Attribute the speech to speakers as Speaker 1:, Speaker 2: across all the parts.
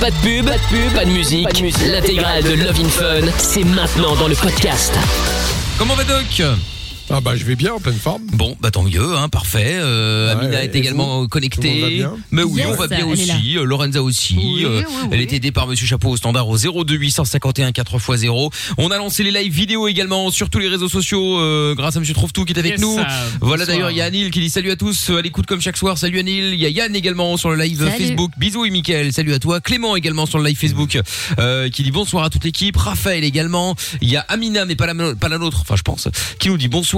Speaker 1: Pas de pub, pas de pub, pas de musique. musique. L'intégrale de Love in Fun, c'est maintenant dans le podcast.
Speaker 2: Comment va Doc
Speaker 3: Ah bah je vais bien en pleine forme.
Speaker 2: Bon, bah tant mieux, hein, parfait. Euh,
Speaker 3: Ouais,
Speaker 2: Amina
Speaker 3: ouais,
Speaker 2: est
Speaker 3: et
Speaker 2: également
Speaker 3: Tout le monde
Speaker 2: connectée.
Speaker 3: va bien
Speaker 2: Mais oui,
Speaker 4: Yes,
Speaker 2: on va bien
Speaker 4: elle est là.
Speaker 2: aussi. euh, Lorenza aussi.
Speaker 4: Oui,
Speaker 2: euh,
Speaker 4: oui, oui.
Speaker 2: Elle est aidée par Monsieur Chapeau au standard au 02851 4x0. On a lancé les lives vidéo également sur tous les réseaux sociaux euh, grâce à Monsieur Trouve-Tout qui est avec
Speaker 5: Yes,
Speaker 2: nous.
Speaker 5: ça.
Speaker 2: Voilà
Speaker 5: Bonsoir.
Speaker 2: d'ailleurs, il y a Anil qui dit salut à tous, euh, à l'écoute comme chaque soir. Salut Anil. Il y a Yann également sur le live
Speaker 4: Salut.
Speaker 2: Facebook. Bisous et Mickaël. Salut à toi. Clément également sur le live Facebook euh, qui dit bonsoir à toute l'équipe. Raphaël également. Il y a Amina mais pas la, pas la nôtre. Enfin, je pense. Qui nous dit bonsoir.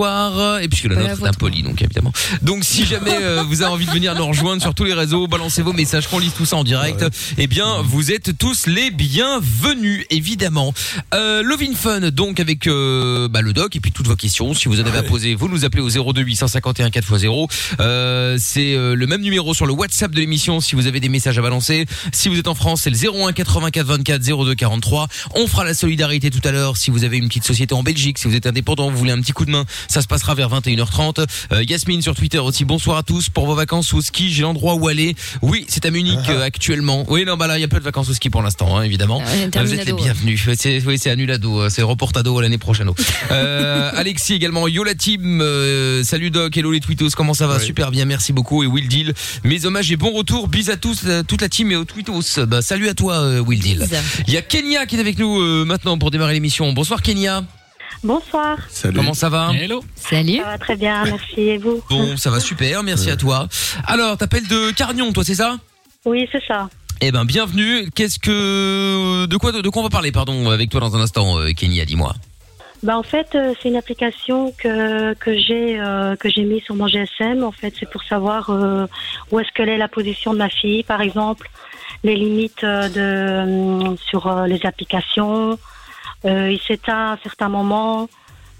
Speaker 2: Et puisque la
Speaker 4: Pas la
Speaker 2: nôtre est
Speaker 4: vôtre.
Speaker 2: impolie, donc évidemment. Donc si jamais euh, vous avez envie de venir nous rejoindre sur tous les réseaux, balancez vos messages, qu'on lise tout ça en direct. Eh bien, vous êtes tous les bienvenus, évidemment. Euh, Lovin Fun, donc avec euh, bah, le doc et puis toutes vos questions. Si vous en avez à poser, vous nous appelez au 02 851 4x0. Euh, c'est euh, le même numéro sur le WhatsApp de l'émission. Si vous avez des messages à balancer, si vous êtes en France, c'est le 01 84 24 02 43. On fera la solidarité tout à l'heure. Si vous avez une petite société en Belgique, si vous êtes indépendant, vous voulez un petit coup de main, ça se passera vers 21h30. Euh, Yasmine sur Twitter aussi. Bonsoir à tous pour vos vacances au ski. J'ai l'endroit où aller. Oui, c'est à Munich euh, actuellement. Oui, non, bah là, il y a pas de vacances au ski pour l'instant, hein, évidemment.
Speaker 4: Ah, il y a un
Speaker 2: vous êtes les
Speaker 4: terminado,
Speaker 2: bienvenus. C'est, oui, c'est annulado. euh, C'est reportado à l'année prochaine. Euh, Alexis également. Yo la team. euh, salut Doc. Hello les tweetos. Comment ça va?
Speaker 3: Oui.
Speaker 2: Super bien. Merci beaucoup. Et Will Deal. Mes hommages et bon retour. Bis à tous, euh, toute la team et aux tweetos. Bah, salut à toi, euh, Will Deal. Il y a Kenya qui est avec nous euh, maintenant pour démarrer l'émission. Bonsoir Kenya.
Speaker 6: Bonsoir,
Speaker 3: Salut.
Speaker 2: Comment ça va?
Speaker 5: Hello.
Speaker 4: Salut.
Speaker 6: ça va très bien, merci. Et vous
Speaker 2: Bon, ça va super, merci à toi. Alors, t'appelles de Carnion, toi, c'est ça
Speaker 6: Oui, c'est ça.
Speaker 2: Eh ben, bienvenue. Qu'est-ce que, de quoi, de, quoi on va parler, pardon, avec toi dans un instant, euh, Kenya, dis-moi.
Speaker 6: Bah, en fait, euh, c'est une application que, que j'ai euh, que j'ai mise sur mon GSM. En fait, c'est pour savoir euh, où est-ce qu'elle est la position de ma fille, par exemple, les limites euh, de, euh, sur euh, les applications. Euh, il s'éteint à certains moments.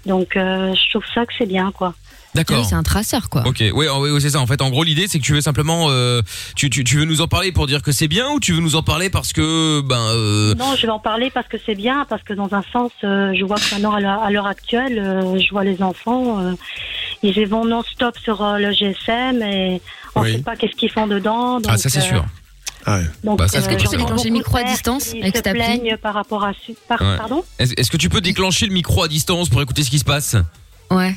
Speaker 6: Donc, euh, je trouve ça que c'est bien, quoi.
Speaker 4: Oui,
Speaker 2: D'accord.
Speaker 4: C'est un traceur, quoi.
Speaker 2: Ok, oui, oui, oui, c'est ça. En fait, en gros, l'idée, c'est que tu veux simplement, euh, tu, tu, tu veux nous en parler pour dire que c'est bien, ou tu veux nous en parler parce que, ben, euh,
Speaker 6: Non, je vais en parler parce que c'est bien, parce que dans un sens, euh, je vois que maintenant, à l'heure- à l'heure actuelle, euh, je vois les enfants, euh, ils vont non-stop sur euh, le GSM et on ne
Speaker 3: Oui.
Speaker 6: sait pas qu'est-ce qu'ils font dedans. Donc,
Speaker 2: ah, ça c'est
Speaker 6: euh,
Speaker 2: sûr.
Speaker 3: Ah ouais.
Speaker 6: donc,
Speaker 2: Bah, ça,
Speaker 4: Est-ce que tu
Speaker 2: Euh,
Speaker 4: peux déclencher
Speaker 6: beaucoup
Speaker 4: le micro à
Speaker 6: de pères
Speaker 4: distance
Speaker 6: qui
Speaker 4: avec
Speaker 6: se
Speaker 4: cette appli
Speaker 6: plaignent par rapport à... su- par-
Speaker 2: Ouais.
Speaker 6: Pardon
Speaker 2: Est-ce est-ce que tu peux déclencher le micro à distance pour écouter ce qui se passe
Speaker 4: Ouais.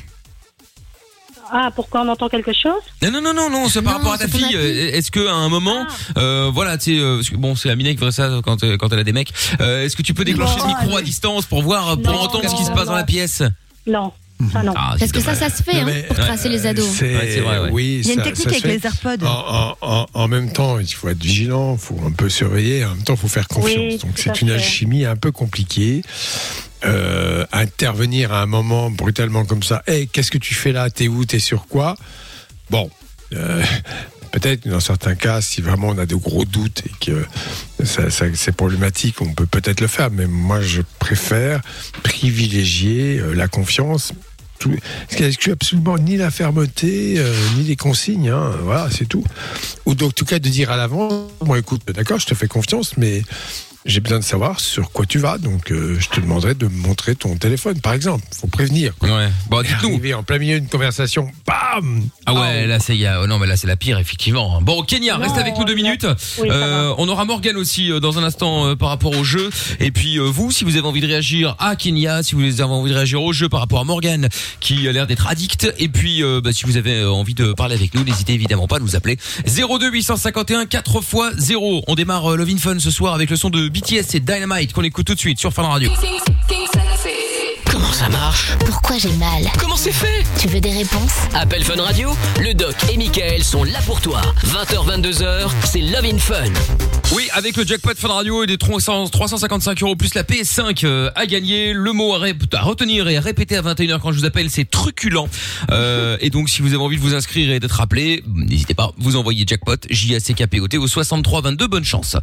Speaker 6: Ah, pourquoi on entend quelque chose
Speaker 2: Non, non, non, non, non, c'est par
Speaker 4: Non,
Speaker 2: rapport à ta
Speaker 4: c'est ton
Speaker 2: fille.
Speaker 4: appli.
Speaker 2: Euh, Est-ce que à un moment,
Speaker 6: Ah.
Speaker 2: euh, voilà, tu sais, euh, parce que, bon, c'est Amina qui ferait ça quand, euh, quand elle a des mecs. Euh, Est-ce que tu peux déclencher le micro à distance pour voir, euh, pour
Speaker 6: Non,
Speaker 2: entendre ce qui
Speaker 6: non,
Speaker 2: se passe dans
Speaker 6: non.
Speaker 2: la pièce
Speaker 6: Non, ça non.
Speaker 2: Ah,
Speaker 4: Parce que ça,
Speaker 2: dommage.
Speaker 4: ça se fait,
Speaker 3: Non,
Speaker 4: hein,
Speaker 3: mais- euh,
Speaker 4: pour tracer les ados.
Speaker 3: C'est
Speaker 2: Ouais, c'est vrai, ouais.
Speaker 3: oui,
Speaker 7: Il y a une
Speaker 3: ça-
Speaker 7: technique
Speaker 3: ça se
Speaker 7: avec
Speaker 3: fait. Ah,
Speaker 7: les AirPods.
Speaker 3: En, en- en- en même temps, il faut être vigilant, il faut un peu surveiller, en même temps, il faut faire confiance.
Speaker 6: Oui,
Speaker 3: Donc,
Speaker 6: tout
Speaker 3: c'est
Speaker 6: à
Speaker 3: une
Speaker 6: fait.
Speaker 3: alchimie un peu compliquée. Euh, intervenir à un moment brutalement comme ça, hey, qu'est-ce que tu fais là T'es où T'es sur quoi Bon, euh, peut-être dans certains cas, si vraiment on a de gros doutes et que ça- ça- c'est problématique, on peut peut-être le faire, mais moi, je préfère privilégier euh, la confiance. Tout, ce qui n'exclut absolument ni la fermeté, euh, ni les consignes, hein, voilà, c'est tout. Ou donc, en tout cas, de dire à l'avant, moi, écoute, d'accord, je te fais confiance, mais j'ai besoin de savoir sur quoi tu vas, donc euh, je te demanderai de me montrer ton téléphone, par exemple. Faut prévenir. quoi.
Speaker 2: Ouais. Bon, dites-nous.
Speaker 3: Arriver en plein milieu d'une conversation, bam
Speaker 2: Ah ouais, là c'est il y a- oh non mais là c'est la pire effectivement. Bon Kenya,
Speaker 6: Non,
Speaker 2: reste avec nous deux
Speaker 6: là-
Speaker 2: minutes.
Speaker 6: Oui, ça
Speaker 2: Euh, on aura Morgan aussi euh, dans un instant euh, par rapport au jeu. Et puis euh, vous, si vous avez envie de réagir à Kenya, si vous avez envie de réagir au jeu par rapport à Morgan qui a l'air d'être addict. Et puis euh, bah, si vous avez euh, envie de parler avec nous, n'hésitez évidemment pas à nous appeler 02 851 4 x 0. On démarre euh, Love in Fun ce soir avec le son de BTS et Dynamite qu'on écoute tout de suite sur Fun Radio.
Speaker 1: Comment ça marche
Speaker 8: Pourquoi j'ai mal
Speaker 1: Comment c'est fait
Speaker 8: Tu veux des réponses
Speaker 1: Appel Fun Radio, le doc et Michael sont là pour toi. 20h, 22h, c'est Love in Fun.
Speaker 2: Oui, avec le jackpot Fun Radio et des 300 355 euros plus la PS5 euh, à gagner. Le mot à, ré- à retenir et à répéter à 21h quand je vous appelle, c'est truculent. Euh, et donc, si vous avez envie de vous inscrire et d'être appelé, n'hésitez pas, vous envoyez jackpot J-A-C-K-P-O-T au 6322. Bonne chance.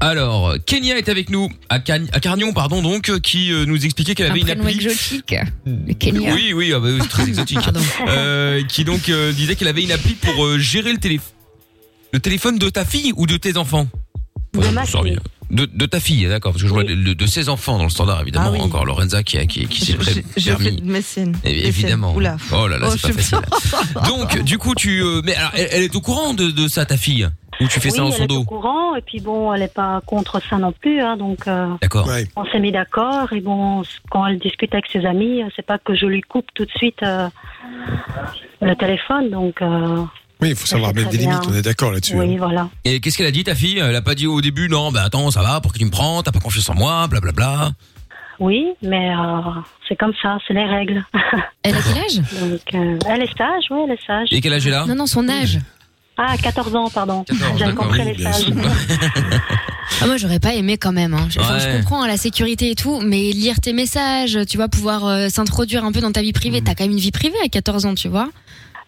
Speaker 2: Alors, Kenya est avec nous à, Cagn- à Carnion, pardon, donc, euh, qui euh, nous expliquait qu'elle
Speaker 4: Un
Speaker 2: avait une
Speaker 4: prénom
Speaker 2: appli.
Speaker 4: exotique. Le Kenya.
Speaker 2: Oui, oui, ah bah oui, c'est très exotique.
Speaker 4: Pardon.
Speaker 2: Euh, qui donc euh, disait qu'elle avait une appli pour euh, gérer le téléphone. Le téléphone de ta fille ou de tes enfants
Speaker 6: De ma
Speaker 2: je me sens
Speaker 6: fille.
Speaker 2: bien. De, de ta fille, d'accord, parce que je vois
Speaker 6: Oui.
Speaker 2: le- le- de ses enfants dans le standard, évidemment.
Speaker 7: Ah oui.
Speaker 2: Encore Lorenza qui, a- qui, qui s'est
Speaker 7: Je, je-
Speaker 2: pré-
Speaker 7: je fais
Speaker 2: permis.
Speaker 7: de mécène.
Speaker 2: Eh, Évidemment.
Speaker 7: Mécène. Oula.
Speaker 2: Oh là là,
Speaker 7: Oh,
Speaker 2: c'est pas
Speaker 7: je sais
Speaker 2: facile. Donc, du coup, tu. euh, mais alors, elle, elle est au courant de, de ça, ta fille Ou tu fais ça
Speaker 6: Oui,
Speaker 2: dans
Speaker 6: elle
Speaker 2: son
Speaker 6: est au
Speaker 2: dos
Speaker 6: courant, et puis bon, elle n'est pas contre ça non plus, hein, donc euh,
Speaker 2: D'accord.
Speaker 3: Ouais.
Speaker 6: on s'est mis d'accord, et bon, c- quand elle discute avec ses amis, euh, c'est pas que je lui coupe tout de suite euh, le téléphone, donc euh,
Speaker 3: Oui, il faut savoir
Speaker 6: c'est
Speaker 3: mettre
Speaker 6: très
Speaker 3: des limites,
Speaker 6: bien.
Speaker 3: on est d'accord là-dessus.
Speaker 6: oui,
Speaker 3: hein.
Speaker 6: voilà.
Speaker 2: Et qu'est-ce qu'elle a dit ta fille Elle a pas dit au début non, bah attends, ça va, pour que tu me prends, t'as pas confiance en moi, blablabla.
Speaker 6: Oui, mais euh, c'est comme ça, c'est les règles.
Speaker 4: Elle a quel âge
Speaker 6: Donc, euh, elle est sage, oui, elle est sage.
Speaker 2: Et quel âge elle a
Speaker 4: Non, non, son âge.
Speaker 6: Ah, 14 ans, pardon.
Speaker 2: 14,
Speaker 6: J'avais
Speaker 2: d'accord,
Speaker 6: compris
Speaker 3: oui,
Speaker 6: elle est
Speaker 3: bien
Speaker 6: sage.
Speaker 3: sûr.
Speaker 4: Ah, moi, j'aurais pas aimé quand même. hein. Enfin,
Speaker 2: Ouais.
Speaker 4: je comprends hein, la sécurité et tout, mais lire tes messages, tu vois, pouvoir euh, s'introduire un peu dans ta vie privée.
Speaker 3: Mm.
Speaker 4: T'as quand même une vie privée à 14 ans, tu vois.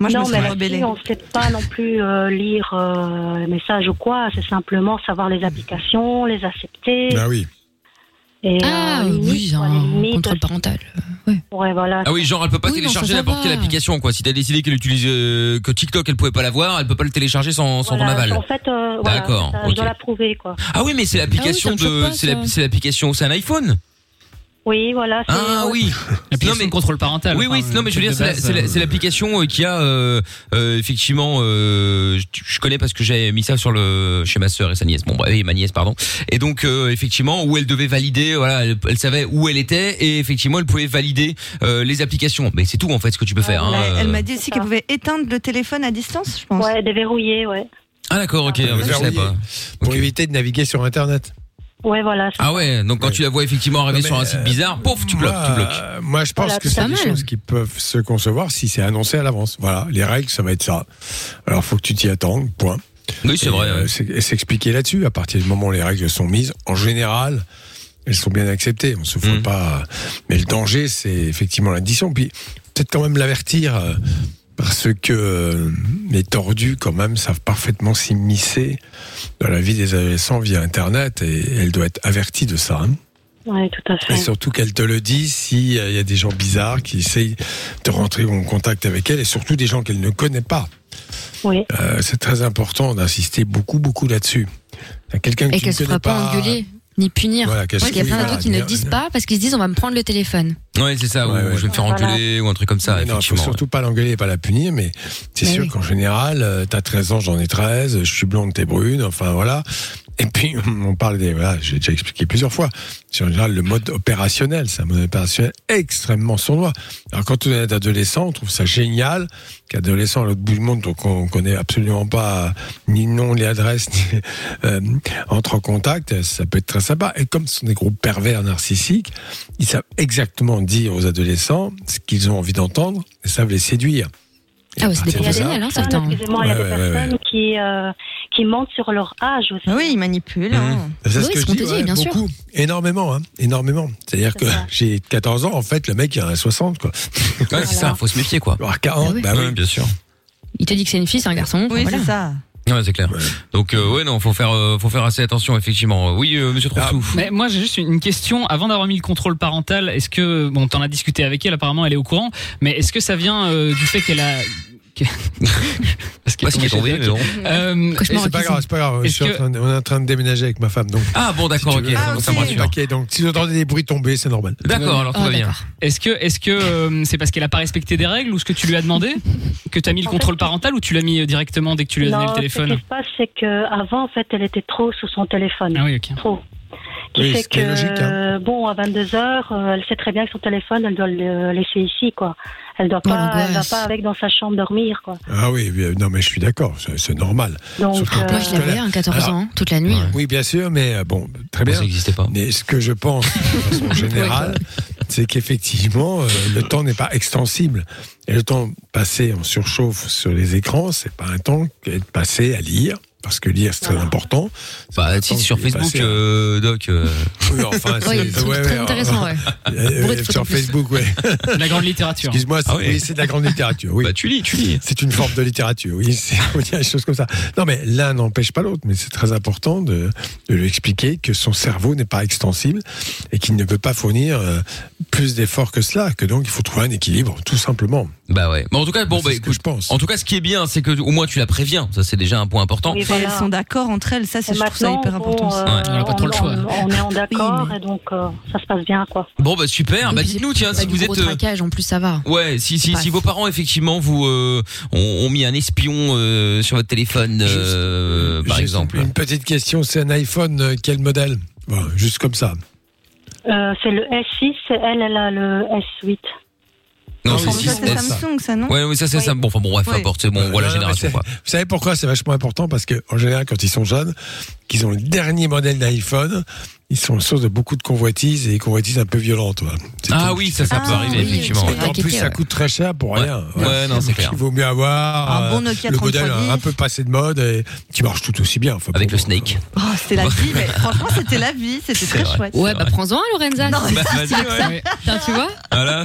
Speaker 5: Moi, je
Speaker 6: non,
Speaker 5: me
Speaker 6: mais
Speaker 5: serais
Speaker 6: la
Speaker 5: rebellée.
Speaker 6: fille, on ne sait pas non plus euh, lire euh, les messages ou quoi. C'est simplement savoir les applications, les accepter.
Speaker 2: Bah
Speaker 3: Ah oui.
Speaker 6: Et,
Speaker 4: ah
Speaker 6: euh, les
Speaker 4: oui,
Speaker 6: limites, quoi, les
Speaker 4: un
Speaker 6: limites,
Speaker 4: contrôle parental.
Speaker 6: ouais, voilà.
Speaker 2: Ah oui, genre elle peut pas
Speaker 4: Oui, non,
Speaker 2: télécharger
Speaker 4: ça, ça
Speaker 2: n'importe
Speaker 4: va.
Speaker 2: quelle application quoi. Si t'as décidé qu'elle utilise euh, que TikTok, elle pouvait pas l'avoir, elle peut pas le télécharger sans, sans
Speaker 6: Voilà,
Speaker 2: ton aval.
Speaker 6: En fait, euh, voilà,
Speaker 2: D'accord,
Speaker 6: ça,
Speaker 2: ok.
Speaker 6: je dois l'approuver, quoi.
Speaker 2: Ah oui, mais c'est l'application
Speaker 4: Ah oui, ça me choque
Speaker 2: de,
Speaker 4: pas,
Speaker 2: c'est la-
Speaker 4: ça.
Speaker 2: c'est l'application, c'est un iPhone.
Speaker 6: Oui, voilà. c'est- euh,
Speaker 2: Ah oui. Non
Speaker 7: L'application
Speaker 2: mais
Speaker 7: de contrôle parental.
Speaker 2: oui, oui,
Speaker 7: enfin,
Speaker 2: non, mais je veux
Speaker 7: le
Speaker 2: dire,
Speaker 7: truc
Speaker 2: c'est la-
Speaker 7: de
Speaker 2: c'est la-
Speaker 7: base,
Speaker 2: c'est l'application euh, qui a euh, euh, effectivement, euh, je, je connais parce que j'ai mis ça sur le chez ma sœur et sa nièce. Bon, bah, oui, ma nièce, pardon. Et donc, euh, effectivement, où elle devait valider, voilà, elle, elle savait où elle était et effectivement, elle pouvait valider euh, les applications. Mais c'est tout en fait ce que tu peux faire. hein,
Speaker 5: Elle, elle
Speaker 2: euh.
Speaker 5: m'a dit aussi
Speaker 6: ça.
Speaker 5: qu'elle pouvait éteindre le téléphone à distance, je pense.
Speaker 6: Ouais, déverrouiller, ouais.
Speaker 2: Ah d'accord, ok, je savais pas.
Speaker 3: bah, Pour
Speaker 2: Ok.
Speaker 3: éviter de naviguer sur Internet.
Speaker 6: Ouais, voilà. c'est-
Speaker 2: Ah ouais, donc quand
Speaker 3: Ouais.
Speaker 2: tu la vois effectivement arriver
Speaker 3: Non, mais,
Speaker 2: sur un site
Speaker 3: euh,
Speaker 2: bizarre, pouf, tu bloques, tu bloques.
Speaker 3: euh, Moi, je pense
Speaker 6: Voilà,
Speaker 3: que
Speaker 6: c'est
Speaker 3: c'est
Speaker 4: pas
Speaker 3: des
Speaker 4: mal.
Speaker 3: choses qui peuvent se concevoir si c'est annoncé à l'avance. Voilà, les règles, ça va être ça. Alors, faut que tu t'y attendes, point.
Speaker 2: Oui, c'est
Speaker 3: Et,
Speaker 2: vrai.
Speaker 3: euh,
Speaker 2: ouais.
Speaker 3: c'est- et s'expliquer là-dessus. À partir du moment où les règles sont mises, en général, elles sont bien acceptées. On se fout
Speaker 2: Mhm.
Speaker 3: pas. Mais le danger, c'est effectivement l'addition. Puis peut-être quand même l'avertir. euh, Parce que euh, les tordus, quand même, savent parfaitement s'immiscer dans la vie des adolescents via Internet et elle doit être avertie de ça. hein.
Speaker 6: Ouais, tout à fait.
Speaker 4: Mm.
Speaker 3: Et surtout qu'elle te le dit s'il y a des gens bizarres qui essayent de rentrer en contact avec elle et surtout des gens qu'elle ne connaît pas.
Speaker 6: Oui.
Speaker 3: Euh, c'est très important d'insister beaucoup, beaucoup là-dessus. T'as Quelqu'un que
Speaker 4: Et
Speaker 3: tu ne
Speaker 4: qu'elle se
Speaker 3: connais
Speaker 4: fera pas
Speaker 3: pas
Speaker 4: engueuler, ni punir.
Speaker 3: Voilà, qu'elle
Speaker 4: Parce
Speaker 3: se-
Speaker 4: qu'il y a
Speaker 3: oui,
Speaker 4: plein
Speaker 3: voilà,
Speaker 4: d'autres qui ne le
Speaker 3: dire-
Speaker 4: disent pas parce qu'ils se disent on va me prendre le téléphone.
Speaker 2: Ouais, c'est ça.
Speaker 3: Ouais,
Speaker 2: ou
Speaker 3: ouais.
Speaker 2: je vais me faire enculer ou un truc comme ça.
Speaker 3: Non, faut
Speaker 2: effectivement.
Speaker 3: surtout pas l'engueuler et pas la punir, mais c'est
Speaker 4: Mais
Speaker 3: sûr
Speaker 4: oui.
Speaker 3: qu'en général, euh, t'as 13 ans, j'en ai 13, je suis blonde, t'es brune, enfin voilà. Et puis, on parle des. Voilà, j'ai déjà expliqué plusieurs fois. C'est en général le mode opérationnel. C'est un mode opérationnel extrêmement sournois. Alors, quand on est adolescent, on trouve ça génial qu'adolescent à l'autre bout du monde, donc on connaît absolument pas euh, ni le nom, ni l'adresse, ni, euh, entre en contact, ça peut être très sympa. Et comme ce sont des groupes pervers narcissiques, ils savent exactement dire aux adolescents ce qu'ils ont envie d'entendre et savent les séduire. Et
Speaker 4: Ah
Speaker 3: à
Speaker 4: ouais, c'est des
Speaker 3: partir de ça,
Speaker 4: professionnels, hein, ça le temps.
Speaker 6: personnes, excusez-moi, il y a
Speaker 3: Ouais,
Speaker 6: des
Speaker 3: ouais, ouais,
Speaker 6: personnes qui euh, qui mentent sur leur âge aussi.
Speaker 5: Ah Oui, il manipule. hein.
Speaker 3: Mmh. C'est
Speaker 4: Oui,
Speaker 3: ce que
Speaker 4: ce
Speaker 3: je
Speaker 4: qu'on
Speaker 3: dis,
Speaker 4: te dit,
Speaker 3: ouais,
Speaker 4: bien sûr.
Speaker 3: beaucoup, énormément, hein, énormément. C'est-à-dire
Speaker 6: C'est
Speaker 3: que
Speaker 6: ça.
Speaker 3: j'ai 14 ans, en fait, le mec il a un 60 quoi.
Speaker 2: Ouais, c'est ça. Faut se méfier quoi.
Speaker 3: Alors 40,
Speaker 4: Ah oui.
Speaker 3: bah oui.
Speaker 2: bien sûr.
Speaker 4: Il te dit que c'est une fille, c'est un garçon.
Speaker 5: Oui,
Speaker 4: voilà.
Speaker 5: c'est ça.
Speaker 2: Ouais, c'est clair. Donc euh, ouais, non, faut faire, euh, faut faire assez attention effectivement. Oui, euh,
Speaker 3: Ah,
Speaker 2: Monsieur Troussou.
Speaker 7: Mais moi j'ai juste une question avant d'avoir mis le contrôle parental. Est-ce que bon, t'en as discuté avec elle apparemment, elle est au courant. Mais est-ce que ça vient euh, du fait qu'elle a parce
Speaker 2: Parce qu'il est tombé. mais bon.
Speaker 7: Euh,
Speaker 4: Cauchemar
Speaker 3: C'est pas
Speaker 4: requisant.
Speaker 3: grave, c'est pas grave. Je
Speaker 7: Est-ce
Speaker 3: suis en
Speaker 7: que-
Speaker 3: train de- on est en train de déménager avec ma femme, donc
Speaker 2: Ah bon, d'accord,
Speaker 3: tu
Speaker 2: ok,
Speaker 3: veux.
Speaker 2: ça,
Speaker 5: Ah,
Speaker 2: ça me
Speaker 5: ok.
Speaker 2: rassure.
Speaker 3: ok. Donc si vous entendez des bruits tomber, c'est normal.
Speaker 2: D'accord, alors tout
Speaker 4: Ah,
Speaker 2: va bien.
Speaker 4: d'accord.
Speaker 7: Est-ce que est-ce que euh, c'est parce qu'elle a pas respecté des règles ou ce que tu lui as demandé que t'as mis le
Speaker 6: En
Speaker 7: contrôle
Speaker 6: fait-
Speaker 7: parental ou tu l'as mis euh, directement dès que tu lui as donné
Speaker 6: non,
Speaker 7: le
Speaker 6: ce
Speaker 7: téléphone
Speaker 6: qui se passe, c'est qu'avant, en fait, elle était trop sur son téléphone.
Speaker 7: Ah oui, ok.
Speaker 6: Trop. Qui
Speaker 3: Oui,
Speaker 6: fait
Speaker 3: ce qui est
Speaker 6: que,
Speaker 3: logique, hein.
Speaker 6: euh, bon, à 22h, elle sait très bien que son téléphone, elle doit le euh, laisser ici, quoi. Elle doit
Speaker 4: Oh,
Speaker 6: pas, elle va
Speaker 4: l'angoisse.
Speaker 6: pas avec dans sa chambre dormir, quoi.
Speaker 3: Ah oui, oui, non mais je suis d'accord, c'est c'est normal.
Speaker 6: Donc,
Speaker 3: Surtout-
Speaker 4: Moi, je la voyais, un 14
Speaker 3: Alors-
Speaker 4: ans, toute la nuit.
Speaker 3: Oui, bien sûr, mais euh, bon, très bien.
Speaker 2: Ça n'existait pas.
Speaker 3: Mais ce que je pense, de façon générale, c'est qu'effectivement, euh, le temps n'est pas extensible. Et le temps passé en surchauffe sur les écrans, c'est pas un temps qui est passé à lire, parce que lire, c'est très important.
Speaker 2: Bah, si,
Speaker 3: Attends,
Speaker 2: sur
Speaker 3: je vais
Speaker 2: Facebook,
Speaker 3: passer.
Speaker 2: euh, Doc. euh,
Speaker 3: Oui, enfin,
Speaker 4: Oui, c'est
Speaker 3: ouais,
Speaker 4: très
Speaker 3: ouais,
Speaker 4: intéressant, ouais.
Speaker 3: euh, euh,
Speaker 4: Bourré de photos en
Speaker 3: sur
Speaker 4: plus.
Speaker 3: Facebook, ouais.
Speaker 7: La grande littérature.
Speaker 3: Excuse-moi, c'est
Speaker 2: Ah oui.
Speaker 3: oui, c'est de la grande littérature, oui.
Speaker 2: Bah, tu lis, tu lis.
Speaker 3: C'est une forme de littérature, oui. c'est- On dirait des choses comme ça. Non, mais l'un n'empêche pas l'autre, mais c'est très important de, de lui expliquer que son cerveau n'est pas extensible et qu'il ne peut pas fournir euh, plus d'efforts que cela, que donc il faut trouver un équilibre, tout simplement.
Speaker 2: Bah ouais. Mais en tout cas, bon, bah, écoute,
Speaker 3: je pense.
Speaker 2: En tout cas, ce qui est bien, c'est que au moins tu la préviens. Ça, c'est déjà un point important.
Speaker 6: Oui,
Speaker 5: Et
Speaker 6: voilà.
Speaker 5: Elles sont d'accord entre elles, ça, c'est- je trouve ça
Speaker 6: Maintenant,
Speaker 5: hyper
Speaker 6: bon,
Speaker 5: important. aussi.
Speaker 6: euh,
Speaker 2: Ouais, on n'a pas trop le choix.
Speaker 6: On, on est en d'accord
Speaker 5: Oui, mais-
Speaker 6: et donc euh, ça se passe bien quoi.
Speaker 2: Bon, bah
Speaker 3: Ah,
Speaker 2: super. Bah
Speaker 4: Donc,
Speaker 2: dites-nous, tiens,
Speaker 4: Pas
Speaker 2: si
Speaker 4: du
Speaker 2: vous
Speaker 4: gros
Speaker 2: êtes. euh,
Speaker 4: traquage, en plus, ça va.
Speaker 2: Ouais, si si
Speaker 4: Bref.
Speaker 2: si vos parents effectivement vous euh, ont, ont mis un espion euh, sur votre téléphone euh, par
Speaker 3: J'ai
Speaker 2: exemple.
Speaker 3: Une petite question, c'est un iPhone, euh, quel modèle Bon, Juste comme ça.
Speaker 6: Euh, c'est le S6 et elle, elle a le S8.
Speaker 2: Non,
Speaker 3: Ah
Speaker 2: c'est
Speaker 3: oui,
Speaker 5: Ça,
Speaker 3: six
Speaker 5: C'est
Speaker 2: 6S.
Speaker 3: S.
Speaker 5: Samsung, ça, non
Speaker 2: Ouais, oui, ça c'est
Speaker 5: Oui.
Speaker 2: ça. Bon, enfin bon, bref, peu
Speaker 5: Oui.
Speaker 2: importe, c'est bon,
Speaker 3: Euh,
Speaker 2: voilà
Speaker 3: non,
Speaker 2: la génération
Speaker 3: mais
Speaker 2: quoi.
Speaker 3: Vous savez pourquoi c'est vachement important Parce que en général, quand ils sont jeunes, qu'ils ont le dernier modèle d'iPhone, ils sont source de beaucoup de convoitises et des convoitises un peu violentes. voilà. C'est
Speaker 2: Ah
Speaker 3: tout.
Speaker 2: oui, ça ça
Speaker 5: Ah
Speaker 2: peut arriver
Speaker 5: oui,
Speaker 2: effectivement.
Speaker 4: oui,
Speaker 3: Et en plus, ça coûte très cher pour
Speaker 2: Ouais.
Speaker 3: rien.
Speaker 2: Ouais,
Speaker 3: Voilà.
Speaker 2: non, c'est
Speaker 3: Donc,
Speaker 2: clair.
Speaker 3: Il vaut mieux avoir
Speaker 5: Un
Speaker 3: euh,
Speaker 5: bon Nokia
Speaker 3: le modèle un
Speaker 5: 3310.
Speaker 3: peu passé de mode et qui marche tout aussi bien. Enfin,
Speaker 2: Avec
Speaker 3: bon,
Speaker 2: le Snake.
Speaker 5: Oh, c'était la vie, mais franchement, c'était la vie, c'était
Speaker 2: C'est
Speaker 5: très
Speaker 2: vrai.
Speaker 5: chouette.
Speaker 4: Ouais, bah prends-en, hein, Lorenza.
Speaker 5: Non,
Speaker 4: si
Speaker 2: Bah,
Speaker 4: c'est
Speaker 2: vas-y,
Speaker 4: si
Speaker 2: ouais.
Speaker 4: c'est ça.
Speaker 7: Ouais.
Speaker 4: Putain, tu vois
Speaker 2: Voilà,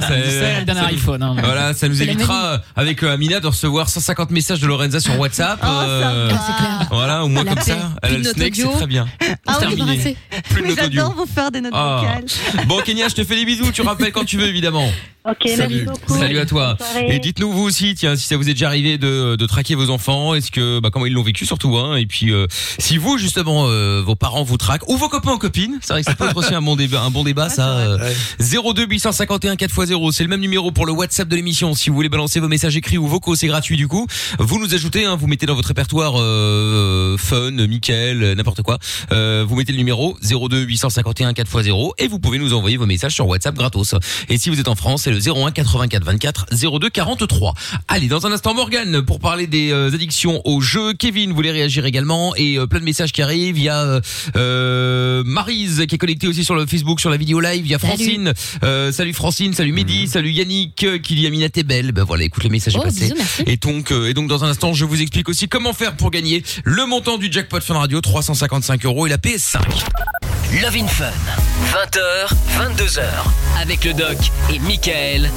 Speaker 2: ça,
Speaker 7: C'est le dernier
Speaker 2: ça-
Speaker 7: iPhone. hein.
Speaker 2: Voilà, ça nous
Speaker 4: C'est la
Speaker 2: évitera avec euh, Amina de recevoir 150 messages de Lorenza sur WhatsApp. euh,
Speaker 4: Ah, c'est clair.
Speaker 2: Voilà, au moins
Speaker 4: La
Speaker 2: comme
Speaker 4: paix.
Speaker 2: ça, elle
Speaker 4: Plus
Speaker 2: a
Speaker 4: de
Speaker 2: le
Speaker 4: notes
Speaker 2: Snake, c'est
Speaker 4: audio.
Speaker 2: très bien.
Speaker 5: Ah oui,
Speaker 2: Terminé.
Speaker 4: débarrassé.
Speaker 2: Plus de
Speaker 5: Mais
Speaker 2: notes audio.
Speaker 5: j'adore vous faire des notes
Speaker 2: Ah.
Speaker 5: vocales.
Speaker 2: Bon Kenya, je te fais des bisous, tu rappelles quand tu veux évidemment.
Speaker 6: Ok,
Speaker 3: Salut.
Speaker 6: merci beaucoup.
Speaker 2: Salut à toi.
Speaker 6: Bonne soirée.
Speaker 2: Et dites-nous vous aussi, tiens, si ça vous est déjà arrivé de, de traquer vos enfants, est-ce que bah, comment ils l'ont vécu surtout, hein Et puis euh, si vous justement euh, vos parents vous traquent ou vos copains ou copines, c'est vrai que ça peut être aussi un bon débat, un bon débat ça. euh,
Speaker 3: Ouais.
Speaker 2: 02 851 4x0, c'est le même numéro pour le WhatsApp de l'émission. Si vous voulez balancer vos messages écrits ou vocaux, c'est gratuit du coup. Vous nous ajoutez, hein, vous mettez dans votre répertoire euh, fun, Michael, euh, n'importe quoi. Euh, vous mettez le numéro 02 851 4x0 et vous pouvez nous envoyer vos messages sur WhatsApp gratos. Et si vous êtes en France, c'est le 01 84 24 02 43. Allez, dans un instant Morgan pour parler des euh, addictions au jeu. Kevin voulait réagir également et euh, plein de messages qui arrivent. Il y a euh, euh, Maryse qui est connectée aussi sur le Facebook, sur la vidéo live. Il y a
Speaker 4: Salut.
Speaker 2: Francine Francine. Euh, salut Francine, salut Mehdi, salut Yannick, euh, qui dit Amina t'es belle. Ben voilà, écoute le message est
Speaker 4: Oh,
Speaker 2: passé.
Speaker 4: bisous, merci.
Speaker 2: Et donc, euh, et donc dans un instant, je vous explique aussi comment faire pour gagner le montant du jackpot Fun Radio, 355 euros et la PS5.
Speaker 1: Love in Fun, 20h, 22h, avec le doc et Michael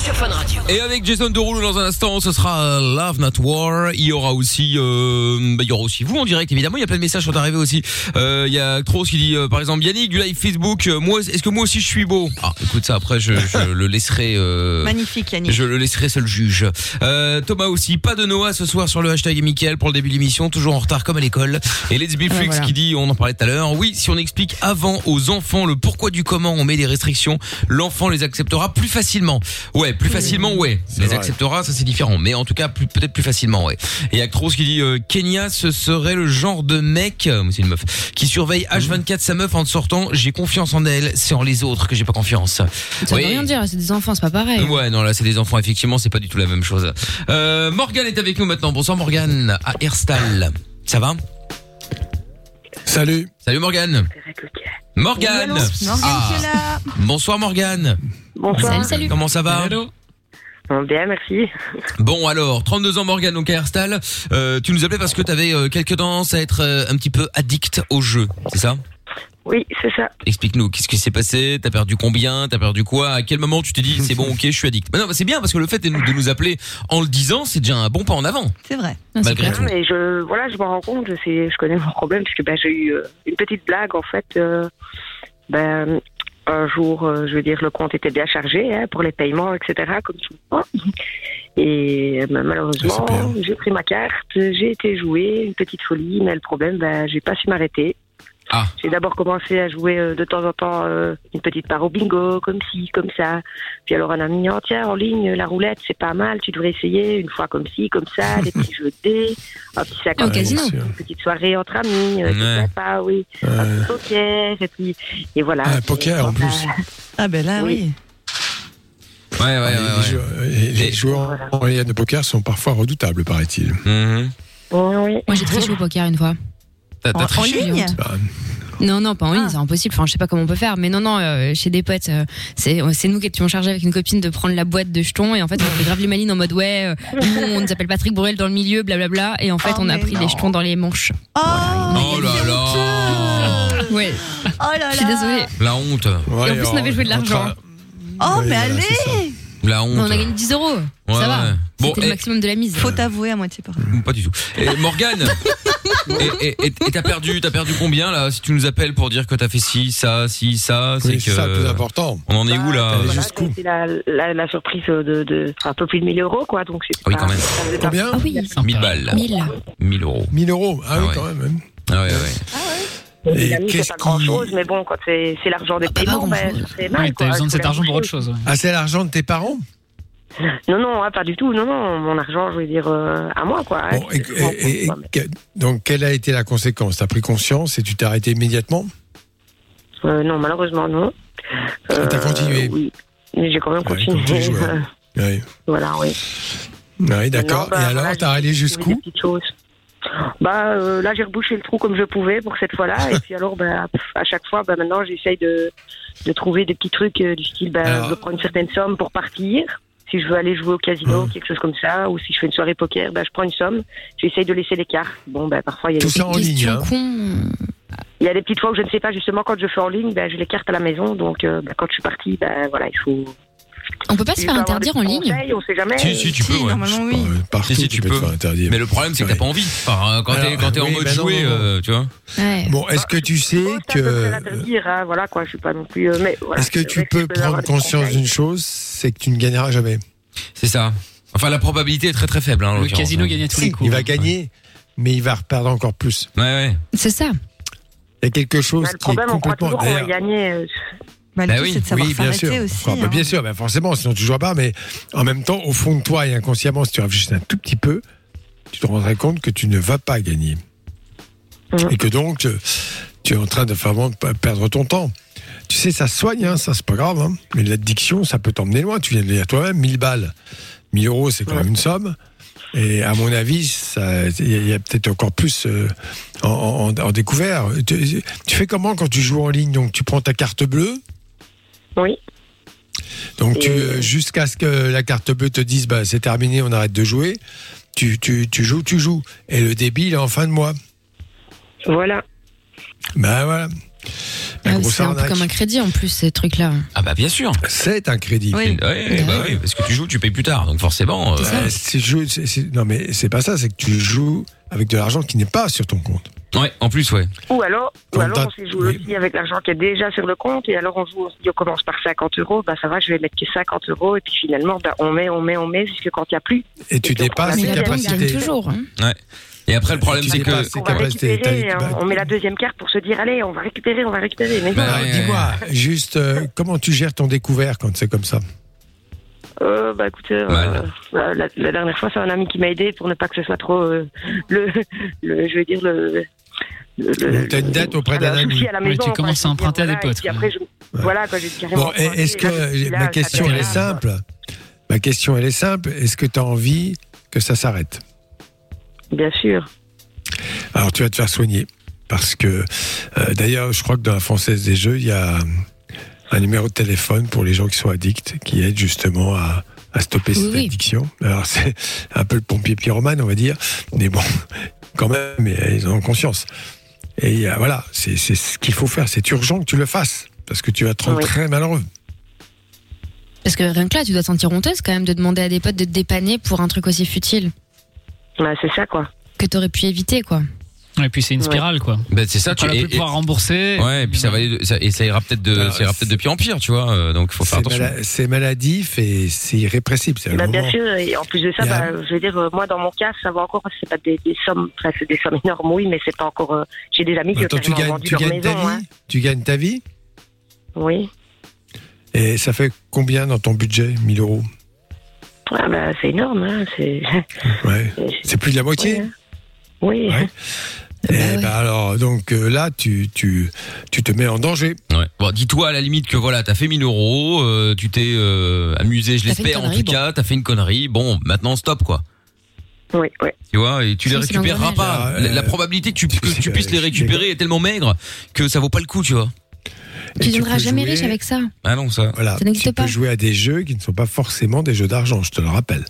Speaker 1: sur Fun Radio.
Speaker 2: Et avec Jason Derulo dans un instant, ce sera euh, Love Not War. Il y aura aussi, euh, bah, il y aura aussi vous en direct évidemment. Il y a plein de messages qui sont arrivés aussi. Euh, il y a Tros qui dit euh, par exemple Yannick du live Facebook. euh, moi, est-ce que moi aussi je suis beau Ah, écoute ça. Après, je, je le laisserai. euh,
Speaker 5: Magnifique, Yannick.
Speaker 2: Je le laisserai seul juge. Euh, Thomas aussi, pas de Noah ce soir sur le hashtag et Mickaël pour le début de l'émission, toujours en retard comme à l'école. Et Let's Be Flux
Speaker 4: voilà.
Speaker 2: qui dit, on en parlait tout à l'heure, oui, si on explique avant aux enfants le pourquoi du comment on met des restrictions, l'enfant les acceptera plus facilement. Ouais, plus facilement, ouais.
Speaker 3: C'est
Speaker 2: Les
Speaker 3: vrai.
Speaker 2: acceptera, ça c'est différent, mais en tout cas, plus- peut-être plus facilement, ouais. Et Actros qui dit, euh, Kenya, ce serait le genre de mec, euh, c'est une meuf, qui surveille H24 sa meuf en sortant, j'ai confiance en elle, c'est en les autres que j'ai pas confiance.
Speaker 4: Ça
Speaker 2: Oui.
Speaker 4: veut rien dire, c'est des enfants, c'est pas
Speaker 5: Ah
Speaker 4: pareil.
Speaker 2: Ouais, non, là, c'est des enfants, effectivement, c'est pas du tout la même chose. Euh, Morgane est avec nous maintenant. Bonsoir, Morgane, à Herstal. Ça va
Speaker 3: Salut.
Speaker 2: Salut, Morgane. Morgane
Speaker 5: Morgane
Speaker 2: Ah,
Speaker 5: qui est là.
Speaker 2: Bonsoir, Morgane.
Speaker 4: Salut, salut.
Speaker 2: Comment ça va
Speaker 7: Allô
Speaker 8: Bien, merci.
Speaker 2: Bon, alors, 32 ans, Morgane, donc à Herstal. Euh, tu nous appelais parce que t'avais avais quelques tendances à être euh, un petit peu addict au jeu, c'est ça
Speaker 8: Oui, c'est ça.
Speaker 2: Explique-nous, qu'est-ce qui s'est passé T'as perdu combien T'as perdu quoi À quel moment tu t'es dit, c'est bon, ok, je suis addict Bah Non, bah, c'est bien parce que le fait de nous- de nous appeler en le disant, c'est déjà un bon pas en avant,
Speaker 5: C'est vrai.
Speaker 4: Non, Ah, c'est
Speaker 2: malgré
Speaker 4: clair. Oh,
Speaker 2: tout.
Speaker 8: Non, mais je, voilà, je m'en rends compte, je, sais, je connais mon problème, puisque ben, j'ai eu euh, une petite blague, en fait. euh, ben, un jour, euh, je veux dire, le compte était bien chargé hein, pour les paiements, etc., comme tout le monde. Et euh, ben, malheureusement,
Speaker 3: Ah, c'est
Speaker 8: j'ai pris ma carte, j'ai été jouer, une petite folie, mais le problème, ben, j'ai pas su m'arrêter.
Speaker 2: Ah.
Speaker 8: J'ai d'abord commencé à jouer euh, de temps en temps euh, une petite part au bingo, comme ci, comme ça. Puis alors un ami, oh, tiens, en ligne, la roulette, c'est pas mal, tu devrais essayer une fois comme ci, comme ça, des petits jeux de dés, un petit sac
Speaker 4: Au
Speaker 8: à dos,
Speaker 4: casino.
Speaker 3: Monsieur.
Speaker 8: une petite soirée entre amis, euh, c'est
Speaker 2: Ouais.
Speaker 8: sympa, oui, un
Speaker 3: Euh,
Speaker 8: petit poker, et puis, et voilà.
Speaker 3: Ah, poker, en
Speaker 8: Voilà.
Speaker 3: plus.
Speaker 5: Ah ben là,
Speaker 8: Oui.
Speaker 5: oui.
Speaker 2: Ouais, ouais, ouais.
Speaker 3: les,
Speaker 2: ouais.
Speaker 3: jou- les- les
Speaker 2: Et-
Speaker 3: joueurs en ligne de poker sont parfois redoutables, paraît-il.
Speaker 2: Mhm.
Speaker 8: Oui, oui.
Speaker 4: Moi, j'ai triché au poker une fois.
Speaker 2: T'as- t'as
Speaker 5: En, en
Speaker 2: triché hein,
Speaker 5: ligne
Speaker 3: Bah,
Speaker 4: Non, non, pas en ligne,
Speaker 5: Ah.
Speaker 4: c'est impossible. Enfin, je sais pas comment on peut faire, mais non, non, euh, chez des potes, euh, c'est euh, c'est nous qui étions chargés avec une copine de prendre la boîte de jetons et en fait, on fait grave les malines en mode ouais, euh, nous, on nous appelle Patrick Bourrel dans le milieu, blablabla, et en fait,
Speaker 5: Oh,
Speaker 4: on a
Speaker 5: mais
Speaker 4: pris
Speaker 5: non.
Speaker 4: les jetons dans les manches.
Speaker 5: Oh,
Speaker 2: Oh là
Speaker 5: c'est
Speaker 2: là.
Speaker 5: honteux.
Speaker 4: Ouais,
Speaker 5: Oh là là
Speaker 4: je suis désolée.
Speaker 2: La honte.
Speaker 3: ouais,
Speaker 4: plus, on avait joué de
Speaker 3: entre-
Speaker 4: l'argent.
Speaker 5: Oh
Speaker 3: Ouais,
Speaker 5: mais
Speaker 3: voilà, c'est ça.
Speaker 5: allez
Speaker 2: La honte.
Speaker 4: on a gagné 10 euros.
Speaker 2: Ouais,
Speaker 4: ça va.
Speaker 2: ouais. Bon,
Speaker 4: C'était le
Speaker 2: et-
Speaker 4: maximum de la mise.
Speaker 5: Faut avouer à moitié par
Speaker 2: Pas du tout. Et Morgane, et- et et- et t'as perdu, t'as perdu combien là Si tu nous appelles pour dire que t'as fait ci, ça, ci, ça, c'est
Speaker 3: Oui,
Speaker 2: que.
Speaker 3: c'est ça le plus important. Bah,
Speaker 2: On en est où là
Speaker 3: Allez,
Speaker 8: Voilà,
Speaker 3: Ah, jusqu'où
Speaker 8: ça, c'est la, la, la surprise de, de un peu plus de 1000 euros, quoi. Donc, c'est
Speaker 2: Ah oui,
Speaker 8: pas-
Speaker 2: quand même.
Speaker 8: ça faisait pas-
Speaker 3: Combien
Speaker 4: Ah oui,
Speaker 2: 1000 balles.
Speaker 4: 1000.
Speaker 2: 1000 euros.
Speaker 3: 1000 euros. Ah,
Speaker 2: Ah
Speaker 3: oui,
Speaker 2: ouais.
Speaker 3: quand même. hein.
Speaker 2: Ah ouais, ouais.
Speaker 3: Et
Speaker 8: les amis,
Speaker 3: qu'est-ce
Speaker 8: c'est pas grand
Speaker 3: qui- bah
Speaker 8: chose, mais bon, quand c'est c'est l'argent des
Speaker 4: pas
Speaker 8: paiements, ben,
Speaker 4: grand-chose.
Speaker 8: ça fait mal.
Speaker 7: Ouais,
Speaker 8: quoi.
Speaker 7: t'as besoin de
Speaker 8: C'est
Speaker 7: cet
Speaker 8: la
Speaker 7: argent pour
Speaker 8: même
Speaker 7: autre
Speaker 8: chose.
Speaker 7: chose. ouais.
Speaker 3: Ah, c'est l'argent de tes parents
Speaker 8: Non, non, hein, pas du tout. Non, non, mon argent, je veux dire, euh, à moi, quoi. hein,
Speaker 3: Bon, et-
Speaker 8: c'est vraiment,
Speaker 3: et- et-
Speaker 8: quoi, mais-
Speaker 3: que- Donc, quelle a été la conséquence T'as pris conscience et tu t'es arrêté immédiatement
Speaker 8: Euh, non, malheureusement, non. Euh,
Speaker 3: Ah, t'as continué.
Speaker 8: Oui, mais j'ai quand même
Speaker 3: Ouais,
Speaker 8: continué.
Speaker 3: comme toujours, ouais.
Speaker 8: euh,
Speaker 3: Oui,
Speaker 8: voilà, oui.
Speaker 3: oui d'accord.
Speaker 8: Non, bah,
Speaker 3: et alors,
Speaker 8: voilà,
Speaker 3: t'as allé
Speaker 8: j'ai trouvé
Speaker 3: jusqu'où
Speaker 8: des petites choses. Bah euh, là j'ai rebouché le trou comme je pouvais pour cette fois-là et puis alors bah, pff, à chaque fois bah, maintenant j'essaye de, de trouver des petits trucs euh, du style bah,
Speaker 3: Alors-
Speaker 8: je prends une certaine somme pour partir si je veux aller jouer au casino
Speaker 3: Hum.
Speaker 8: quelque chose comme ça ou si je fais une soirée poker bah, je prends une somme j'essaye de laisser l'écart bon bah parfois il y, a
Speaker 3: Tout
Speaker 8: des-
Speaker 3: ça en ligne.
Speaker 4: Question
Speaker 3: hein.
Speaker 4: con.
Speaker 8: il y a des petites fois où je ne sais pas justement quand je fais en ligne bah, j'ai les cartes à la maison donc euh, bah, quand je suis partie bah, voilà il faut
Speaker 4: On peut pas se
Speaker 8: il
Speaker 4: faire
Speaker 8: faut avoir des
Speaker 4: interdire en
Speaker 8: petits
Speaker 4: ligne
Speaker 8: conseils, on sait jamais
Speaker 2: Si, si, tu
Speaker 5: Si,
Speaker 2: peux, ouais.
Speaker 5: normalement, oui.
Speaker 3: Euh, Partout,
Speaker 2: Si, si, tu
Speaker 3: tu peux te
Speaker 2: peux.
Speaker 3: faire interdire.
Speaker 2: Mais le problème, c'est que t'as pas envie. Enfin, euh, quand t'es
Speaker 3: Alors,
Speaker 2: quand t'es en
Speaker 3: oui,
Speaker 2: mode
Speaker 3: bah non,
Speaker 2: jouer,
Speaker 3: non, non.
Speaker 2: euh, tu vois.
Speaker 4: Ouais.
Speaker 3: Bon, est-ce que tu sais
Speaker 8: Oh, ça, je peux
Speaker 3: que.
Speaker 8: l'interdire, hein, voilà quoi, je suis pas non plus. euh, mais voilà,
Speaker 3: Euh, Est-ce que
Speaker 8: c'est
Speaker 3: tu
Speaker 8: vrai je
Speaker 3: peux
Speaker 8: avoir
Speaker 3: prendre
Speaker 8: des
Speaker 3: conscience
Speaker 8: conseils.
Speaker 3: d'une chose C'est que tu ne gagneras jamais.
Speaker 2: C'est ça. Enfin, la probabilité est très très faible. Hein, en
Speaker 7: Le
Speaker 2: l'occurrence.
Speaker 7: casino gagne à tous les coups.
Speaker 3: Il
Speaker 7: hein.
Speaker 3: va gagner, mais il va reperdre encore plus.
Speaker 2: Ouais, ouais.
Speaker 4: C'est ça.
Speaker 3: Il y a quelque chose
Speaker 8: Bah, le
Speaker 3: qui est
Speaker 8: problème, on croit
Speaker 3: complètement.
Speaker 8: toujours qu'on va
Speaker 3: d'ailleurs,
Speaker 8: gagner. euh,
Speaker 5: Bah, le
Speaker 2: Bah
Speaker 5: tout,
Speaker 2: oui,
Speaker 5: c'est de savoir
Speaker 3: oui, bien sûr.
Speaker 5: s'arrêter aussi.
Speaker 3: Enfin, bah,
Speaker 5: hein.
Speaker 3: bien sûr, bah, forcément, sinon tu joues pas. Mais en même temps, au fond de toi et inconsciemment, si tu réfléchis un tout petit peu, tu te rendrais compte que tu ne vas pas gagner.
Speaker 8: Mhm.
Speaker 3: Et que donc, euh, tu es en train de faire vraiment p- perdre ton temps. Tu sais, ça soigne, hein, ça, c'est pas grave. hein. Mais l'addiction, ça peut t'emmener loin. Tu viens de le dire toi-même, 1000 balles. 1000 euros, c'est quand même une somme. Et à mon avis, ça- il y a- il y a, peut-être encore plus euh, en, en- en découvert. Tu, tu fais comment quand tu joues en ligne Donc, tu prends ta carte bleue
Speaker 8: Oui.
Speaker 3: donc tu-
Speaker 8: Et-
Speaker 3: euh, jusqu'à ce que la carte bleue te dise bah, c'est terminé, on arrête de jouer. Tu, tu, tu joues, tu joues. Et le débit, il est en fin de mois.
Speaker 8: Voilà.
Speaker 3: Ben voilà. La
Speaker 4: Ah oui,
Speaker 3: grosse
Speaker 4: c'est un peu
Speaker 3: arnaque.
Speaker 4: comme un crédit en plus, ces trucs-là.
Speaker 2: Ah bah bien sûr.
Speaker 3: C'est un crédit.
Speaker 5: Oui.
Speaker 2: Ouais, bah oui, parce que tu joues, tu payes plus tard, donc forcément. euh,
Speaker 3: Euh, c'est jou- c'est- c'est- non mais c'est pas ça, c'est que tu joues avec de l'argent qui n'est pas sur ton compte.
Speaker 2: Ouais, en plus, ouais.
Speaker 8: Ou alors, ou
Speaker 3: Quand
Speaker 8: alors
Speaker 3: t'as-
Speaker 8: on se joue
Speaker 3: oui.
Speaker 8: aussi avec l'argent qui est déjà sur le compte, et alors on joue, on se dit on commence par 50 euros, bah ça va, je vais mettre que 50 euros, et puis finalement, bah, on met, on met, on met, jusque quand il n'y a plus.
Speaker 3: Et tu
Speaker 8: Et donc,
Speaker 3: dépasses
Speaker 8: Ah,
Speaker 4: mais
Speaker 3: tes
Speaker 8: c'est
Speaker 4: la banque gagne
Speaker 3: capacités.
Speaker 4: toujours. hein.
Speaker 2: Et après, le problème,
Speaker 3: Tu
Speaker 2: c'est que.
Speaker 3: dépasses tes
Speaker 8: on va
Speaker 3: capacités.
Speaker 8: récupérer,
Speaker 3: T'as-
Speaker 8: hein,
Speaker 3: bah,
Speaker 8: on met la deuxième carte pour se dire, allez, on va récupérer, on va récupérer. Mais
Speaker 2: Bah,
Speaker 8: non,
Speaker 3: alors,
Speaker 2: ouais,
Speaker 3: Dis-moi, juste euh, comment tu gères ton découvert quand c'est comme ça
Speaker 8: euh, bah écoute, euh,
Speaker 2: Voilà.
Speaker 8: euh, la, la dernière fois, c'est un ami qui m'a aidé pour ne pas que ce soit trop euh, le, le, je veux dire le. le- le-
Speaker 3: T'as une dette auprès d'un
Speaker 8: un
Speaker 3: ami.
Speaker 8: souci à la
Speaker 7: Oui,
Speaker 8: maison,
Speaker 7: tu
Speaker 8: quoi,
Speaker 7: commences
Speaker 8: je
Speaker 7: à
Speaker 8: veux dire,
Speaker 7: emprunter à des
Speaker 8: voilà,
Speaker 7: potes,
Speaker 8: Et puis
Speaker 7: quoi.
Speaker 8: après, je, voilà, quoi, j'ai carrément.
Speaker 3: Bon, et- est-ce
Speaker 8: emprunté,
Speaker 3: que
Speaker 8: là,
Speaker 3: ma
Speaker 8: ça
Speaker 3: question
Speaker 8: fait
Speaker 3: elle est
Speaker 8: rien,
Speaker 3: simple Ma question elle est simple. Est-ce que tu as envie que ça s'arrête
Speaker 8: quoi. Bien sûr.
Speaker 3: Alors tu vas te faire soigner parce que euh, d'ailleurs je crois que dans la française des jeux il y a un numéro de téléphone pour les gens qui sont addicts qui aide justement à à stopper
Speaker 4: Oui,
Speaker 3: cette
Speaker 4: oui.
Speaker 3: addiction. Alors c'est un peu le pompier pyromane on va dire, mais bon quand même mais euh, ils en ont conscience. Et il y a- voilà c'est c'est ce qu'il faut faire. C'est urgent que tu le fasses parce que tu vas te rendre
Speaker 8: Oui.
Speaker 3: très malheureux.
Speaker 4: Parce que rien que là, tu dois te sentir honteuse quand même de demander à des potes de te dépanner pour un truc aussi futile
Speaker 8: Bah, c'est ça, quoi.
Speaker 4: que t'aurais pu éviter, quoi.
Speaker 7: Et puis c'est une
Speaker 8: Ouais.
Speaker 7: spirale quoi.
Speaker 2: Bah, c'est ça, tu.
Speaker 7: vas
Speaker 2: et-
Speaker 7: plus
Speaker 2: et-
Speaker 7: pouvoir rembourser.
Speaker 2: Ouais, et puis ça va aller de- ça, et ça ira peut-être de,
Speaker 3: Alors,
Speaker 2: ça ira peut-être de pire en pire, tu vois. euh, Donc, faut
Speaker 3: C'est
Speaker 2: faire attention.
Speaker 3: mala- C'est maladif et c'est irrépressible. C'est le
Speaker 8: Bah,
Speaker 3: moment.
Speaker 8: bien sûr, et en plus de ça,
Speaker 3: Il y a-
Speaker 8: bah, je veux dire, euh, moi, dans mon cas, ça va encore, c'est pas des, des sommes, enfin, c'est des sommes énormes, oui, mais c'est pas encore. euh, J'ai des amis qui ont
Speaker 3: Bah, Attends, tu
Speaker 8: carrément
Speaker 3: gagnes,
Speaker 8: vendu
Speaker 3: tu
Speaker 8: leur
Speaker 3: gagnes ta
Speaker 8: maison,
Speaker 3: vie,
Speaker 8: hein.
Speaker 3: tu gagnes ta vie,
Speaker 8: Oui.
Speaker 3: et ça fait combien dans ton budget 1000 euros
Speaker 8: Ah, bah, c'est énorme, hein. C'est.
Speaker 3: ouais. C'est plus de la moitié.
Speaker 8: Ouais. Oui. Ah
Speaker 3: Ouais.
Speaker 4: Bah
Speaker 3: Eh
Speaker 4: ouais.
Speaker 3: ben alors, donc euh, là, tu, tu, tu te mets en danger.
Speaker 2: Ouais. Bon, dis-toi à la limite que voilà, t'as fait 1000 euros, euh, tu t'es euh, amusé, je
Speaker 4: T'as fait une
Speaker 2: l'espère en tout
Speaker 4: connerie, bon.
Speaker 2: cas, t'as fait une connerie. Bon, maintenant stop quoi.
Speaker 8: Oui, oui.
Speaker 2: Tu vois, et tu les
Speaker 4: Oui, c'est
Speaker 2: récupéreras
Speaker 4: l'engrenage.
Speaker 2: pas.
Speaker 3: Ah,
Speaker 2: La,
Speaker 3: euh,
Speaker 2: la probabilité que tu, que
Speaker 3: c'est-
Speaker 2: tu puisses les
Speaker 3: je suis
Speaker 2: récupérer est tellement maigre que ça vaut pas le coup, tu vois.
Speaker 3: Et
Speaker 4: Tu deviendras
Speaker 3: peux
Speaker 4: jamais
Speaker 3: jouer-
Speaker 4: riche avec ça.
Speaker 2: Ah non, ça.
Speaker 3: Voilà,
Speaker 4: Ça n'existe
Speaker 3: tu
Speaker 4: pas.
Speaker 3: peux jouer à des jeux qui ne sont pas forcément des jeux d'argent, je te le rappelle,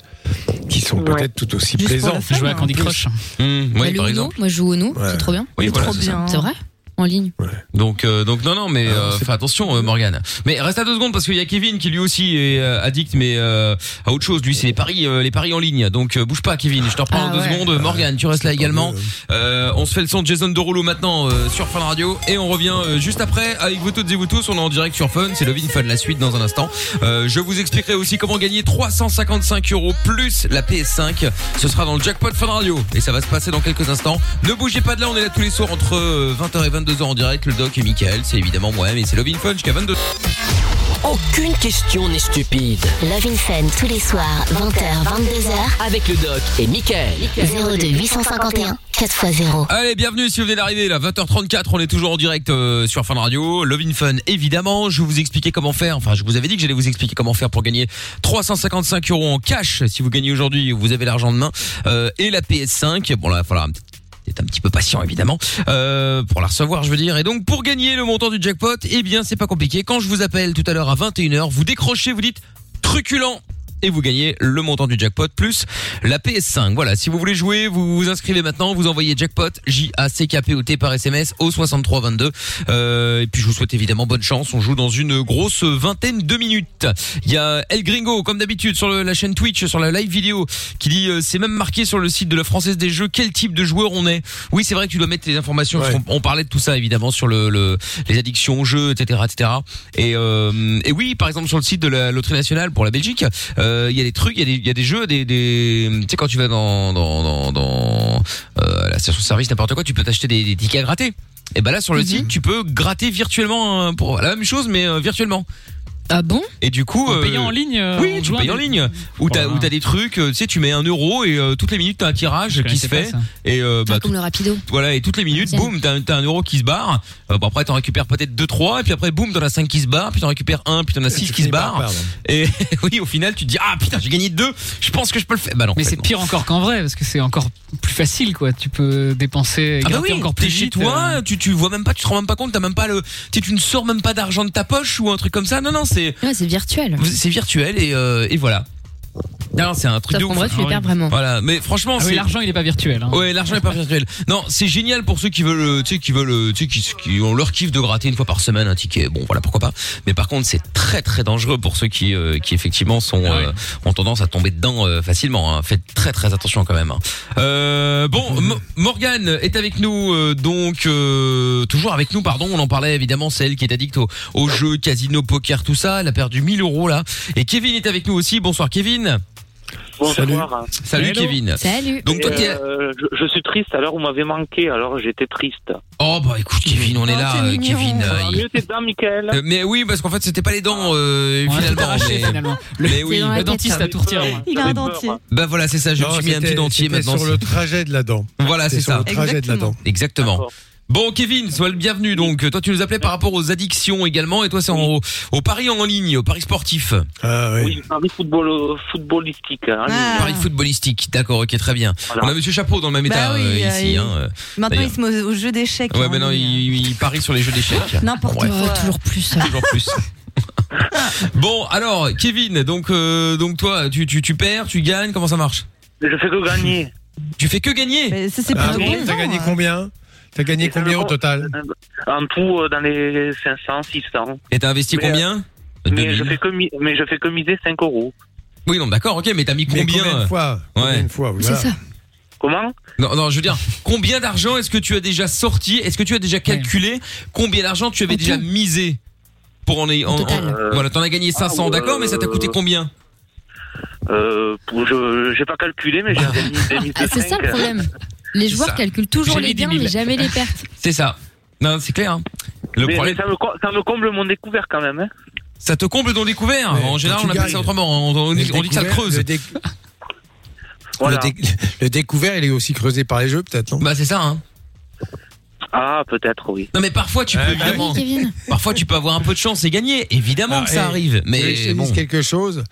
Speaker 3: qui sont
Speaker 8: Ouais.
Speaker 3: peut-être tout aussi
Speaker 5: Juste pour le
Speaker 3: plaisants.
Speaker 5: fun,
Speaker 7: Jouer à
Speaker 5: hein,
Speaker 7: Candy
Speaker 5: en plus.
Speaker 7: Crush.
Speaker 2: Hum,
Speaker 4: Bah,
Speaker 2: oui,
Speaker 4: le
Speaker 2: par
Speaker 4: Uno,
Speaker 2: exemple.
Speaker 4: moi je joue au Uno,
Speaker 3: Ouais.
Speaker 4: c'est trop bien.
Speaker 2: Oui,
Speaker 5: C'est
Speaker 2: voilà,
Speaker 5: trop
Speaker 2: c'est ça.
Speaker 5: bien.
Speaker 4: C'est vrai en ligne.
Speaker 2: Donc, euh, donc non, non, mais euh, fais attention, euh, Morgane. Mais reste à deux secondes parce qu'il y a Kevin qui lui aussi est euh, addict, mais euh, à autre chose. Lui, c'est les paris, euh, les paris en ligne. Donc, euh, bouge pas, Kevin. Je te reprends
Speaker 8: Ah
Speaker 1: Ah
Speaker 2: en deux secondes. Morgane, tu restes là également. Euh, on se fait le son de Jason Derulo maintenant euh, sur Fun Radio et on revient euh, juste après avec vous toutes et vous tous. On est en direct sur Fun. C'est Lovin Fun la suite dans un instant. Euh, je vous expliquerai aussi comment gagner 355 euros plus la PS5. Ce sera dans le jackpot Fun Radio et ça va se passer dans quelques instants. Ne bougez pas de là. On est là tous les soirs entre 20h et 22h en direct. Le doc et Michael, c'est évidemment moi-même et c'est Lovin Fun jusqu'à 22.
Speaker 1: Aucune question n'est stupide.
Speaker 9: Love in Fun tous les soirs, 20h, 22h.
Speaker 1: Avec le doc et Michael.
Speaker 9: 02 851 4x0.
Speaker 2: Allez, bienvenue si vous venez d'arriver là, 20h34, on est toujours en direct euh, sur Fun Radio, Love in Fun évidemment, je vais vous expliquer comment faire, enfin je vous avais dit que j'allais vous expliquer comment faire pour gagner 355 euros en cash, si vous gagnez aujourd'hui, vous avez l'argent demain, euh, et la PS5, bon là, il va falloir un petit est un petit peu patient évidemment euh, pour la recevoir je veux dire et donc pour gagner le montant du jackpot eh bien c'est pas compliqué quand je vous appelle tout à l'heure à 21h vous décrochez vous dites truculent et vous gagnez le montant du jackpot plus la PS5. Voilà, si vous voulez jouer, vous vous inscrivez maintenant, vous envoyez jackpot J A C K P O T par SMS au 6322. Euh, et puis je vous souhaite évidemment bonne chance. On joue dans une grosse vingtaine de minutes. Il y a El Gringo comme d'habitude sur le- la chaîne Twitch sur la live vidéo qui dit euh, c'est même marqué sur le site de la Française des Jeux quel type de joueur on est. Oui, c'est vrai que tu dois mettre les informations. parce qu'on- on, parlait de tout ça évidemment sur le, le- les addictions aux jeux, etc., etc. Et, euh, et oui, par exemple sur le site de la loterie nationale pour la Belgique, euh, il y a des trucs, il y a des- il y, a des jeux, des, des tu sais quand tu vas dans dans dans, dans euh, la station service n'importe quoi, tu peux t'acheter des, des tickets à gratter. Et ben là
Speaker 7: Mhm.
Speaker 2: sur le site, tu peux gratter virtuellement euh, pour la même chose mais euh, virtuellement.
Speaker 4: Ah bon
Speaker 2: Et du coup,
Speaker 7: En
Speaker 2: euh,
Speaker 7: payant en ligne, euh,
Speaker 2: Oui,
Speaker 7: en
Speaker 2: tu
Speaker 7: jouant
Speaker 2: payes en
Speaker 7: des-
Speaker 2: ligne. Ou t'as
Speaker 7: Voilà.
Speaker 2: ou t'as des trucs, euh, tu sais, tu mets un euro et euh, toutes les minutes t'as un tirage qui se
Speaker 7: connaissais pas
Speaker 2: fait.
Speaker 7: ça.
Speaker 2: Et euh, bah,
Speaker 4: Comme le rapido.
Speaker 2: voilà, et toutes les minutes, boum, t'as t'as un euro qui se barre. Euh, bon, après, t'en récupères peut-être 2-3, et puis après, boum, t'en as 5 qui se barrent, puis t'en récupères 1, puis t'en as 6 qui se
Speaker 3: finis par
Speaker 2: barrent.
Speaker 3: perdre.
Speaker 2: Et oui, au final, tu te dis, ah putain, j'ai gagné 2, je pense que je peux le faire. Bah non,
Speaker 7: Mais
Speaker 2: en fait,
Speaker 7: c'est
Speaker 2: non.
Speaker 7: pire encore qu'en vrai, parce que c'est encore plus facile, quoi. Tu peux dépenser, et
Speaker 2: Ah bah
Speaker 7: gratter
Speaker 2: oui,
Speaker 7: encore
Speaker 2: t'es
Speaker 7: plus
Speaker 2: chez
Speaker 7: vite.
Speaker 2: toi,
Speaker 7: euh.
Speaker 2: tu, tu vois même pas, tu te rends même pas compte, t'as même pas le, tu, sais, tu ne sors même pas d'argent de ta poche ou un truc comme ça. Non, non, c'est,
Speaker 4: Ouais, c'est virtuel.
Speaker 2: c'est virtuel et, euh, et voilà. Non, c'est un truc
Speaker 4: Sauf
Speaker 2: de
Speaker 4: qu'en
Speaker 2: ouf.
Speaker 4: vrai, tu les
Speaker 7: Ah
Speaker 4: perds
Speaker 7: oui.
Speaker 4: vraiment.
Speaker 2: Voilà, mais franchement,
Speaker 7: Ah oui,
Speaker 2: c'est
Speaker 7: l'argent, il est pas virtuel. hein.
Speaker 2: Ouais, l'argent est pas virtuel. Non, c'est génial pour ceux qui veulent, euh, tu sais, qui veulent, euh, tu sais, qui, qui ont leur kiff de gratter une fois par semaine un ticket. Bon, voilà, pourquoi pas. Mais par contre, c'est très très dangereux pour ceux qui, euh, qui effectivement sont,
Speaker 7: Ah ouais.
Speaker 2: euh, ont tendance à tomber dedans euh, facilement. hein. Faites très très attention quand même. hein. Euh, bon, Mo- Morgane est avec nous, euh, donc euh, toujours avec nous, pardon. On en parlait évidemment, c'est elle qui est addict au, au jeu, casino, poker, tout ça. Elle a perdu 1000 euros là. Et Kevin est avec nous aussi. Bonsoir Kevin.
Speaker 10: Bonsoir.
Speaker 2: Salut
Speaker 7: Hello.
Speaker 2: Kevin.
Speaker 4: Salut.
Speaker 2: Donc toi
Speaker 10: Et,
Speaker 2: t'es
Speaker 10: euh, je, je suis triste, alors vous m'avez manqué, alors j'étais triste. Ah,
Speaker 2: Oh bah écoute Kevin, on est
Speaker 5: Oh,
Speaker 2: là,
Speaker 5: t'es
Speaker 2: euh,
Speaker 5: mignon.
Speaker 2: Kevin. euh, il-
Speaker 10: Mieux tes dents, Michael.
Speaker 2: Euh, mais oui, parce qu'en fait c'était pas les dents euh,
Speaker 7: On a tout
Speaker 2: finalement.
Speaker 7: arraché,
Speaker 2: mais-
Speaker 7: finalement.
Speaker 2: Mais, oui.
Speaker 4: C'est dans la
Speaker 7: Le
Speaker 4: tête,
Speaker 7: dentiste
Speaker 4: ça.
Speaker 7: a tout retiré.
Speaker 5: Il a
Speaker 10: J'avais
Speaker 5: un
Speaker 10: peur,
Speaker 5: dentier.
Speaker 10: hein.
Speaker 3: Ben
Speaker 2: Bah voilà, c'est ça. Je me
Speaker 3: Non,
Speaker 2: suis mis un petit
Speaker 3: c'était-
Speaker 2: dentier
Speaker 3: c'était
Speaker 2: maintenant.
Speaker 3: sur le trajet de la dent.
Speaker 2: Voilà, c'est
Speaker 3: C'était sur
Speaker 2: ça.
Speaker 3: le trajet de la
Speaker 5: Exactement.
Speaker 3: dent.
Speaker 2: Exactement.
Speaker 10: D'accord.
Speaker 2: Bon, Kevin, sois le bienvenu. Donc, toi, tu nous appelais par rapport aux addictions également, et toi, c'est en- au, au pari en ligne, au pari sportif,
Speaker 3: Ah, oui.
Speaker 10: Oui, j'ai envie football, euh, footballistique. hein,
Speaker 5: Ah.
Speaker 2: pari footballistique. D'accord, ok, très bien.
Speaker 10: Voilà.
Speaker 2: On a Monsieur Chapeau dans le même
Speaker 5: Bah
Speaker 2: état
Speaker 5: oui,
Speaker 2: euh,
Speaker 5: euh,
Speaker 2: ici.
Speaker 5: il-
Speaker 2: hein, euh.
Speaker 5: Maintenant,
Speaker 2: D'ailleurs.
Speaker 5: il se met au au jeu d'échecs.
Speaker 2: Ouais,
Speaker 5: en
Speaker 2: maintenant,
Speaker 5: ligne.
Speaker 2: il, il parie sur les jeux d'échecs.
Speaker 5: N'importe
Speaker 2: Ouais.
Speaker 5: quoi.
Speaker 4: Oh, toujours plus.
Speaker 2: Toujours plus. bon, alors, Kevin, donc, euh, donc toi, tu, tu, tu perds, tu gagnes, comment ça marche
Speaker 10: Je fais que gagner.
Speaker 2: Tu fais que gagner
Speaker 5: Mais ça, c'est plus
Speaker 3: Ah,
Speaker 10: oui,
Speaker 5: bon.
Speaker 3: T'as gagné combien T'as gagné
Speaker 10: Et ça
Speaker 3: combien au
Speaker 10: dépend.
Speaker 3: total
Speaker 10: En tout, euh, dans les 500, 600.
Speaker 2: Et t'as investi
Speaker 10: Mais, euh,
Speaker 2: combien
Speaker 10: Mais
Speaker 2: 2000.
Speaker 10: je, fais que mi- mais je fais que miser 5 euros.
Speaker 2: Oui, non, d'accord, ok, mais t'as mis
Speaker 3: Mais
Speaker 2: combien,
Speaker 3: Combien
Speaker 2: euh,
Speaker 3: de fois Combien de fois oui,
Speaker 4: C'est
Speaker 3: voilà.
Speaker 4: ça.
Speaker 10: Comment
Speaker 2: Non, non, je veux dire, combien d'argent est-ce que tu as déjà sorti Est-ce que tu as déjà calculé combien d'argent tu avais
Speaker 4: En
Speaker 2: déjà
Speaker 4: tout.
Speaker 2: misé pour en, en,
Speaker 4: En total.
Speaker 2: en- Voilà, t'en as gagné 500,
Speaker 10: Ah ouais,
Speaker 2: d'accord, mais ça t'a coûté
Speaker 10: euh,
Speaker 2: combien
Speaker 10: euh, pour- Je n'ai pas calculé, mais j'ai misé
Speaker 4: Ah, c'est ça le problème. Les
Speaker 2: C'est ça.
Speaker 4: joueurs calculent toujours
Speaker 7: J'ai
Speaker 4: les
Speaker 7: mis
Speaker 4: gains,
Speaker 7: 10 000.
Speaker 4: mais jamais les pertes.
Speaker 2: C'est ça. Non, c'est clair. hein. Le
Speaker 10: Mais,
Speaker 2: problème,
Speaker 10: mais ça, me, co- ça me comble mon découvert quand même. Hein.
Speaker 2: ça te comble ton découvert.
Speaker 3: Mais
Speaker 2: en
Speaker 3: quand
Speaker 2: général,
Speaker 3: tu
Speaker 2: on appelle
Speaker 3: gagnes,
Speaker 2: ça autrement. hein, On, on- on dit
Speaker 3: Le
Speaker 2: on dit que ça le
Speaker 3: découvert-
Speaker 2: creuse.
Speaker 3: Le, dé-
Speaker 10: Voilà.
Speaker 3: le dé- le découvert, il est aussi creusé par les jeux, peut-être, non
Speaker 2: Bah, c'est ça, hein.
Speaker 10: Ah, peut-être, oui.
Speaker 2: Non, mais parfois, tu peux,
Speaker 3: Ouais, bah
Speaker 4: Ah
Speaker 2: évidemment,
Speaker 4: oui, Kevin.
Speaker 2: parfois, tu peux avoir un peu de chance et gagner. Évidemment
Speaker 3: Ah,
Speaker 2: que ça
Speaker 3: et-
Speaker 2: arrive.
Speaker 3: Je voulais que je te
Speaker 2: Mais
Speaker 3: dise
Speaker 2: bon.
Speaker 3: quelque chose.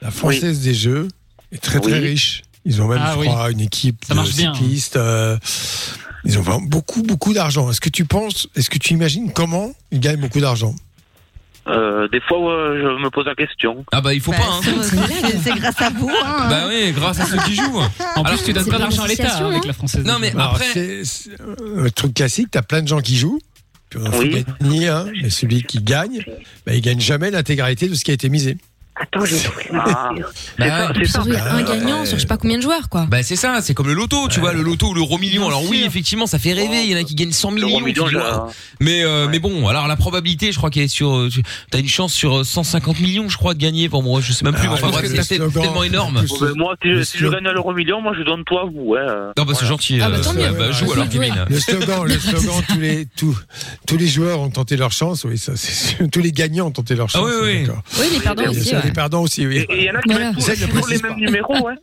Speaker 3: La française des jeux est très très
Speaker 10: Oui.
Speaker 3: riche. Ils ont même,
Speaker 7: Ah
Speaker 3: je
Speaker 7: oui.
Speaker 3: crois, une équipe
Speaker 7: Ça
Speaker 3: de
Speaker 7: marche bien.
Speaker 3: cyclistes. euh, ils ont vraiment beaucoup beaucoup d'argent. Est-ce que tu penses, est-ce que tu imagines comment ils gagnent beaucoup d'argent
Speaker 10: Euh, des fois, ouais, je me pose la question.
Speaker 2: Ah, bah, il faut
Speaker 5: Bah,
Speaker 2: pas, hein.
Speaker 5: c'est- c'est- C'est grâce à vous. hein.
Speaker 2: Bah oui, grâce à ceux qui jouent.
Speaker 7: En
Speaker 2: Alors,
Speaker 7: plus, tu donnes
Speaker 4: c'est
Speaker 7: pas
Speaker 4: pas
Speaker 7: d'argent à l'État
Speaker 4: l'association,
Speaker 7: avec
Speaker 4: hein.
Speaker 3: Ah,
Speaker 7: la française.
Speaker 2: Non,
Speaker 7: des
Speaker 2: mais
Speaker 7: Jeux.
Speaker 3: Alors,
Speaker 2: après,
Speaker 3: c'est- c'est- euh, Le truc classique, t'as plein de gens qui jouent. Puis on en fout des deniers, hein, mais celui qui gagne, bah, il gagne jamais l'intégralité de ce qui a été misé.
Speaker 8: Attends, j'ai
Speaker 2: Bah,
Speaker 4: Il y a un gagnant sur je sais pas combien de joueurs, quoi.
Speaker 2: Bah c'est ça, c'est comme le loto, tu vois, le loto ou l'euro million.
Speaker 4: Bien
Speaker 2: Alors oui,
Speaker 4: sûr.
Speaker 2: effectivement, ça fait rêver, il y en a qui gagnent 100 millions. tu
Speaker 10: million,
Speaker 2: dis,
Speaker 10: j'ai-
Speaker 2: ouais. mais euh, mais bon, alors la probabilité, je crois qu'elle est sur euh, tu as une chance sur euh, 150 millions, je crois de gagner pour moi, Ah, je sais même plus,
Speaker 11: Ah,
Speaker 2: mais enfin bref, c'est tel- tellement énorme.
Speaker 10: Bon, ben, moi, si je, si je gagne à l'euro million, moi je donne toi à vous. Hein.
Speaker 2: Non, bah c'est gentil. Ah, bah, tant mieux. Bah, joue alors, Kevin.
Speaker 3: Le slogan, le slogan tous, les, tous, tous les joueurs ont tenté leur chance, oui, ça, c'est sûr. tous les gagnants ont tenté leur chance.
Speaker 2: oui, oui.
Speaker 3: d'accord.
Speaker 4: Oui, les perdants
Speaker 3: Bien
Speaker 4: aussi,
Speaker 3: sûr,
Speaker 4: ouais.
Speaker 3: Les perdants aussi, oui.
Speaker 10: Et il y en a qui
Speaker 4: Voilà.
Speaker 10: mettent toujours- toujours les mêmes numéros. Hein.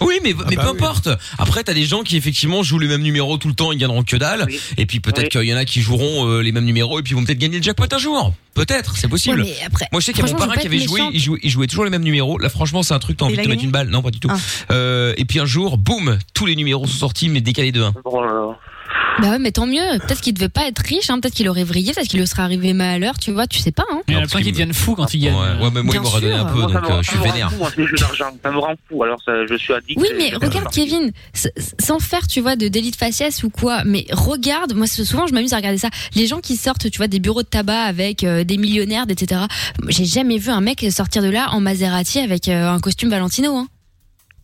Speaker 2: Oui, mais, mais peu importe. Après, t'as des gens qui effectivement jouent les mêmes numéros tout le temps, ils gagneront que dalle. Et puis peut-être qu'il y en a qui joueront euh, les mêmes numéros et puis ils vont peut-être gagner le jackpot un jour. Peut-être, c'est possible.
Speaker 4: Ouais, mais après,
Speaker 2: Moi, je sais qu'il y a mon
Speaker 4: franchement,
Speaker 2: parrain
Speaker 4: je
Speaker 2: qui
Speaker 4: veux
Speaker 2: avait
Speaker 4: pas être
Speaker 2: joué
Speaker 4: méchante.
Speaker 2: il, jouait, il jouait toujours les mêmes numéros. Là, franchement, c'est un truc, t'as envie
Speaker 4: Il
Speaker 2: de
Speaker 4: a
Speaker 2: te mettre
Speaker 4: gagné
Speaker 2: une balle. Non, pas du tout.
Speaker 4: Ah.
Speaker 2: Euh, et puis un jour, boum, tous les numéros sont sortis, mais décalés de 1.
Speaker 4: Bah ouais, mais tant mieux. Peut-être qu'il devait pas être riche, hein. peut-être qu'il aurait vrillé, peut-être qu'il serait arrivé mal à l'heure, tu vois, tu sais pas. Hein.
Speaker 7: Il y en a plein qui deviennent fous quand ils gagnent.
Speaker 2: Ouais, ouais, mais moi, il
Speaker 4: Bien
Speaker 2: m'aurait donné un peu,
Speaker 10: Moi, ça
Speaker 2: donc
Speaker 10: me
Speaker 2: euh,
Speaker 10: rend-
Speaker 2: je
Speaker 10: ça
Speaker 2: suis
Speaker 10: me rend
Speaker 2: vénère.
Speaker 10: fou, hein, ces jeux d'argent. Ça me rend fou. Alors, ça, je suis addict. euh,
Speaker 4: Oui,
Speaker 10: et
Speaker 4: mais
Speaker 10: je-
Speaker 4: regarde, Kevin, s- s- sans faire, tu vois, de délit de faciès ou quoi, mais regarde, moi, c'est- souvent, je m'amuse à regarder ça. Les gens qui sortent, tu vois, des bureaux de tabac avec euh, des millionnaires, etc. J'ai jamais vu un mec sortir de là en Maserati avec euh, un costume Valentino. Hein.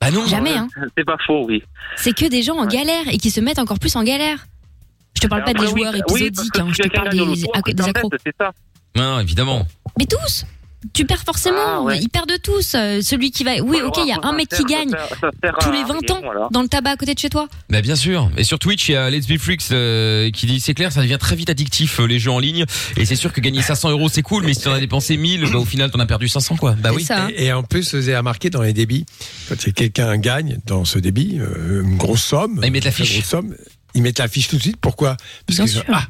Speaker 2: Bah non.
Speaker 4: Jamais, hein.
Speaker 10: C'est pas faux, oui.
Speaker 4: C'est que des gens en galère et qui se mettent encore plus en galère. Je te parle pas
Speaker 10: Après,
Speaker 4: des
Speaker 10: Ah bah oui,
Speaker 4: joueurs
Speaker 10: oui, parce
Speaker 4: épisodiques,
Speaker 10: que
Speaker 4: hein, je
Speaker 10: tu
Speaker 4: te
Speaker 10: gagnes
Speaker 4: parle
Speaker 10: dans le
Speaker 4: des,
Speaker 10: tour,
Speaker 4: acc- des
Speaker 10: en fait,
Speaker 4: accros.
Speaker 10: C'est ça.
Speaker 2: Non, non, Hein, évidemment.
Speaker 4: Mais tous Tu perds forcément,
Speaker 10: Ah,
Speaker 4: ils perdent tous. euh, celui qui va. Oui, ok, il y a un mec qui gagne tous les 20 ans dans le tabac à côté de chez toi.
Speaker 2: Bah bien sûr. Et sur Twitch, il y a Let's Be Freaks euh, qui dit c'est clair, ça devient très vite addictif euh, les jeux en ligne. Et c'est sûr que gagner 500 euros c'est cool, mais si t'en as dépensé 1000, bah au final t'en as perdu 500 quoi. Bah oui.
Speaker 4: hein.
Speaker 3: Et, et en plus, vous avez remarqué dans les débits, quand il y a quelqu'un gagne dans ce débit, euh, une grosse somme. Ils mettent l'affiche. Grosse somme. Ils mettent l'affiche tout de suite. Pourquoi Parce que ah,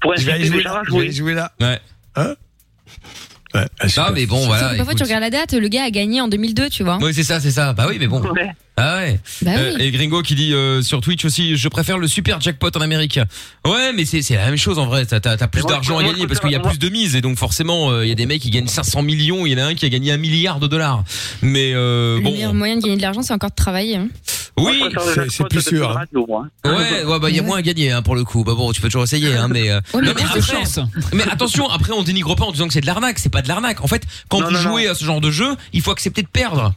Speaker 10: Pour
Speaker 3: je vais aller
Speaker 10: inciter les
Speaker 3: jouer
Speaker 10: gens
Speaker 3: là.
Speaker 10: à
Speaker 3: Je vais
Speaker 10: jouer.
Speaker 3: aller jouer là.
Speaker 2: Ouais.
Speaker 3: Hein Ouais, ah, je sais pas.
Speaker 2: mais bon, voilà,
Speaker 4: Parfois, tu regardes la date, le gars a gagné en 2002, tu vois.
Speaker 2: Oui, c'est ça, c'est ça. Bah oui, mais bon. Ah ouais.
Speaker 4: Bah
Speaker 2: Euh,
Speaker 4: oui.
Speaker 2: et Gringo qui dit euh, sur Twitch aussi, je préfère le super jackpot en Amérique. Ouais, mais c'est c'est la même chose en vrai. T'as t'as- t'as plus
Speaker 10: moi,
Speaker 2: d'argent à
Speaker 10: moi,
Speaker 2: gagner
Speaker 10: je
Speaker 2: parce qu'il y a
Speaker 10: préfère-
Speaker 2: plus de mises et donc forcément euh, il y a des mecs qui gagnent 500 millions, il y en a un qui a gagné un milliard de dollars. Mais euh,
Speaker 4: Le
Speaker 2: bon.
Speaker 4: meilleur moyen de gagner de l'argent, c'est encore de travailler. hein.
Speaker 2: Oui,
Speaker 10: c'est- c'est plus sûr, hein.
Speaker 2: Ouais, ouais, bah il y a moins à gagner hein, pour le coup. Bah bon, tu peux toujours essayer, hein, mais. euh,
Speaker 4: Ouais, mais
Speaker 2: non, mais,
Speaker 4: plus de
Speaker 2: après-
Speaker 4: chance.
Speaker 2: mais attention, après on dénigre pas en disant que c'est de l'arnaque. C'est pas de l'arnaque. En fait, quand
Speaker 10: Non,
Speaker 2: vous
Speaker 10: non,
Speaker 2: jouez à ce genre de jeu, il faut accepter de perdre.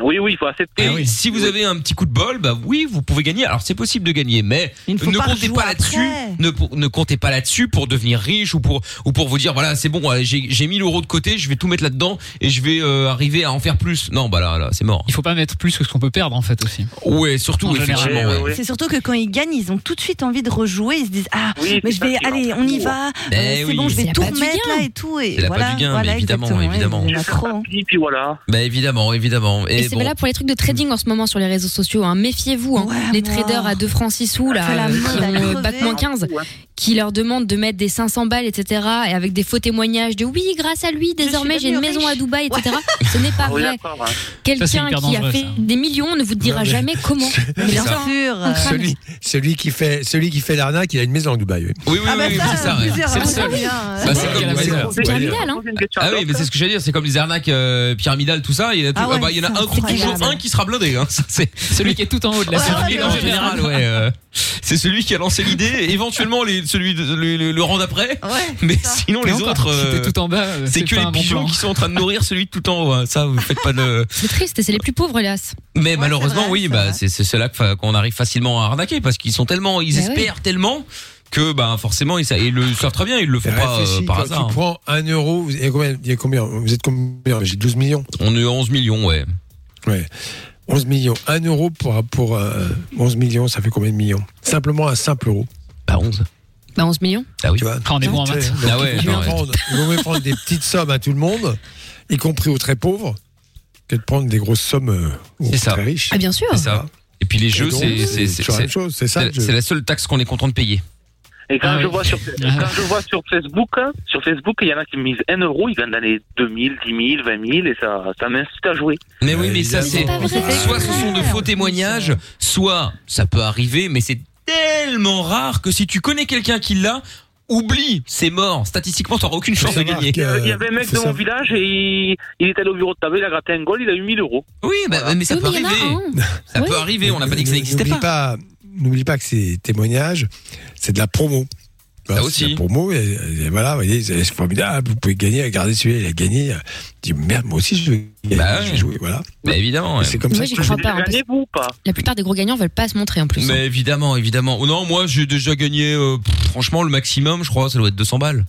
Speaker 10: Oui, oui, il faut accepter.
Speaker 2: Et si vous avez un petit coup de bol, bah oui, vous pouvez gagner. Alors c'est possible de gagner, mais ne
Speaker 5: faut pas
Speaker 2: comptez
Speaker 5: rejouer
Speaker 2: pas là-dessus. Ne, pour- ne comptez pas là-dessus pour devenir riche ou pour ou pour vous dire voilà c'est bon, euh, j'ai j'ai 1000 euros de côté, je vais tout mettre là-dedans et je vais euh, arriver à en faire plus. Non, bah là là, c'est mort.
Speaker 7: Il faut pas mettre plus que ce qu'on peut perdre en fait aussi.
Speaker 2: Ouais, surtout
Speaker 7: En général,
Speaker 2: effectivement. ouais.
Speaker 5: C'est surtout que quand ils gagnent, ils ont tout de suite envie de rejouer. Ils se disent Ah,
Speaker 10: Oui, c'est
Speaker 5: mais je
Speaker 10: ça
Speaker 5: vais,
Speaker 10: qui leur
Speaker 5: allez, on y va.
Speaker 2: Eh
Speaker 5: euh, c'est
Speaker 2: oui.
Speaker 5: bon, je
Speaker 2: C'est
Speaker 5: vais
Speaker 2: la
Speaker 5: tout
Speaker 2: patte du
Speaker 5: remettre
Speaker 2: gain.
Speaker 5: là et tout. Et
Speaker 2: C'est la patte
Speaker 5: voilà,
Speaker 2: du gain, mais
Speaker 5: voilà,
Speaker 2: évidemment,
Speaker 5: exactement,
Speaker 2: évidemment.
Speaker 5: Il y en a trop. hein.
Speaker 10: Et puis voilà.
Speaker 2: Bah évidemment, évidemment.
Speaker 4: Et,
Speaker 2: Et,
Speaker 4: c'est
Speaker 2: bon.
Speaker 4: valable pour les trucs de trading en ce moment sur les réseaux sociaux. hein. Méfiez-vous. hein. les traders à 2 francs 6 sous,
Speaker 5: Ah, la
Speaker 4: là, euh,
Speaker 5: mode
Speaker 4: qui
Speaker 5: à
Speaker 4: ont, euh,
Speaker 5: crever.
Speaker 4: bac moins 15,
Speaker 2: Ah,
Speaker 4: qui leur demandent de mettre des 500 balles, etc. Et avec des faux témoignages de oui, grâce à lui, désormais
Speaker 5: suis
Speaker 4: j'ai une
Speaker 5: devenue
Speaker 4: maison à
Speaker 5: riche.
Speaker 4: Dubaï, etc. Ce n'est
Speaker 2: Ah,
Speaker 4: pas
Speaker 10: Oui,
Speaker 4: vrai.
Speaker 10: d'accord, hein.
Speaker 3: Ça, c'est
Speaker 4: Ah, Quelqu'un
Speaker 3: hyper
Speaker 4: qui a
Speaker 3: dangereux,
Speaker 4: fait
Speaker 3: ça.
Speaker 4: des millions ne vous dira
Speaker 3: Non, mais-
Speaker 4: jamais comment.
Speaker 5: Bien
Speaker 2: ça.
Speaker 5: sûr.
Speaker 4: On crame.
Speaker 3: Celui, celui qui fait, celui qui fait l'arnaque, il a une maison à Dubaï. Oui,
Speaker 2: Oui,
Speaker 4: Ah, bah
Speaker 2: oui, oui, oui, c'est ça. ouais.
Speaker 5: plusieurs,
Speaker 2: C'est le
Speaker 5: hein,
Speaker 2: seul.
Speaker 5: bien, hein.
Speaker 4: euh,
Speaker 2: Bah, c'est
Speaker 7: Ouais,
Speaker 2: comme
Speaker 7: la
Speaker 2: ouais,
Speaker 7: maison.
Speaker 2: ouais.
Speaker 4: Pyramidal, hein.
Speaker 2: Ah oui, mais c'est ce que j'allais dire, c'est comme les arnaques euh, pyramidales, tout ça. Il y en a, tout-
Speaker 5: Ah ouais,
Speaker 2: ah bah, il y en a
Speaker 5: c'est
Speaker 2: un qui- toujours
Speaker 5: incroyable.
Speaker 2: un qui sera blindé. Hein. Ça, C'est
Speaker 7: Celui qui est tout en haut de la
Speaker 5: Ouais,
Speaker 7: pyramide,
Speaker 5: ouais,
Speaker 2: en général, ouais. euh, c'est celui qui a lancé l'idée, éventuellement les, celui de- le, le- le rang d'après.
Speaker 5: Ouais,
Speaker 2: Mais sinon, les
Speaker 7: encore,
Speaker 2: autres, euh,
Speaker 7: si t'es tout en bas, euh,
Speaker 2: c'est que
Speaker 7: pas
Speaker 2: les
Speaker 7: un bon
Speaker 2: pigeons
Speaker 7: plan.
Speaker 2: qui sont en train de nourrir celui de tout en haut. hein. Ça, vous faites pas de.
Speaker 4: C'est triste, et c'est les plus pauvres, hélas.
Speaker 2: Mais malheureusement,
Speaker 5: vrai,
Speaker 2: oui,
Speaker 5: c'est
Speaker 2: bah,
Speaker 5: vrai.
Speaker 2: c'est c'est cela que fa- qu'on arrive facilement à arnaquer parce qu'ils sont tellement, ils
Speaker 4: Bah
Speaker 2: espèrent tellement que, bah, forcément, ils, sa- ils le savent très bien, ils le font pas euh,
Speaker 3: Réfléchis,
Speaker 2: par
Speaker 3: quand
Speaker 2: hasard.
Speaker 3: Tu prends un euro, vous- il y a combien, il y a combien Vous êtes combien J'ai 12 millions.
Speaker 2: On est à 11 millions, ouais.
Speaker 3: Ouais. 11 millions. Un euro pour, pour euh, 11 millions, ça fait combien de millions Simplement un simple euro.
Speaker 2: Bah, 11.
Speaker 4: Bah 11 millions.
Speaker 2: Ah oui.
Speaker 3: Tu vois
Speaker 7: Ah, on est bon en
Speaker 3: Tu sais,
Speaker 7: maths.
Speaker 3: donc,
Speaker 2: Ah ouais,
Speaker 3: il vaut
Speaker 2: non,
Speaker 3: mieux
Speaker 2: ouais.
Speaker 3: prendre- il vaut mieux prendre des petites sommes à tout le monde, y compris aux très pauvres, que de prendre des grosses sommes euh, aux
Speaker 2: C'est ça.
Speaker 3: très riches.
Speaker 4: Ah bien sûr.
Speaker 2: C'est ça. Et puis les jeux,
Speaker 3: Et donc,
Speaker 2: c'est c'est- c'est-
Speaker 3: toujours la même
Speaker 2: c'est-
Speaker 3: chose, c'est ça.
Speaker 2: c'est-
Speaker 3: le jeu.
Speaker 2: c'est la seule taxe qu'on est content de payer.
Speaker 10: Et quand,
Speaker 7: Ah
Speaker 10: je
Speaker 7: oui.
Speaker 10: vois sur, quand je vois sur Facebook, hein, sur Facebook, il y en a qui misent 1 euro, ils gagnent dans les 2000, 10 000, 20 000, et ça, ça m'incite à jouer.
Speaker 2: Mais oui, mais ça, c'est.
Speaker 4: c'est pas vrai.
Speaker 2: Soit ce sont de faux témoignages, soit ça peut arriver, mais c'est tellement rare que si tu connais quelqu'un qui l'a, oublie, c'est mort. Statistiquement, t'auras aucune chance de
Speaker 3: savoir
Speaker 2: gagner.
Speaker 3: que- Euh,
Speaker 10: il y avait un mec de
Speaker 3: faut
Speaker 10: mon
Speaker 3: savoir.
Speaker 10: village et il, il est allé au bureau de tabac, il a gratté un goal, il a eu 1000 euros.
Speaker 2: Oui, bah, mais ça
Speaker 4: Oui,
Speaker 2: peut
Speaker 4: mais il y en a
Speaker 2: arriver.
Speaker 4: un.
Speaker 2: Ça
Speaker 4: Oui.
Speaker 2: peut arriver, on n'a pas dit que ça
Speaker 3: Mais
Speaker 2: n'existait
Speaker 3: n'oublie
Speaker 2: pas.
Speaker 3: N'oublie pas que ces témoignages, c'est de la promo. Bah, aussi. Pour moi, voilà, vous voyez, c'est c'est formidable, vous pouvez gagner, regardez celui-là, il a gagné. Je dis, merde, moi aussi, je vais gagner, je vais jouer, voilà.
Speaker 2: Bah, évidemment. ouais.
Speaker 3: C'est comme
Speaker 4: Moi,
Speaker 3: ça
Speaker 4: j'y
Speaker 3: que
Speaker 4: crois
Speaker 3: je-
Speaker 4: pas. en plus. La plupart des gros gagnants veulent pas se montrer en plus. hein.
Speaker 5: hein.
Speaker 2: Mais évidemment, évidemment. Oh non, moi j'ai déjà gagné, euh, pff, franchement, le maximum, je crois, ça doit être 200 balles.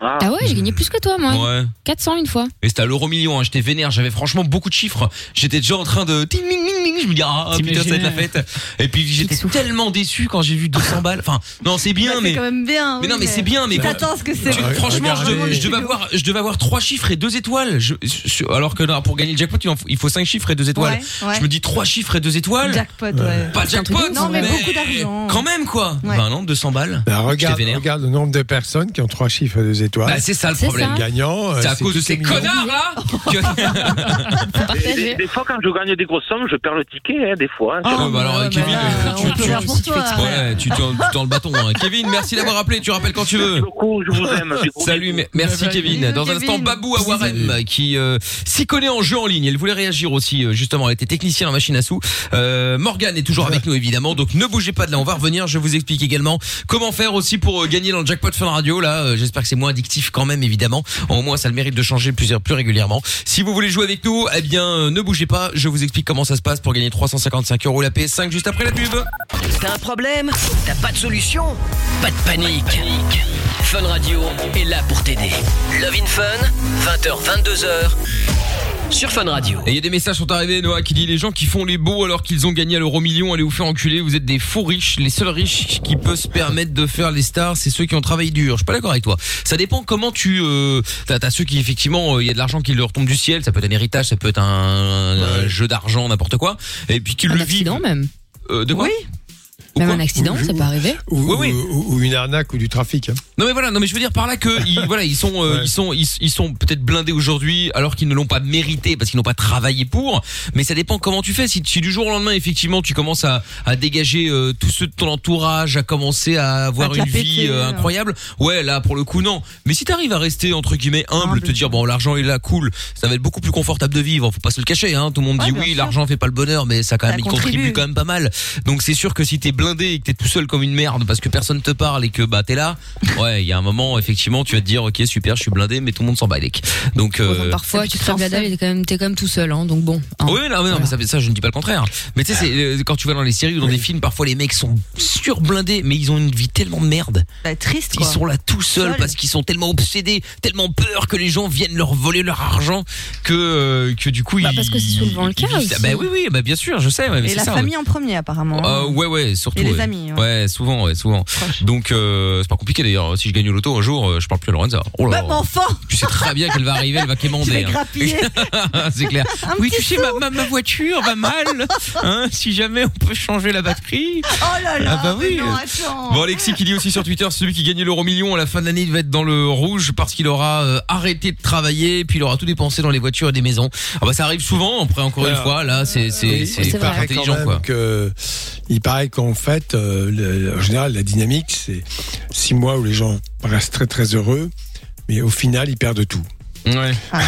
Speaker 4: Ah, ouais, j'ai gagné plus que toi,
Speaker 5: hein.
Speaker 4: moi.
Speaker 2: Ouais.
Speaker 4: 400 une fois.
Speaker 2: Et c'était à l'euro million, hein, j'étais vénère, j'avais franchement beaucoup de chiffres. J'étais déjà en train de. ting, ling, ling, ling, Je me dis, ah putain, ça va être la fête. Et puis j'étais tellement déçu quand j'ai vu 200 balles. Enfin, non, c'est bien, mais.
Speaker 5: Bah, C'est quand même bien.
Speaker 2: Mais non,
Speaker 5: oui,
Speaker 2: mais c'est bien, mais
Speaker 5: T'attends ce que c'est.
Speaker 2: Tu- franchement, je, devais- je devais avoir, je devais avoir trois chiffres et deux étoiles. Je- je- alors que là, pour gagner le jackpot, il en faut- il faut cinq chiffres et deux étoiles.
Speaker 5: Ouais, ouais.
Speaker 2: Je me dis trois chiffres et deux étoiles.
Speaker 5: Jackpot, ouais.
Speaker 2: Pas
Speaker 5: C'est un
Speaker 2: jackpot,
Speaker 5: truc de ouf, Non, mais beaucoup d'argent.
Speaker 2: Quand même, quoi.
Speaker 5: Ouais.
Speaker 2: Ben non, 200 balles.
Speaker 3: Bah, regarde,
Speaker 2: J'étais vénère.
Speaker 3: regarde le nombre de personnes qui ont trois chiffres et deux étoiles.
Speaker 2: Bah, c'est ça le C'est problème. ça.
Speaker 3: Gagnant. euh,
Speaker 2: C'est à cause de
Speaker 3: tous les
Speaker 2: ces
Speaker 3: millions.
Speaker 2: connards, là
Speaker 10: Des, des- des fois, quand je gagne des grosses sommes, je perds le ticket, hein, des fois. hein.
Speaker 2: Ouais, bah alors, Kevin, tu- tu- tu-
Speaker 4: hein.
Speaker 2: ouais, tu tends tu tends le bâton. hein. Kevin, merci d'avoir appelé. Tu rappelles quand tu veux.
Speaker 10: je vous aime.
Speaker 2: Salut, me- merci Kevin. Dans un instant, Babou Awarem qui euh, s'y connaît en jeu en ligne. Elle voulait réagir aussi, euh, justement. Elle était technicienne en machine à sous. Euh, Morgane est toujours avec nous, évidemment. Donc ne bougez pas de là. On va revenir. Je vous explique également comment faire aussi pour euh, gagner dans le jackpot Fun Radio. Là, euh, j'espère que c'est moins addictif quand même, évidemment. Au moins, ça a le mérite de changer plusieurs plus régulièrement. Si vous voulez jouer avec nous, eh bien, euh, ne bougez pas. Je vous explique comment ça se passe pour gagner 355 euros la PS5 juste après la pub.
Speaker 1: T'as un problème T'as pas de solution Pas de panique. Fun Radio est là pour t'aider. Love in Fun, 20h-22h sur Fun Radio.
Speaker 2: Et il y a des messages sont arrivés, Noah, qui dit les gens qui font les beaux alors qu'ils ont gagné à l'euro million, allez vous faire enculer, vous êtes des faux riches. Les seuls riches qui peuvent se permettre de faire les stars, c'est ceux qui ont travaillé dur. Je suis pas d'accord avec toi. Ça dépend comment tu... Euh, T'as t'as ceux qui, effectivement, euh, il y a de l'argent qui leur tombe du ciel, ça peut être un héritage, ça peut être un, un jeu d'argent, n'importe quoi. Et puis qui le
Speaker 4: accident même.
Speaker 2: Euh, de quoi
Speaker 4: Même un accident, ça peut arriver.
Speaker 3: Ou, ou- ou une arnaque ou du trafic. hein.
Speaker 2: Non mais voilà, non mais je veux dire par là que ils, voilà, ils sont euh, ils sont ils, ils sont peut-être blindés aujourd'hui alors qu'ils ne l'ont pas mérité parce qu'ils n'ont pas travaillé pour, mais ça dépend comment tu fais si, si du jour au lendemain effectivement tu commences à, à dégager euh, tous ceux de ton entourage, à commencer à avoir
Speaker 12: te la
Speaker 2: une vie
Speaker 12: péter,
Speaker 2: euh,
Speaker 12: hein.
Speaker 2: incroyable. Ouais, là pour le coup non. Mais si t'arrives à rester entre guillemets humble, te dire bon l'argent est là cool, ça va être beaucoup plus confortable de vivre, faut pas se le cacher hein, tout le monde dit oui, l'argent fait pas le bonheur mais ça quand
Speaker 12: Ça
Speaker 2: même il
Speaker 12: contribue.
Speaker 2: contribue quand même pas mal. Donc c'est sûr que si t'es blindé et que t'es tout seul comme une merde parce que personne te parle et que bah t'es là, ouais, il y a un moment effectivement tu vas te dire ok super je suis blindé mais tout le monde s'en bat les. Donc euh,
Speaker 4: Parfois, tu te fais blada, t'es quand même, t'es quand même tout seul, hein, donc bon.
Speaker 2: oui, non, mais non, mais ça, ça, je ne dis pas le contraire. Mais tu sais, c'est, euh, quand tu vas dans les séries ou dans des films, parfois les mecs sont surblindés, mais ils ont une vie tellement de merde.
Speaker 5: Bah, triste,
Speaker 2: Ils sont là tout seuls
Speaker 5: Seuls.
Speaker 2: parce qu'ils sont tellement obsédés, tellement peur que les gens viennent leur voler leur argent que euh, que du coup ils.
Speaker 5: Bah, parce que c'est souvent le
Speaker 2: ils
Speaker 5: cas
Speaker 2: vivent ça.
Speaker 5: aussi.
Speaker 2: Bah oui, oui, bah bien sûr, je sais. ouais, mais
Speaker 5: Et
Speaker 2: c'est
Speaker 5: la
Speaker 2: ça, on-
Speaker 5: famille en premier, apparemment.
Speaker 2: euh, ouais, ouais, surtout.
Speaker 5: Hein Et les
Speaker 2: ouais.
Speaker 5: amis, ouais.
Speaker 2: Ouais, souvent, ouais, souvent. Donc, euh, c'est pas compliqué d'ailleurs. Si je gagne au loto un jour, euh, je parle plus à Lorenza. Oh là
Speaker 5: Bah,
Speaker 2: là.
Speaker 5: mon enfant
Speaker 2: Tu sais très bien qu'elle va arriver, elle va
Speaker 5: Je
Speaker 2: quémander.
Speaker 5: vais
Speaker 2: hein.
Speaker 5: grappiller.
Speaker 2: c'est clair.
Speaker 5: Un
Speaker 2: oui,
Speaker 5: petit
Speaker 2: tu sais, ma, ma, ma voiture va mal. Hein, si jamais on peut changer la batterie.
Speaker 5: Oh là là,
Speaker 2: Ah bah
Speaker 5: mais
Speaker 2: oui.
Speaker 5: non, attends.
Speaker 2: Bon, Alexis qui dit aussi sur Twitter, celui qui gagne l'euro million à la fin de l'année, il va être dans le rouge parce qu'il aura euh, arrêté de travailler, puis il aura tout dépensé dans les voitures et des maisons. Ah bah ça arrive souvent, après encore une
Speaker 3: Alors, euh,
Speaker 2: fois, là, c'est c'est
Speaker 3: Oui,
Speaker 2: c'est
Speaker 3: il
Speaker 2: pas
Speaker 3: paraît quand
Speaker 2: intelligent
Speaker 3: même
Speaker 2: quoi.
Speaker 3: Que, il paraît qu'en fait, euh, le- en général, la dynamique, c'est six mois où les gens restent très très heureux, mais au final, ils perdent tout.
Speaker 2: Ouais.
Speaker 4: Ah,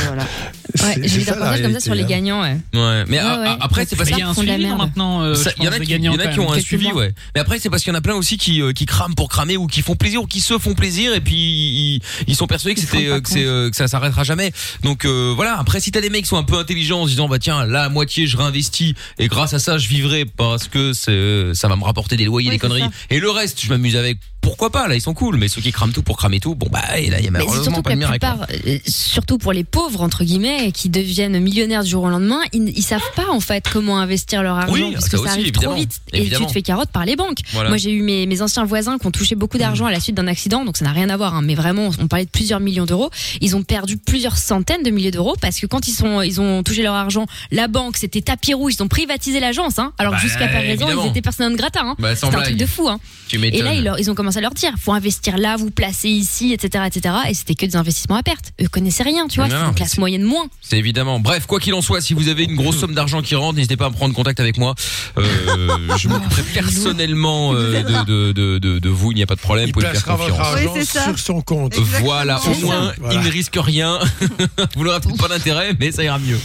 Speaker 4: Ouais,
Speaker 3: c'est
Speaker 4: j'ai eu des
Speaker 3: ça, la
Speaker 4: reportages comme ça
Speaker 3: réalité,
Speaker 4: sur les
Speaker 3: hein.
Speaker 4: gagnants, ouais.
Speaker 2: Ouais,
Speaker 4: Ouais,
Speaker 2: mais a- a-
Speaker 4: ouais.
Speaker 2: après c'est parce
Speaker 4: Mais
Speaker 2: qu'il
Speaker 4: il y a un Ils font de la suivi merde. maintenant, euh,
Speaker 2: Ça,
Speaker 4: je
Speaker 2: Il y en a
Speaker 4: pense,
Speaker 2: qui,
Speaker 4: des
Speaker 2: il y en a
Speaker 4: gagnants,
Speaker 2: qui
Speaker 4: quand
Speaker 2: ont un
Speaker 4: même.
Speaker 2: suivi,
Speaker 4: Quelques mois.
Speaker 2: ouais. Mais après c'est parce qu'il y en a plein aussi qui euh, qui crament pour cramer ou qui font plaisir ou qui se font plaisir et puis ils, ils sont persuadés que c'était euh, que c'est euh, que ça s'arrêtera jamais. Donc euh, voilà. Après si t'as des mecs qui sont un peu intelligents en se disant bah tiens là à moitié je réinvestis et grâce à ça je vivrai parce que c'est- euh, ça va me rapporter des loyers des conneries et le reste je m'amuse avec. Pourquoi pas là ils sont cool. Mais ceux qui crament tout pour cramer tout bon bah et là il y a
Speaker 4: Mais c'est
Speaker 2: malheureusement
Speaker 4: surtout que
Speaker 2: pas
Speaker 4: la
Speaker 2: de miracle. hein.
Speaker 4: plupart, euh, surtout pour les pauvres entre guillemets, qui deviennent millionnaires du jour au lendemain, ils, ils savent pas en fait comment investir leur argent
Speaker 2: Oui,
Speaker 4: parce
Speaker 2: ça
Speaker 4: que ça,
Speaker 2: aussi,
Speaker 4: arrive
Speaker 2: évidemment.
Speaker 4: trop vite
Speaker 2: Évidemment.
Speaker 4: et tu te fais carotte par les banques.
Speaker 2: Voilà.
Speaker 4: Moi j'ai eu mes, mes anciens voisins qui ont touché beaucoup d'argent à la suite d'un accident, donc ça n'a rien à voir. hein, mais vraiment, on parlait de plusieurs millions d'euros. Ils ont perdu plusieurs centaines de milliers d'euros parce que quand ils sont, ils ont touché leur argent, la banque c'était tapis rouge, ils ont privatisé l'agence, hein, alors que
Speaker 2: Bah,
Speaker 4: jusqu'à présent
Speaker 2: évidemment.
Speaker 4: ils étaient personne de gratin. Hein.
Speaker 2: Bah, sans
Speaker 4: C'était un truc
Speaker 2: blague.
Speaker 4: de fou. Hein.
Speaker 2: Tu
Speaker 4: Et là,
Speaker 2: m'étonnes.
Speaker 4: ils, leur- ils ont commencé à leur dire, faut investir là, vous placez ici, etc., etc. Et c'était que des investissements à perte. Eux connaissaient rien, tu vois.
Speaker 2: Non,
Speaker 4: C'est
Speaker 2: non,
Speaker 4: une classe moyenne moins. évidemment.
Speaker 2: C'est évidemment. Bref, quoi qu'il en soit, si vous avez une grosse somme d'argent qui rentre, n'hésitez pas à prendre contact avec moi. Euh, je m'occuperai personnellement euh, de, de, de, de, de vous, il n'y a pas de problème, vous pouvez me faire
Speaker 3: placera votre
Speaker 2: confiance. Euh,
Speaker 3: argent Oui, c'est ça. sur son compte.
Speaker 2: Voilà, au
Speaker 3: Exactement.
Speaker 2: moins,
Speaker 3: Voilà.
Speaker 2: il ne risque rien. vous n'aurez peut-être pas d'intérêt, mais ça ira mieux.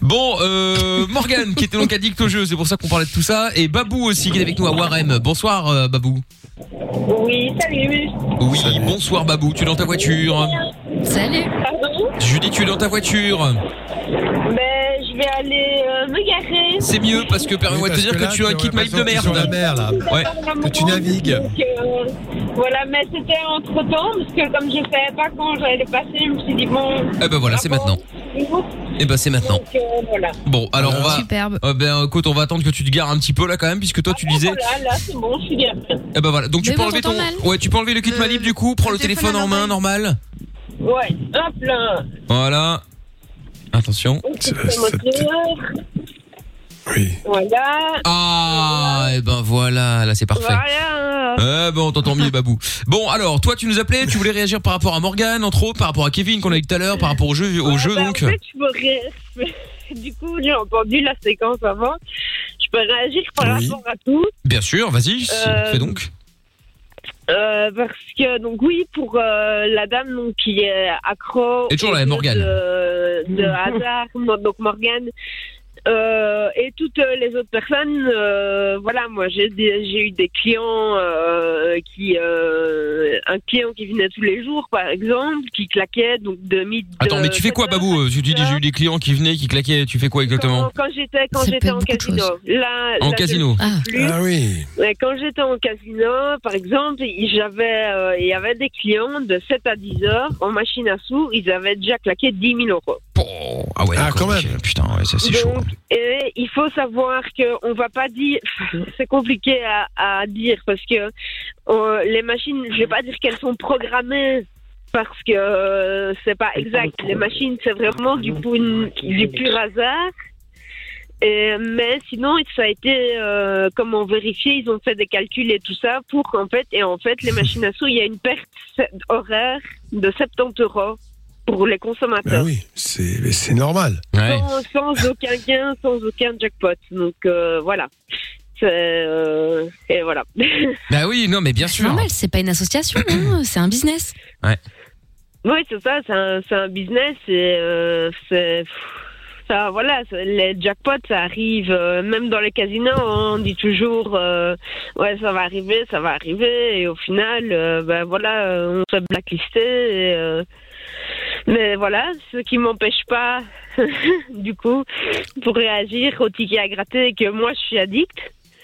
Speaker 2: Bon, euh, Morgane, qui était donc addict au jeu, c'est pour ça qu'on parlait de tout ça. Et Babou aussi, qui est avec nous à Warem. Bonsoir, euh, Babou.
Speaker 12: Oui, salut.
Speaker 2: Oui, bonsoir, Babou. Tu es dans ta voiture
Speaker 12: Salut. Pardon
Speaker 2: Julie, tu es dans ta voiture
Speaker 12: Ben, je vais aller euh, me garer.
Speaker 2: C'est mieux parce que permets-moi de te dire que, tu as un kit mail de merde. Ouais.
Speaker 12: Que Donc, euh, voilà, mais c'était entre temps, parce que comme je ne savais pas quand j'allais passer, je me suis dit bon.
Speaker 2: Eh ben voilà, c'est maintenant. Eh ben c'est maintenant.
Speaker 12: Donc, euh, voilà.
Speaker 2: Bon, alors on va.
Speaker 12: Superbe.
Speaker 2: Eh ben écoute, on va attendre que tu te gares un petit peu là quand même, puisque toi tu disais.
Speaker 12: Voilà, là, c'est bon, je suis garée.
Speaker 2: Eh ben voilà. Donc tu
Speaker 12: Mais
Speaker 2: peux
Speaker 12: bon,
Speaker 2: enlever ton.
Speaker 12: t'entends mal. Euh,
Speaker 2: Ouais, tu peux enlever le kit manip du coup, prends le
Speaker 12: téléphone
Speaker 2: téléphone en main, normal.
Speaker 12: Ouais, hop là.
Speaker 2: Voilà. Attention.
Speaker 12: Le moteur. Oui. Voilà.
Speaker 2: Ah, eh ben voilà, là c'est parfait.
Speaker 12: Voilà.
Speaker 2: Eh ben on t'entend mieux, Babou. Bon, alors toi tu nous appelais, tu voulais réagir par rapport à Morgan, entre autres, par rapport à Kevin qu'on a eu tout à l'heure, par rapport au jeu, au jeu
Speaker 12: Ben,
Speaker 2: donc.
Speaker 12: En fait, je peux ré- Du coup, j'ai entendu la séquence avant. Je peux réagir par
Speaker 2: Oui.
Speaker 12: rapport à tout.
Speaker 2: Bien sûr, vas-y, si-
Speaker 12: Euh,
Speaker 2: fais donc.
Speaker 12: Euh, parce que, donc, oui, pour euh, la dame donc, qui est accro.
Speaker 2: Et toujours
Speaker 12: au
Speaker 2: la
Speaker 12: jeu
Speaker 2: Morgane.
Speaker 12: De, de hasard, mo- donc Morgane. euh, et toutes les autres personnes, euh, voilà, moi j'ai des- j'ai eu des clients euh, qui, euh, un client qui venait tous les jours par exemple, qui claquait donc de midi.
Speaker 2: Attends, mais tu fais quoi, Babou euh, Tu dis j'ai eu des clients qui venaient, qui claquaient. Tu fais quoi exactement
Speaker 12: Quand, quand j'étais quand j'étais en casino. Là,
Speaker 2: En
Speaker 12: là, je
Speaker 2: casino.
Speaker 12: ne sais plus.
Speaker 3: oui.
Speaker 12: Ouais, quand j'étais en casino, par exemple, il- j'avais euh, il y avait des clients de 7 à 10 heures en machine à sous, ils avaient déjà claqué 10 000 euros.
Speaker 2: Ah ouais. quand même. Putain, ouais, ça c'est chaud.
Speaker 12: Donc, et il faut savoir que on va pas dire, c'est compliqué à, à dire parce que euh, les machines, je vais pas dire qu'elles sont programmées parce que euh, c'est pas exact. Les machines, c'est vraiment du, pu- du pur hasard. Et- mais sinon, ça a été euh, comment vérifier Ils ont fait des calculs et tout ça pour qu'en fait, et en fait, les machines à sous, il y a une perte horaire de 70 euros pour les
Speaker 3: Ben
Speaker 12: consommateurs.
Speaker 3: oui, c'est mais c'est normal.
Speaker 12: Sans, sans aucun gain, sans aucun jackpot. Donc euh, voilà. C'est, euh, et voilà.
Speaker 2: Bah oui, non, mais bien
Speaker 4: C'est
Speaker 2: sûr.
Speaker 4: normal, c'est pas une association, hein, c'est un business.
Speaker 12: oui, c'est ça, c'est un, c'est un business et euh, c'est. pff, Ça, voilà, c'est- les jackpots, ça arrive, euh, même dans les casinos, hein, on dit toujours, euh, ouais, ça va arriver, ça va arriver, et au final, euh, ben voilà, euh, on se fait blacklister. et, euh, mais voilà, ce qui m'empêche pas, du coup, pour réagir au ticket à gratter, que moi, je suis addict.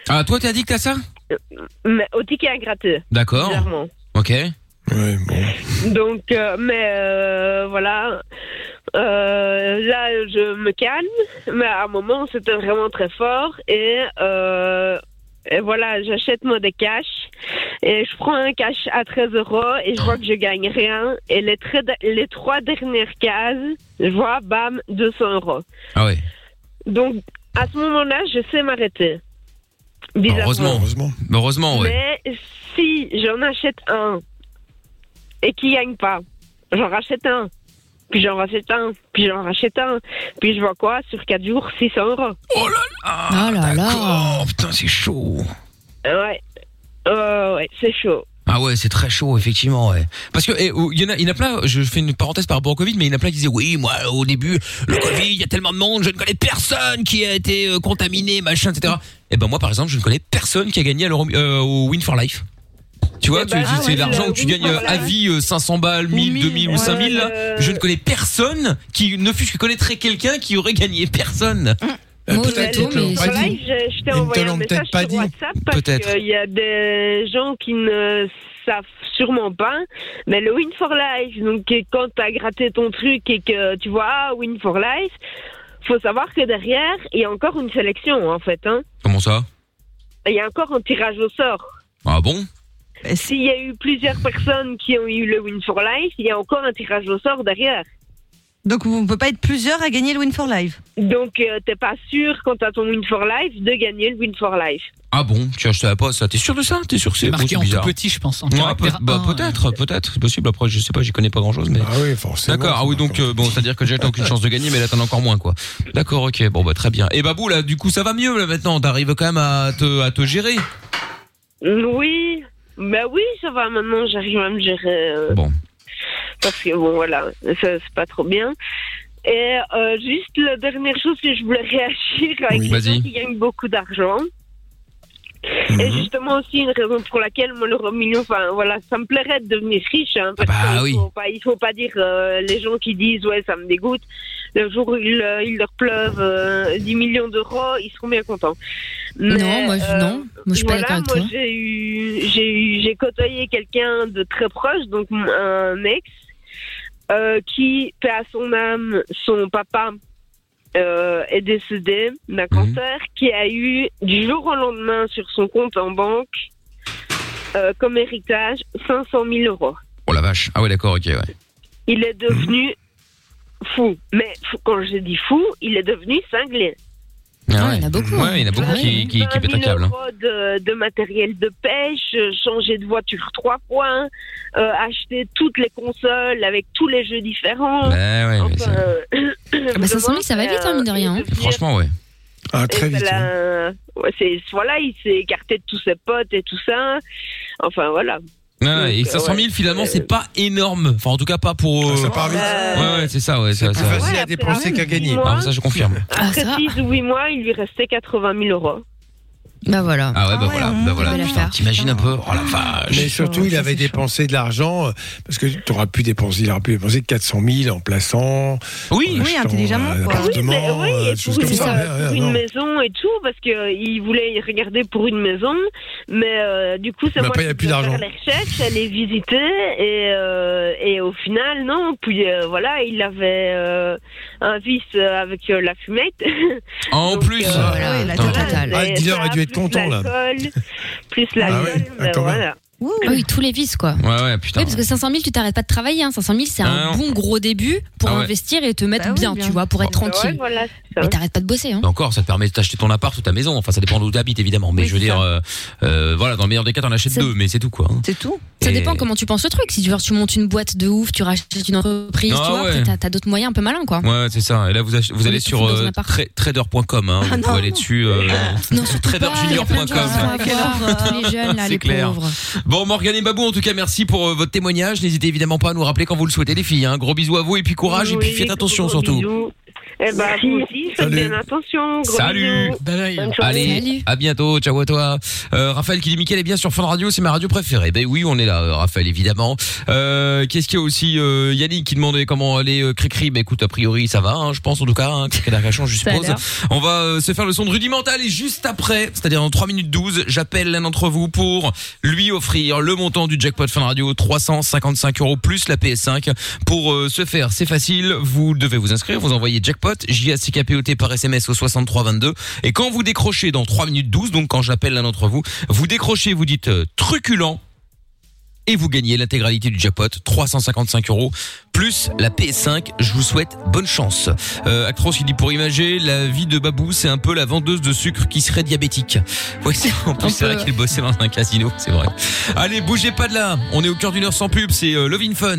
Speaker 2: Ah, toi, t'es addict à ça
Speaker 12: Euh, Mais au ticket à gratter.
Speaker 2: D'accord.
Speaker 12: Clairement.
Speaker 2: Ok.
Speaker 12: Donc, euh, mais euh, voilà. Euh, là, je me calme. Mais à un moment, c'était vraiment très fort. Et, euh, et voilà, j'achète moi des cash. Et je prends un cash à 13 euros et je vois que je gagne rien. Et les, très- les trois dernières cases, je vois, bam, 200 euros.
Speaker 2: Ah ouais.
Speaker 12: Donc, à ce moment-là, je sais m'arrêter. Bizarrement.
Speaker 2: Heureusement. Heureusement. Heureusement, ouais.
Speaker 12: Mais si j'en achète un et qu'il gagne pas, j'en rachète un, puis j'en rachète un, puis j'en rachète un, puis je vois quoi sur 4 jours 600 euros.
Speaker 2: Oh là
Speaker 4: là Oh là là
Speaker 2: Putain, c'est chaud.
Speaker 12: Ouais, Euh, ouais c'est chaud.
Speaker 2: Ah ouais, c'est très chaud, effectivement, ouais. Parce que eh, oh, il y en a, il y en a plein. Je fais une parenthèse par rapport au Covid, mais il y en a plein qui disaient oui, moi au début, le Covid, il y a tellement de monde, je ne connais personne qui a été euh, contaminé, machin, etc. Et ben moi, par exemple, je ne connais personne qui a gagné à l'Euro- euh, au Win for Life. Tu vois, tu-
Speaker 12: ben,
Speaker 2: c'est
Speaker 12: ah ouais,
Speaker 2: l'argent
Speaker 12: le
Speaker 2: que tu
Speaker 12: Win
Speaker 2: gagnes
Speaker 12: for
Speaker 2: euh, à
Speaker 12: Life.
Speaker 2: vie, euh, 500 balles, 1000, 2000 ou
Speaker 12: ouais,
Speaker 2: 5000. là.
Speaker 12: euh,
Speaker 2: Je ne connais personne qui, ne fût-ce que connaîtrait quelqu'un qui aurait gagné personne.
Speaker 12: Mm. Ouais, le- voilà, je, je t'ai envoyé un message sur WhatsApp parce
Speaker 2: Peut-être.
Speaker 12: qu'il y a des gens qui ne savent sûrement pas, mais le Win for Life, donc quand t'as gratté ton truc et que tu vois ah, Win for Life, faut savoir que derrière, il y a encore une sélection en fait. Hein.
Speaker 2: Comment ça
Speaker 12: Il y a encore un tirage au sort.
Speaker 2: Ah bon
Speaker 12: S'il y a eu plusieurs personnes qui ont eu le Win for Life, il y a encore un tirage au sort derrière.
Speaker 5: Donc on ne peut pas être plusieurs à gagner le Win for Life.
Speaker 12: Donc, euh, t'es pas sûr quand t'as ton Win for Life de gagner le Win for Life.
Speaker 2: Ah bon Tiens, je savais pas ça. T'es sûr de ça T'es sûr que c'est
Speaker 7: C'est marqué
Speaker 2: c'est
Speaker 7: en tout
Speaker 2: bizarre.
Speaker 7: petit, je pense. En
Speaker 2: Ouais,
Speaker 7: caractère
Speaker 2: peut- bah,
Speaker 7: 1.
Speaker 2: peut-être, peut-être, c'est possible. Après, je sais pas, j'y connais pas grand-chose, mais.
Speaker 3: Ah oui, forcément.
Speaker 2: D'accord. Ah oui, donc euh, bon, c'est à dire que j'ai aucune chance de gagner, mais là t'en as encore moins, quoi. D'accord, ok, bon bah très bien. Et Babou, là, du coup, ça va mieux là maintenant. T'arrives quand même à te, à te gérer.
Speaker 12: Oui, ben oui, ça va maintenant, j'arrive à me gérer. euh,
Speaker 2: bon.
Speaker 12: Parce que bon, voilà, ça, c'est pas trop bien. Et euh, juste la dernière chose que je voulais réagir avec
Speaker 13: Oui.
Speaker 12: les gens
Speaker 13: Vas-y. Mhm.
Speaker 12: qui gagnent beaucoup d'argent. Et justement aussi une raison pour laquelle mon euro million, enfin voilà, ça me plairait de devenir riche. hein, parce
Speaker 13: Ah bah
Speaker 12: qu'il faut pas, il faut pas dire euh, les gens qui disent ouais ça me dégoûte. Le jour où il, euh, il leur pleuve euh, 10 millions d'euros, ils seront bien contents. euh,
Speaker 4: Non, moi, je- non. Moi, je suis pas
Speaker 12: voilà,
Speaker 4: d'accord avec
Speaker 12: moi,
Speaker 4: toi.
Speaker 12: J'ai eu, j'ai eu- j'ai côtoyé quelqu'un de très proche, donc mon- un ex, euh, qui paix à son âme, son papa euh, est décédé d'un cancer, qui a eu du jour au lendemain sur son compte en banque euh, comme héritage 500 000 euros.
Speaker 2: Oh la vache. Ah oui, d'accord, ok, ouais.
Speaker 12: Il est devenu fou, mais fou- quand je dis fou, il est devenu cinglé.
Speaker 2: Ah, Il y en a beaucoup. Ouais, il
Speaker 4: hein.
Speaker 2: y en a beaucoup qui, qui, qui pètent un
Speaker 12: 20 000
Speaker 2: câble. hein.
Speaker 12: euros de, de matériel de pêche, euh, changer de voiture trois points, euh, acheter toutes les consoles avec tous les jeux différents.
Speaker 2: Bah ouais,
Speaker 12: Enfin, euh,
Speaker 4: Ah bah, 500 000,
Speaker 12: vraiment,
Speaker 4: ça va vite, hein,
Speaker 12: euh,
Speaker 4: mine de rien.
Speaker 2: Franchement, ouais.
Speaker 3: Ah,
Speaker 12: et ça l'a- ouais, c'est- voilà, il s'est écarté de tous ses potes et tout ça. Enfin, voilà.
Speaker 2: Ah, Ouais, et
Speaker 12: Donc, euh,
Speaker 2: 500 000 finalement c'est pas énorme enfin en tout cas pas pour
Speaker 3: Ah, Ça
Speaker 2: euh,
Speaker 3: part vite.
Speaker 2: ouais ouais c'est ça ouais c'est
Speaker 3: facile à dépenser qu'à gagner.
Speaker 2: ah, ça je confirme
Speaker 12: Après 6 ou 8 mois, il lui restait 80 000 euros.
Speaker 4: Bah voilà.
Speaker 2: Ah ouais, bah
Speaker 5: hein,
Speaker 2: voilà, bah voilà.
Speaker 12: va la
Speaker 2: Putain,
Speaker 12: faire.
Speaker 2: t'imagines un peu Oh la vache
Speaker 3: Mais surtout, il avait dépensé de l'argent euh, parce que tu auras pu dépenser, il aurait pu dépenser 400 000 en plaçant.
Speaker 2: Oui,
Speaker 3: en
Speaker 12: Oui,
Speaker 3: achetant
Speaker 12: intelligemment,
Speaker 3: Un
Speaker 12: quoi.
Speaker 3: appartement,
Speaker 12: Oui, mais oui,
Speaker 3: euh,
Speaker 12: et
Speaker 3: des choses
Speaker 12: pour
Speaker 3: comme
Speaker 12: une,
Speaker 3: ça.
Speaker 12: euh,
Speaker 3: Ouais,
Speaker 12: pour
Speaker 3: ouais,
Speaker 12: une
Speaker 3: non.
Speaker 12: maison et tout, parce qu'il voulait y regarder pour une maison, mais euh, du coup, c'est
Speaker 3: Mais
Speaker 12: moi
Speaker 3: après, il y a
Speaker 12: qui
Speaker 3: plus
Speaker 12: dois
Speaker 3: d'argent.
Speaker 12: faire les recherches, aller visiter, et, euh, et au final, non. Puis euh, voilà, il avait euh, un vice euh, avec euh, la fumette. euh,
Speaker 2: En plus
Speaker 12: voilà,
Speaker 2: Attends.
Speaker 3: Ah, le dealer a dû être content là.
Speaker 12: L'alcool, plus la
Speaker 3: Ah ouais, ah, quand même.
Speaker 12: voilà.
Speaker 4: Ah oui, tous les vices, quoi.
Speaker 2: ouais ouais putain
Speaker 4: Oui, parce que 500 000, tu t'arrêtes pas de travailler. Hein. 500 000, c'est
Speaker 2: Ah
Speaker 4: un
Speaker 2: non.
Speaker 4: bon gros début pour
Speaker 2: Ah ouais.
Speaker 4: investir et te mettre
Speaker 12: Bah
Speaker 4: bien, tu vois, pour être tranquille. Mais t'arrêtes pas de bosser. Hein.
Speaker 2: Mais encore ça te permet d'acheter ton appart ou ta maison enfin ça dépend d'où t'habites évidemment mais je veux dire euh, euh, voilà dans le meilleur des cas t'en achètes deux mais c'est tout quoi hein.
Speaker 4: C'est tout. Ça
Speaker 2: Et-
Speaker 4: dépend comment tu penses le truc. Si tu, veux, tu montes une boîte de ouf, tu rachètes une entreprise,
Speaker 2: Ah
Speaker 4: tu vois, après,
Speaker 2: ouais.
Speaker 4: t'as- t'as d'autres moyens un peu malins, quoi.
Speaker 2: Ouais, ouais, c'est ça. Et là, vous, ach- vous allez sur
Speaker 4: fous dans un
Speaker 2: euh,
Speaker 4: appart.
Speaker 2: tra- trader.com. Hein,
Speaker 4: Ah
Speaker 2: vous
Speaker 4: non.
Speaker 2: pouvez aller dessus. euh, traderjunior.com. euh,
Speaker 4: les jeunes, là,
Speaker 2: C'est
Speaker 4: les
Speaker 2: clair.
Speaker 4: pauvres.
Speaker 2: Bon, Morgane et Babou, en tout cas, merci pour euh, votre témoignage. N'hésitez évidemment pas à nous rappeler quand vous le souhaitez, les filles. Un gros bisou à vous et puis courage et puis
Speaker 12: Oui,
Speaker 2: faites
Speaker 12: gros
Speaker 2: attention surtout.
Speaker 12: bisous. Eh ben,
Speaker 13: Merci.
Speaker 12: vous aussi, faites
Speaker 2: Salut.
Speaker 12: bien attention. Gros
Speaker 2: Salut.
Speaker 12: bisous. Bonne journée.
Speaker 2: Allez, à bientôt, ciao à toi. Euh, Raphaël qui dit Mickaël est bien sur Fun Radio, c'est ma radio préférée. Ben oui, on est là, euh, Raphaël, évidemment. Euh, Qu'est-ce qu'il y a aussi euh, Yannick qui demandait comment aller euh, Cricri. Ben écoute, a priori, ça va, hein, je pense en tout cas. Hein, Cricri d'Arcachon, je
Speaker 14: Ça a
Speaker 2: suppose.
Speaker 14: l'air.
Speaker 2: On va euh, se faire le son de rudimental et juste après, c'est-à-dire dans 3 minutes 12, j'appelle l'un d'entre vous pour lui offrir le montant du jackpot Fun Radio, 355 euros plus la PS5. Pour euh, ce faire, c'est facile, vous devez vous inscrire, vous envoyez jackpot, j a c k p o t par SMS au 6322 et quand vous décrochez dans 3 minutes 12, donc quand j'appelle l'un d'entre vous, vous décrochez, vous dites euh, truculent et vous gagnez l'intégralité du jackpot, 355 euros, plus la PS5. Je vous souhaite bonne chance. Euh, Actros qui dit pour imager, la vie de Babou, c'est un peu la vendeuse de sucre qui serait diabétique. Ouais, c'est- en plus, c'est vrai qu'il bossait dans un casino, c'est vrai. Allez, bougez pas de là. On est au cœur d'une heure sans pub, c'est euh, Lovin Fun.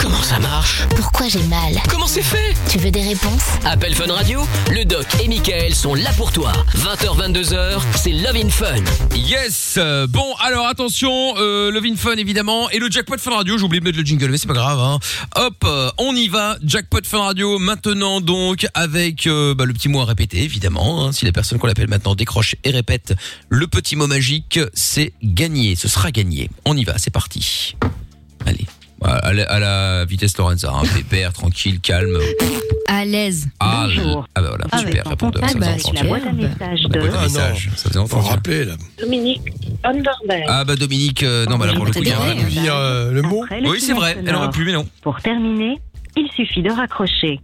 Speaker 1: Comment ça marche
Speaker 9: Pourquoi j'ai mal
Speaker 1: Comment c'est fait
Speaker 9: Tu veux des réponses
Speaker 1: Appel Fun Radio, le doc et Michael sont là pour toi. 20h, 22h, c'est Love in Fun.
Speaker 2: Yes euh, Bon, alors attention, euh, Love in Fun évidemment, et le Jackpot Fun Radio, j'ai oublié de mettre le jingle, mais c'est pas grave. Hein. Hop, euh, on y va, Jackpot Fun Radio, maintenant donc, avec euh, bah, le petit mot à répéter, évidemment. hein. Si la personne qu'on l'appelle maintenant décroche et répète le petit mot magique, c'est gagné, ce sera gagné. On y va, c'est parti. Allez, à à la, à la vitesse Lorenza, hein, pépère, tranquille, calme.
Speaker 4: À l'aise.
Speaker 2: Ah, ah bah voilà, super, répondeur.
Speaker 4: Ah bah,
Speaker 2: 538.
Speaker 4: superbe.
Speaker 2: La boîte à
Speaker 3: Ah non,
Speaker 2: messages, ça faisait longtemps,
Speaker 3: faut
Speaker 2: ça.
Speaker 3: rappeler là.
Speaker 12: Dominique Underberg.
Speaker 2: Ah bah Dominique, euh, non bah là pour le coup, il y a-
Speaker 3: T'aurais pu dire euh, le mot.
Speaker 2: Oui, c'est vrai, elle aurait pu, mais non.
Speaker 13: Pour terminer, il suffit de raccrocher.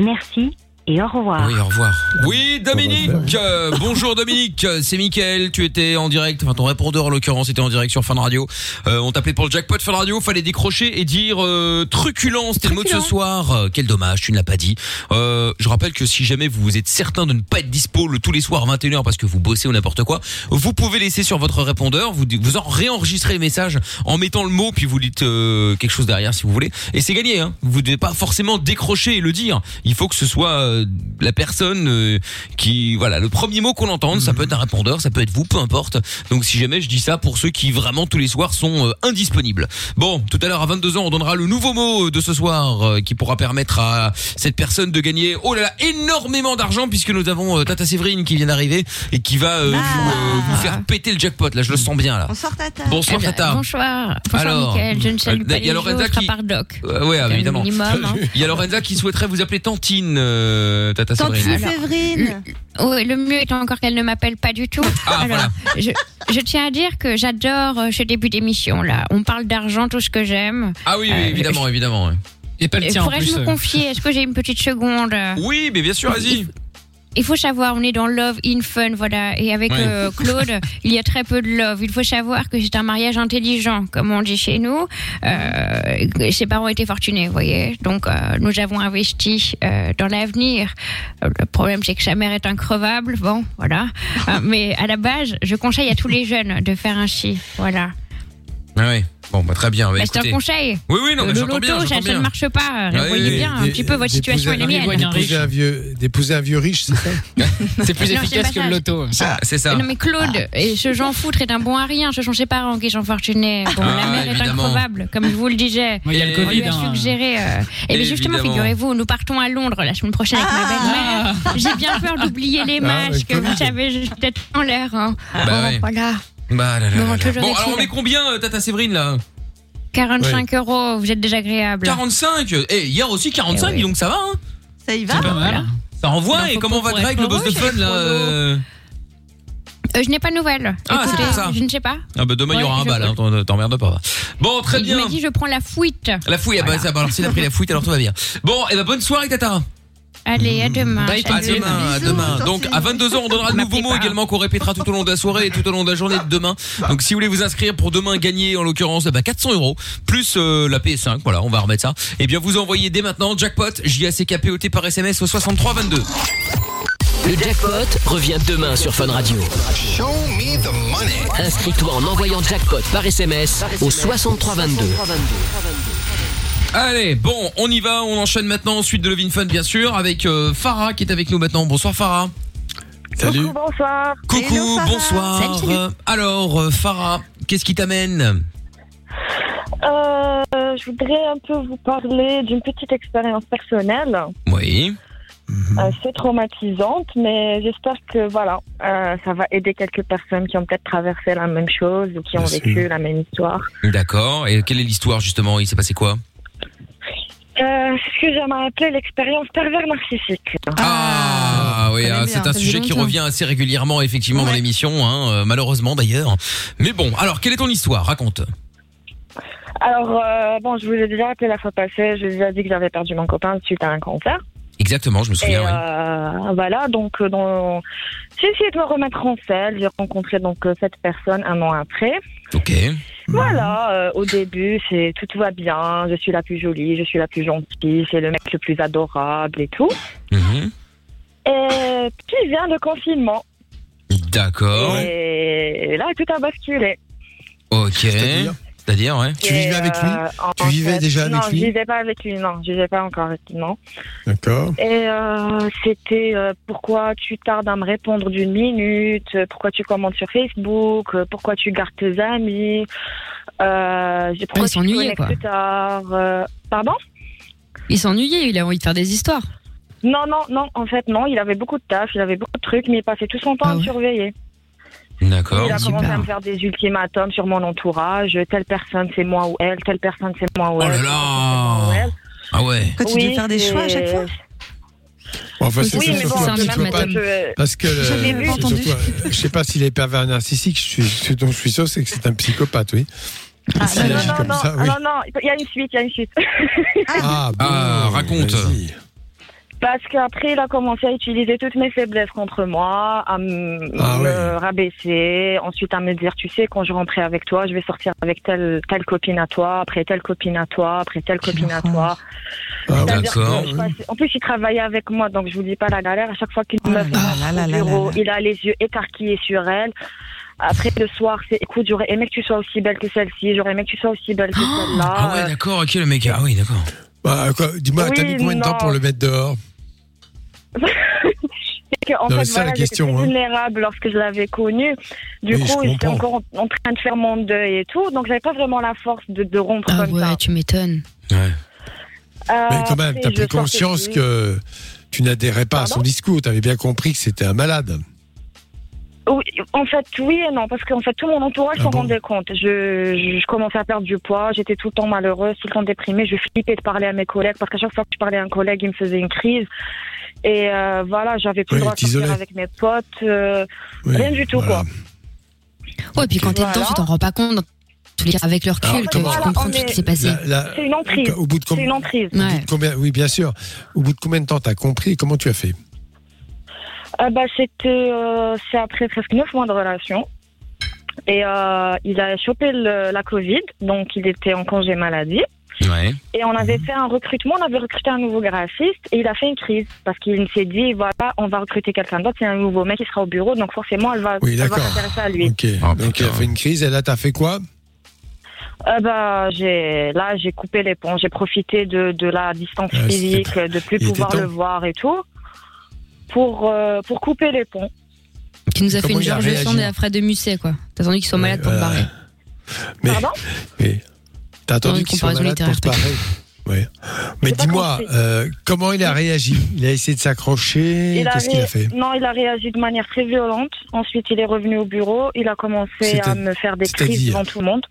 Speaker 13: Merci
Speaker 6: et au revoir.
Speaker 2: Oui, au revoir. Oui, Dominique euh, Bonjour Dominique, euh, c'est Mickaël, tu étais en direct, enfin ton répondeur en l'occurrence était en direct sur Fun Radio. Euh, on t'appelait pour le jackpot Fun Radio, fallait décrocher et dire euh, truculent, c'était le mot de ce soir. Euh, quel dommage, tu ne l'as pas dit. Euh, je rappelle que si jamais vous êtes certain de ne pas être dispo le, tous les soirs 21h parce que vous bossez ou n'importe quoi, vous pouvez laisser sur votre répondeur, vous, vous en réenregistrez le message en mettant le mot puis vous dites euh, quelque chose derrière si vous voulez. Et c'est gagné, hein. vous devez pas forcément décrocher et le dire. Il faut que ce soit euh, la personne euh, qui, voilà, le premier mot qu'on entende, ça peut être un répondeur, ça peut être vous, peu importe. Donc si jamais je dis ça pour ceux qui vraiment tous les soirs sont euh, indisponibles. Bon, tout à l'heure à 22h, on donnera le nouveau mot euh, de ce soir euh, qui pourra permettre à cette personne de gagner, oh là là, énormément d'argent puisque nous avons euh, Tata Séverine qui vient d'arriver et qui va euh, vous, euh, vous faire péter le jackpot. Là, je le sens bien là.
Speaker 15: Bonsoir Tata.
Speaker 2: Bonsoir,
Speaker 5: Eh ben,
Speaker 2: Tata.
Speaker 5: Bonsoir. Bonsoir
Speaker 2: Alors,
Speaker 5: Mickaël, je ne salue
Speaker 2: euh,
Speaker 5: pas
Speaker 2: il y a
Speaker 5: les
Speaker 2: Lorenza
Speaker 5: autres à
Speaker 2: qui-
Speaker 5: part Doc.
Speaker 2: Euh, ouais,
Speaker 5: un
Speaker 2: évidemment.
Speaker 5: minimum, hein.
Speaker 2: Il y a Lorenza qui souhaiterait vous appeler Tantine, euh, Tata Séverine.
Speaker 15: Séverine.
Speaker 5: euh, Oui, le mieux est encore qu'elle ne m'appelle pas du tout.
Speaker 2: Ah,
Speaker 5: Alors, je, je tiens à dire que j'adore euh, ce début d'émission là. On parle d'argent, tout ce que j'aime.
Speaker 2: Ah oui, oui,
Speaker 1: Euh,
Speaker 2: évidemment, évidemment. ouais.
Speaker 16: Et pas
Speaker 5: Et Pourrais-je
Speaker 2: euh.
Speaker 5: me confier Est-ce que j'ai une petite seconde
Speaker 2: Oui, mais bien sûr, vas-y.
Speaker 5: Il faut savoir, on est dans Love in Fun, voilà. Et avec
Speaker 2: Ouais.
Speaker 5: euh, Claude, il y a très peu de love. Il faut savoir que c'est un mariage intelligent, comme on dit chez nous. Euh, ses parents étaient fortunés, vous voyez. Donc, euh, nous avons investi euh, dans l'avenir. Euh, Le problème, c'est que sa mère est increvable. Bon, voilà. Euh, mais à la base, je conseille à tous les jeunes de faire ainsi, voilà.
Speaker 2: Ah ouais. Bon, bah, très bien. Bah,
Speaker 5: Bah, c'est un
Speaker 2: écoutez.
Speaker 5: conseil.
Speaker 2: Oui, oui, non, mais
Speaker 5: le
Speaker 2: j'entends bien,
Speaker 5: loto,
Speaker 2: j'entends
Speaker 5: ça, ça ne
Speaker 2: bien. Ah
Speaker 5: marche pas. vous
Speaker 2: Ouais,
Speaker 5: voyez
Speaker 2: ouais,
Speaker 5: Ah, bien un petit peu votre situation et la mienne.
Speaker 3: D'épouser un vieux, d'épouser un vieux riche, c'est ça
Speaker 16: C'est
Speaker 5: plus Non, c'est efficace pas que ça. le
Speaker 16: loto.
Speaker 2: Ah, C'est ça. Ah.
Speaker 5: Non mais Claude, et ce Jean Foutre est un bon à rien, ce sont ses parents qui sont fortunés. Bon,
Speaker 2: Ah,
Speaker 5: la mère
Speaker 2: évidemment.
Speaker 5: est incroyable, comme je vous le disais.
Speaker 2: Oui, il y a le
Speaker 5: On lui
Speaker 2: Covid,
Speaker 5: a
Speaker 2: hein.
Speaker 5: suggéré. euh, Et bien justement,
Speaker 2: Évidemment.
Speaker 5: figurez-vous, nous partons à Londres la semaine prochaine avec ma belle-mère. J'ai bien peur d'oublier les
Speaker 2: Ah,
Speaker 5: masques,
Speaker 2: mais Covid.
Speaker 5: vous savez, je suis peut-être en l'air. hein.
Speaker 2: Bah
Speaker 5: Bon,
Speaker 2: ouais.
Speaker 5: Voilà,
Speaker 2: Bah, là, là,
Speaker 5: Bon,
Speaker 2: là, là.
Speaker 5: toujours
Speaker 2: Bon,
Speaker 5: est-il.
Speaker 2: alors on met combien, euh, Tata Séverine, là
Speaker 5: 45 euros, vous êtes désagréable.
Speaker 2: 45 Et euh, hier aussi 45,
Speaker 5: Ah, Eh
Speaker 2: dis donc ça va, hein
Speaker 15: Ça y
Speaker 2: C'est pas mal. Ça renvoie,
Speaker 5: Bah,
Speaker 2: et
Speaker 5: faut
Speaker 2: comment
Speaker 5: qu'on
Speaker 2: va
Speaker 5: pourrait
Speaker 2: Greg, le boss de
Speaker 5: prendre
Speaker 2: fun, là euh,
Speaker 5: Euh, je n'ai pas de nouvelles.
Speaker 2: Ah, c'est
Speaker 5: Écoutez,
Speaker 2: pour ça.
Speaker 5: Je ne sais pas.
Speaker 2: Ah, bah, demain, il y
Speaker 5: Ouais,
Speaker 2: aura un
Speaker 5: je-
Speaker 2: bal, hein, t'en- t'emmerdes pas. va. Bon, très
Speaker 5: Il
Speaker 2: bien.
Speaker 5: m'a dit je prends la fuite.
Speaker 2: La fouille, ah bah, ça, bah, alors s'il a pris la fouille, alors tout va bien. Bon, et bah, bonne soirée, Tata.
Speaker 5: Allez, à demain.
Speaker 2: à
Speaker 5: salut.
Speaker 2: demain, à demain. Donc à 22h on donnera le nouveau mot également qu'on répétera tout au long de la soirée et tout au long de la journée de demain. Donc si vous voulez vous inscrire pour demain gagner en l'occurrence eh ben, 400 euros plus euh, la PS5, voilà on va remettre ça. Et bien vous envoyez dès maintenant jackpot J A C K P O T par SMS au 63 22.
Speaker 1: Le jackpot revient demain sur Fun Radio.
Speaker 17: Show me the money.
Speaker 1: Inscris-toi en envoyant jackpot par SMS au 6322.
Speaker 2: Allez, bon, on y va, on enchaîne maintenant ensuite de Levin Fun bien sûr avec euh, Farah qui est avec nous maintenant. Bonsoir Farah. Salut.
Speaker 14: Bonsoir.
Speaker 2: Coucou, bonsoir. Euh, Alors euh, Farah, qu'est-ce qui t'amène
Speaker 14: Euh, je voudrais un peu vous parler d'une petite expérience personnelle.
Speaker 2: Oui.
Speaker 14: assez traumatisante, mais j'espère que voilà, euh, ça va aider quelques personnes qui ont peut-être traversé la même chose ou qui ont vécu la même histoire.
Speaker 2: D'accord, et quelle est l'histoire justement Il s'est passé quoi
Speaker 14: Euh, c'est ce que j'aimerais appeler l'expérience pervers narcissique.
Speaker 2: Ah oui, ah, c'est un sujet qui revient assez régulièrement effectivement dans l'émission, hein, euh, malheureusement d'ailleurs. Mais bon, alors quelle est ton histoire Raconte.
Speaker 14: Alors, euh, bon, je vous ai déjà appelé la fois passée, je vous ai déjà dit que j'avais perdu mon copain suite à un cancer.
Speaker 2: Exactement, je me
Speaker 14: Et
Speaker 2: souviens. oui.
Speaker 14: euh, voilà, donc euh, dans... j'ai essayé de me remettre en selle. J'ai rencontré donc euh, cette personne un an après.
Speaker 2: Ok.
Speaker 14: Voilà, euh, au début, c'est tout va bien. Je suis la plus jolie, je suis la plus gentille, c'est le mec le plus adorable et tout.
Speaker 3: Mhm.
Speaker 14: Et puis vient le confinement.
Speaker 3: Oh.
Speaker 2: D'accord.
Speaker 14: Et là, tout a basculé.
Speaker 2: Ok. C'est-à-dire, ouais.
Speaker 14: Et, euh, en
Speaker 3: Tu vivais
Speaker 14: fait,
Speaker 3: déjà avec
Speaker 14: non,
Speaker 3: lui
Speaker 14: je vivais pas avec lui, non. Je vivais pas encore avec lui, non.
Speaker 3: D'accord.
Speaker 14: Et euh, c'était euh, pourquoi tu tardes à me répondre d'une minute, euh, pourquoi tu commentes sur Facebook, euh, pourquoi tu gardes tes amis, euh, j'ai- pourquoi
Speaker 5: il
Speaker 14: tu te connectes
Speaker 5: s'ennuyait, Ah, quoi.
Speaker 14: plus tard. euh, pardon
Speaker 5: Il s'ennuyait, il a envie de faire des histoires.
Speaker 14: Non, non, non, en fait, non, il avait beaucoup de taf, il avait beaucoup de trucs, mais il passait tout son
Speaker 5: Ah
Speaker 14: temps à me surveiller.
Speaker 2: D'accord.
Speaker 14: Il a commencé à me faire des ultimatums sur mon entourage, telle personne c'est moi ou elle, telle personne c'est moi ou elle.
Speaker 2: Oh là là Ah ouais.
Speaker 14: Quand
Speaker 15: tu devais faire des choix à chaque fois
Speaker 3: Enfin,
Speaker 14: Oui, mais
Speaker 3: surtout
Speaker 14: bon,
Speaker 3: un
Speaker 14: c'est
Speaker 3: petit
Speaker 14: même
Speaker 3: peu
Speaker 14: pas
Speaker 3: pas-
Speaker 14: que-
Speaker 3: Parce que le-
Speaker 14: J'avais même
Speaker 3: c'est
Speaker 14: entendu.
Speaker 3: surtout un- je sais pas s'il est pervers narcissique. Je suis, ce dont je suis sûr, c'est que c'est un psychopathe, oui.
Speaker 14: Ah,
Speaker 3: S'il
Speaker 14: non,
Speaker 3: agit
Speaker 14: non,
Speaker 3: comme
Speaker 14: non,
Speaker 3: ça,
Speaker 14: ah,
Speaker 3: oui.
Speaker 14: non, non, il y a une suite, il y a une suite.
Speaker 3: Ah, bon,
Speaker 2: Ah, raconte.
Speaker 3: vas-y.
Speaker 14: Parce qu'après, il a commencé à utiliser toutes mes faiblesses contre moi, à m-
Speaker 18: Ah
Speaker 14: me
Speaker 18: ouais.
Speaker 14: rabaisser, ensuite à me dire, tu sais, quand je rentrais avec toi, je vais sortir avec telle, telle copine à toi, après telle copine à toi, après telle copine à toi.
Speaker 18: Ah
Speaker 14: C'est-à-dire
Speaker 18: d'accord.
Speaker 14: que je passais- En plus, il travaillait avec moi, donc je vous dis pas la galère. À chaque fois qu'il
Speaker 18: Ah
Speaker 14: me fait au bureau, il a les yeux écarquillés sur elle. Après, le soir, c'est, écoute, j'aurais aimé que tu sois aussi belle que celle-ci, j'aurais aimé que tu sois aussi belle que
Speaker 18: Oh,
Speaker 14: celle-là.
Speaker 2: Ah ouais, d'accord, ok, le mec. Ah oui, d'accord.
Speaker 3: Bah, quoi, dis-moi, t'as
Speaker 14: euh, Oui,
Speaker 3: mis combien de temps
Speaker 14: non.
Speaker 3: pour le mettre dehors
Speaker 14: C'est que, en
Speaker 3: Non, mais
Speaker 14: fait,
Speaker 3: c'est ça,
Speaker 14: voilà,
Speaker 3: la question,
Speaker 14: j'étais
Speaker 3: hein.
Speaker 14: vulnérable lorsque je l'avais connu. Du
Speaker 4: Oui, je
Speaker 14: coup, j'étais
Speaker 4: comprends.
Speaker 14: encore en, en train de faire mon deuil et tout, donc j'avais pas vraiment la force de, de rompre
Speaker 4: Ah
Speaker 14: comme ça.
Speaker 4: ouais, tu m'étonnes.
Speaker 3: Mais
Speaker 14: Euh,
Speaker 3: quand même, t'as pris conscience que tu n'adhérais pas à son discours. T'avais bien compris que c'était un malade.
Speaker 14: Oui, en fait, oui et non, parce qu'en fait, tout mon entourage
Speaker 3: Ah
Speaker 14: s'en
Speaker 3: bon
Speaker 14: rendait compte. Je, je, je commençais à perdre du poids, j'étais tout le temps malheureuse, tout le temps déprimée. Je flippais de parler à mes collègues, parce qu'à chaque fois que je parlais à un collègue, il me faisait une crise. Et euh, voilà, j'avais plus
Speaker 4: Oui,
Speaker 14: le droit de sortir
Speaker 4: t'isolais.
Speaker 14: avec mes potes, euh, rien du tout, quoi.
Speaker 4: Ouais, puis quand t'es dedans, tu t'en rends pas compte. Dans tous les cas, avec le recul, que tu comprends tout ce qui s'est passé.
Speaker 3: La- la-
Speaker 14: C'est une emprise.
Speaker 3: Au bout de
Speaker 14: C'est
Speaker 3: combien
Speaker 14: une emprise.
Speaker 3: au bout de combien- Oui, bien sûr. Au bout de combien de temps t'as compris et comment tu as fait
Speaker 14: Ah bah, c'était, euh, c'est après presque 9 mois de relation. Et euh, il a chopé le- la Covid, donc il était en congé maladie.
Speaker 2: Ouais.
Speaker 14: Et on
Speaker 3: Mhm.
Speaker 14: avait fait un recrutement, on avait recruté un nouveau graphiste et il a fait une crise parce qu'il s'est dit voilà, on va recruter quelqu'un d'autre, c'est un nouveau mec qui sera au bureau, donc forcément elle va,
Speaker 3: Oui,
Speaker 14: elle va
Speaker 3: d'accord.
Speaker 14: s'intéresser à lui.
Speaker 3: Ok. Donc il a fait une crise et là t'as fait quoi
Speaker 14: Euh, bah, j'ai, là, j'ai coupé les ponts, j'ai profité de, de la distance
Speaker 3: c'était-
Speaker 14: physique, de plus
Speaker 3: il était
Speaker 14: pouvoir
Speaker 3: temps.
Speaker 14: le voir et tout, pour, euh, pour couper les ponts.
Speaker 4: Qui nous a fait
Speaker 3: Comment
Speaker 4: une
Speaker 3: il a
Speaker 4: George Sand
Speaker 3: réagi
Speaker 4: et Fred de Musset, quoi. T'as attendu qu'ils soient malades pour te barrer.
Speaker 3: Euh, Mais, mais t'as
Speaker 4: Dans
Speaker 3: attendu
Speaker 4: une
Speaker 3: qu'il soit
Speaker 4: comparaison
Speaker 3: malade pour se
Speaker 4: littéraire,
Speaker 3: barrer. Ouais. Mais dis-moi, euh, comment il a réagi Il a essayé de s'accrocher Qu'est-ce qu'il
Speaker 14: avait-
Speaker 3: a fait
Speaker 14: Non, il a réagi de manière très violente. Ensuite, il est revenu au bureau. Il a commencé à
Speaker 3: C'est-à-
Speaker 14: me faire des crises
Speaker 3: c'est-à-dire
Speaker 14: devant tout le monde.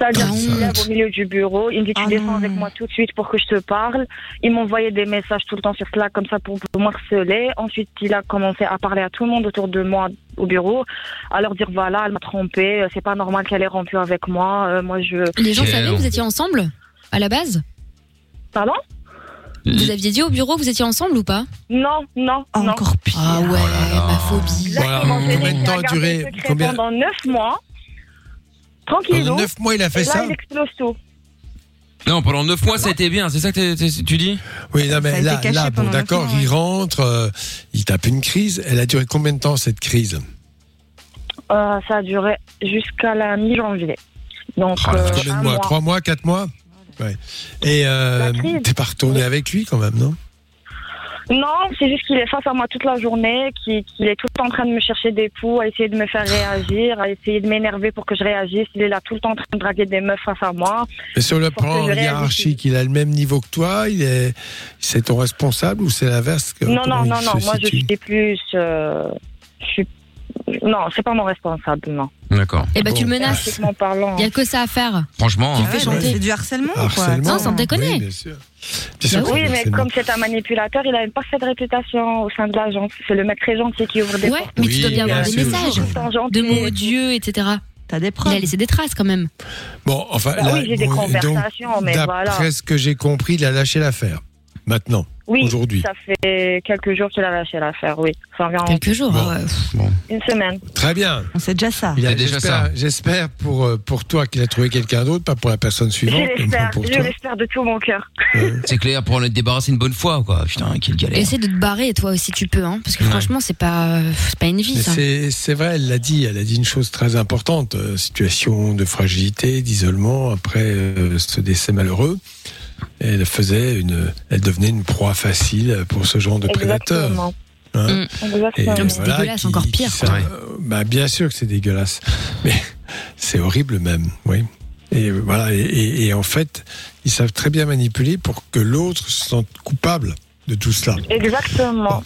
Speaker 3: Ah,
Speaker 14: C'est-à-dire qu'il me lève au milieu du bureau. Il me dit
Speaker 4: Ah
Speaker 14: Tu descends avec moi tout de suite pour que je te parle. Il m'envoyait des messages tout le temps sur Slack comme ça pour pour me harceler. Ensuite, il a commencé à parler à tout le monde autour de moi au bureau, à leur dire Voilà, elle m'a trompé. C'est pas normal qu'elle ait rompu avec moi. Euh, moi, je.
Speaker 4: Les gens savaient que vous étiez ensemble à la base
Speaker 14: Pardon
Speaker 4: Vous aviez dit au bureau que vous étiez ensemble ou pas
Speaker 14: Non, non,
Speaker 4: Encore pire. Ah ouais, ma phobie.
Speaker 3: Voilà, Combien de temps a duré combien...
Speaker 14: Pendant 9 mois, tranquille.
Speaker 2: Pendant neuf mois, il a fait
Speaker 14: et
Speaker 2: ça
Speaker 14: Là, il explose tout.
Speaker 2: Non, pendant 9 mois, ça a été bien, c'est ça que t'es- t'es- tu dis
Speaker 3: Oui, non, mais là, là bon, d'accord, il rentre, euh, il tape une crise. Elle a duré combien de temps cette crise
Speaker 14: Euh, ça a duré jusqu'à la mi-janvier. Donc, euh,
Speaker 3: Combien de
Speaker 14: un
Speaker 3: mois
Speaker 14: mois.
Speaker 3: Trois mois, quatre mois Ouais. Et euh,
Speaker 14: crise.
Speaker 3: t'es pas retourné avec lui quand même, non
Speaker 14: Non, c'est juste qu'il est face à moi toute la journée, qu'il qu'il est tout le temps en train de me chercher des poux, à essayer de me faire réagir, à essayer de m'énerver pour que je réagisse. Il est là tout le temps en train de draguer des meufs face à moi.
Speaker 3: Et sur le
Speaker 14: Pour que
Speaker 3: plan
Speaker 14: je réagisse.
Speaker 3: hiérarchique, il a le même niveau que toi Il est, c'est ton responsable ou c'est l'inverse que-
Speaker 14: Non,
Speaker 3: comment
Speaker 14: non,
Speaker 3: il
Speaker 14: non,
Speaker 3: se
Speaker 14: non. Moi, je
Speaker 3: situe
Speaker 14: suis plus. euh, je suis... Non, c'est pas mon responsable, non.
Speaker 2: D'accord.
Speaker 4: Eh ben, tu le menaces.
Speaker 14: Pratiquement parlant.
Speaker 4: Il y a que ça à faire.
Speaker 2: Franchement,
Speaker 4: Tu
Speaker 2: hein.
Speaker 4: fais chanter.
Speaker 5: C'est du harcèlement,
Speaker 4: Harcèlement, Non, sans déconner. Bah oui, bien
Speaker 3: Bien sûr que
Speaker 14: oui,
Speaker 3: c'est
Speaker 14: mais
Speaker 3: harcèlement.
Speaker 14: comme c'est un manipulateur, il a une parfaite réputation au sein de l'agence. C'est le mec très gentil qui ouvre des
Speaker 4: Ouais,
Speaker 14: portes.
Speaker 4: mais tu dois bien
Speaker 3: Oui,
Speaker 4: avoir
Speaker 3: bien sûr.
Speaker 4: des messages, de mots odieux, etc.
Speaker 5: T'as des preuves.
Speaker 4: Il a laissé des traces quand même.
Speaker 3: Bon, enfin,
Speaker 4: Bah
Speaker 3: là,
Speaker 4: oui, j'ai des
Speaker 3: bon,
Speaker 4: conversations,
Speaker 3: donc,
Speaker 4: mais
Speaker 3: d'après
Speaker 4: voilà.
Speaker 3: ce que j'ai compris, il a lâché l'affaire. Maintenant,
Speaker 14: Oui,
Speaker 3: aujourd'hui.
Speaker 14: ça fait quelques jours qu'il a lâché l'affaire, oui. C'est environ
Speaker 4: Quelques jours, hein,
Speaker 14: une semaine.
Speaker 3: Très bien.
Speaker 5: C'est déjà ça.
Speaker 3: Il a
Speaker 2: C'est déjà
Speaker 3: j'espère-
Speaker 2: ça.
Speaker 3: J'espère pour, euh, pour toi qu'il a trouvé quelqu'un d'autre, pas pour la personne
Speaker 14: Je
Speaker 3: suivante, euh, mais
Speaker 14: l'espère,
Speaker 3: pour
Speaker 14: je
Speaker 3: toi.
Speaker 14: l'espère de tout mon cœur.
Speaker 2: C'est clair, pour en être débarrassé une bonne fois, quoi. Putain, quelle galère.
Speaker 4: Essaie de te barrer, toi aussi, tu peux, hein, parce que
Speaker 3: Ouais.
Speaker 4: franchement, c'est pas, euh, c'est pas une vie,
Speaker 3: Mais
Speaker 4: ça.
Speaker 3: C'est c'est vrai, elle l'a dit, elle a dit une chose très importante, euh, situation de fragilité, d'isolement après euh, ce décès malheureux. Elle faisait une, elle devenait une proie facile pour ce genre de prédateur.
Speaker 14: Exactement.
Speaker 3: Hein.
Speaker 4: Mm.
Speaker 3: Et
Speaker 4: Non, mais c'est
Speaker 3: voilà,
Speaker 4: dégueulasse,
Speaker 3: qui-
Speaker 4: encore
Speaker 3: qui
Speaker 4: pire.
Speaker 3: sert- euh, bah, bien sûr que c'est dégueulasse, mais c'est horrible même, oui. Et voilà, et, et- et en fait, ils savent très bien manipuler pour que l'autre se sente coupable de tout cela.
Speaker 14: Exactement.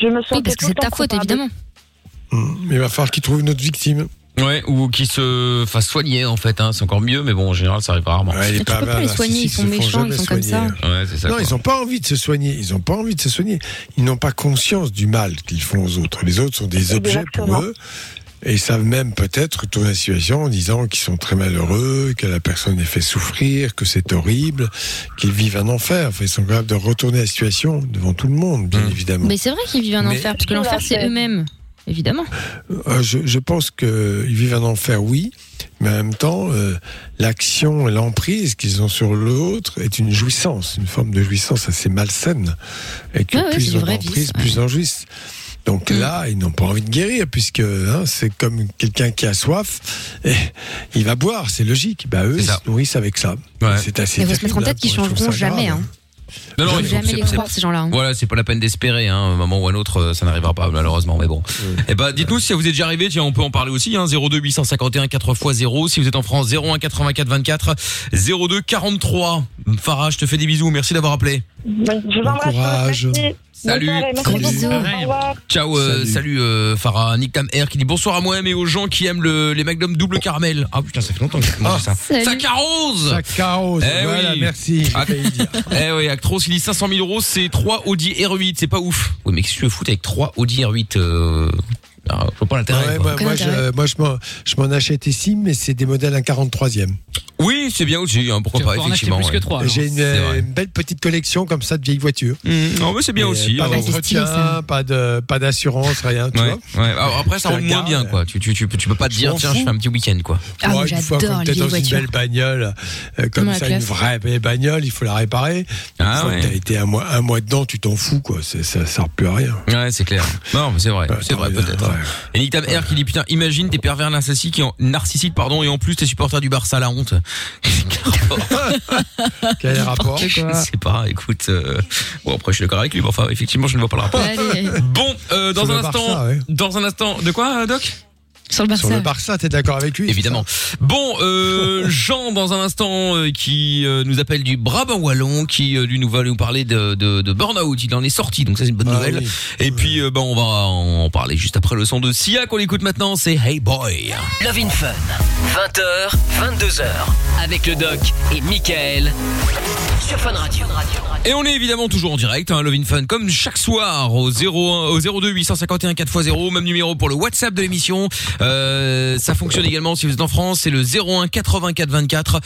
Speaker 14: Je me sens
Speaker 4: Oui, parce que c'est de ta faute, évidemment.
Speaker 3: Mais il va falloir qu'ils trouvent une autre victime.
Speaker 2: Ouais, ou qui se fasse soigner en fait, hein. c'est encore mieux, mais bon, en général, ça arrive rarement.
Speaker 3: les Tu peux pas hein,
Speaker 4: les barbares soigner, narcissiques ils sont se font méchants, jamais ils sont comme soigner.
Speaker 2: Ouais, c'est ça.
Speaker 3: non,
Speaker 2: quoi.
Speaker 3: ils n'ont pas envie de se soigner. Ils n'ont pas envie de se soigner. Ils n'ont pas conscience du mal qu'ils font aux autres. Les autres sont des objets pour
Speaker 14: Exactement.
Speaker 3: eux. Et ils savent même peut-être retourner la situation en disant qu'ils sont très malheureux, que la personne les fait souffrir, que c'est horrible, qu'ils vivent un enfer. Enfin, ils sont capables de retourner la situation devant tout le monde, bien évidemment.
Speaker 4: Mais c'est vrai qu'ils vivent un
Speaker 3: Mais-
Speaker 4: enfer, parce que l'enfer, c'est eux-mêmes, évidemment.
Speaker 3: Euh, je, je pense qu'ils vivent un enfer, oui, mais en même temps, euh, l'action et l'emprise qu'ils ont sur l'autre est une jouissance, une forme de jouissance assez malsaine. Et que
Speaker 4: Ah Ouais, ouais, Mm. c'est
Speaker 3: plus
Speaker 4: une
Speaker 3: ils ont
Speaker 4: vraie
Speaker 3: d'emprise,
Speaker 4: vice,
Speaker 3: plus ils en jouissent. Donc là, ils n'ont pas envie de guérir, puisque hein, c'est comme quelqu'un qui a soif, et il va boire, c'est logique. Bah, eux, ils se nourrissent avec ça. C'est assez
Speaker 4: Il faut se mettre en
Speaker 3: terrible,
Speaker 4: tête qu'ils
Speaker 3: hein, je trouve
Speaker 4: changeront
Speaker 3: ça grave.
Speaker 4: jamais. Hein.
Speaker 2: Non, non,
Speaker 4: Faut
Speaker 2: il faut-
Speaker 4: jamais
Speaker 2: c'est-
Speaker 4: les
Speaker 2: c'est-
Speaker 4: croire, ces gens-là. hein.
Speaker 2: Voilà, c'est pas la peine d'espérer, hein. un moment ou un autre, euh, ça n'arrivera pas malheureusement, mais bon.
Speaker 3: Mm.
Speaker 2: Eh ben, dites-nous si ça vous est déjà arrivé, tiens, on peut en parler aussi, hein, 02 851 4x0, si vous êtes en France, 01 84 24 02 43. Farah, je te fais des bisous, merci d'avoir appelé.
Speaker 14: Je vous embrasse.
Speaker 3: Courage.
Speaker 14: Merci.
Speaker 2: Salut.
Speaker 14: Bonne soirée, merci
Speaker 2: Bisous.
Speaker 14: beaucoup. Au revoir.
Speaker 2: Ciao, euh, salut, euh, Farah, Nick Tam Air qui dit bonsoir à moi-même et aux gens qui aiment le, les McDom double caramel. Ah putain, ça fait longtemps que j'ai mangé ça. Ça carose
Speaker 3: Ah, Ça carose,
Speaker 2: Eh
Speaker 3: voilà,
Speaker 2: oui.
Speaker 3: merci.
Speaker 2: Ah, eh oui, Actros, il dit 500 000 euros, c'est 3 Audi R8, c'est pas ouf. Oui, mais qu'est-ce que tu veux foutre avec 3 Audi R8 euh... alors, je vois pas
Speaker 3: Ouais,
Speaker 2: l'intérêt. quoi.
Speaker 3: moi, moi, je, moi, je m'en- je m'en achète ici, mais c'est des modèles à 43e.
Speaker 2: Oui, c'est bien aussi, hein, pourquoi
Speaker 3: Tu vas
Speaker 2: pas,
Speaker 3: pouvoir en acheter
Speaker 2: effectivement.
Speaker 3: plus que
Speaker 2: ouais.
Speaker 3: trois, alors. J'ai une, euh,
Speaker 2: C'est vrai.
Speaker 3: une belle petite collection comme ça de vieilles voitures.
Speaker 2: Non, mais c'est bien
Speaker 3: Et,
Speaker 2: aussi,
Speaker 3: Pas
Speaker 2: ouais.
Speaker 3: d'entretien,
Speaker 2: C'est stylé, ça.
Speaker 3: pas de- pas d'assurance, rien. Tu
Speaker 2: Ouais,
Speaker 3: vois
Speaker 2: ouais. Alors, après, ça
Speaker 3: Je la
Speaker 2: roule moins
Speaker 3: garde.
Speaker 2: bien, quoi. Tu, tu, tu, peux- tu peux pas te
Speaker 3: Je
Speaker 2: dire,
Speaker 3: m'en
Speaker 2: tiens, je
Speaker 3: fous.
Speaker 2: fais un petit week-end, quoi.
Speaker 4: Ah, moi,
Speaker 3: Ouais, une fois,
Speaker 4: j'adore
Speaker 3: quand
Speaker 4: les
Speaker 3: t'es dans
Speaker 4: vieilles
Speaker 3: une belle
Speaker 4: voitures.
Speaker 3: bagnole, euh, comme
Speaker 4: Ouais,
Speaker 3: ça,
Speaker 4: classe.
Speaker 3: une vraie vieille bagnole, il faut la réparer.
Speaker 2: Ah,
Speaker 3: Une fois que
Speaker 2: ouais.
Speaker 3: t'as été un mois, un mois dedans, tu t'en fous, quoi. C'est- Ça, ça sert plus à rien.
Speaker 2: Ouais, c'est clair. Non, mais c'est vrai, c'est vrai
Speaker 3: Ah,
Speaker 2: peut-être.
Speaker 3: ouais.
Speaker 2: Et Nick Tam Air qui dit putain, imagine t'es pervers narcissique, qui en- narcissique pardon, et en plus t'es supporter du Barça, la honte.
Speaker 3: Quel rapport
Speaker 2: Je sais pas. Écoute, euh, bon après je suis d'accord avec lui, mais enfin effectivement je ne vois pas le rapport. Bon, euh, dans
Speaker 3: Sur
Speaker 2: un
Speaker 3: le
Speaker 2: instant,
Speaker 3: Barça, ouais.
Speaker 2: dans un instant, de quoi, euh, Doc
Speaker 4: Sur le
Speaker 3: Sur le Barça, t'es d'accord avec lui
Speaker 2: Évidemment. Bon, euh, Jean, dans un instant, euh, qui euh, nous appelle du Brabant Wallon, qui euh, lui nous va nous parler de, de, de burn-out. Il en est sorti, donc ça c'est une
Speaker 3: Ah
Speaker 2: bonne nouvelle. Et puis, euh, ben, on va en parler juste après le son de Sia qu'on écoute maintenant, c'est Hey Boy.
Speaker 1: Love in Fun, 20h, 22h, avec le doc et Michael sur Fun Radio.
Speaker 2: Et on est évidemment toujours en direct, hein, Love in Fun, comme chaque soir au 01, au 02 851 4x0, même numéro pour le WhatsApp de l'émission. Euh, ça fonctionne également si vous êtes en France, c'est le 01 84 24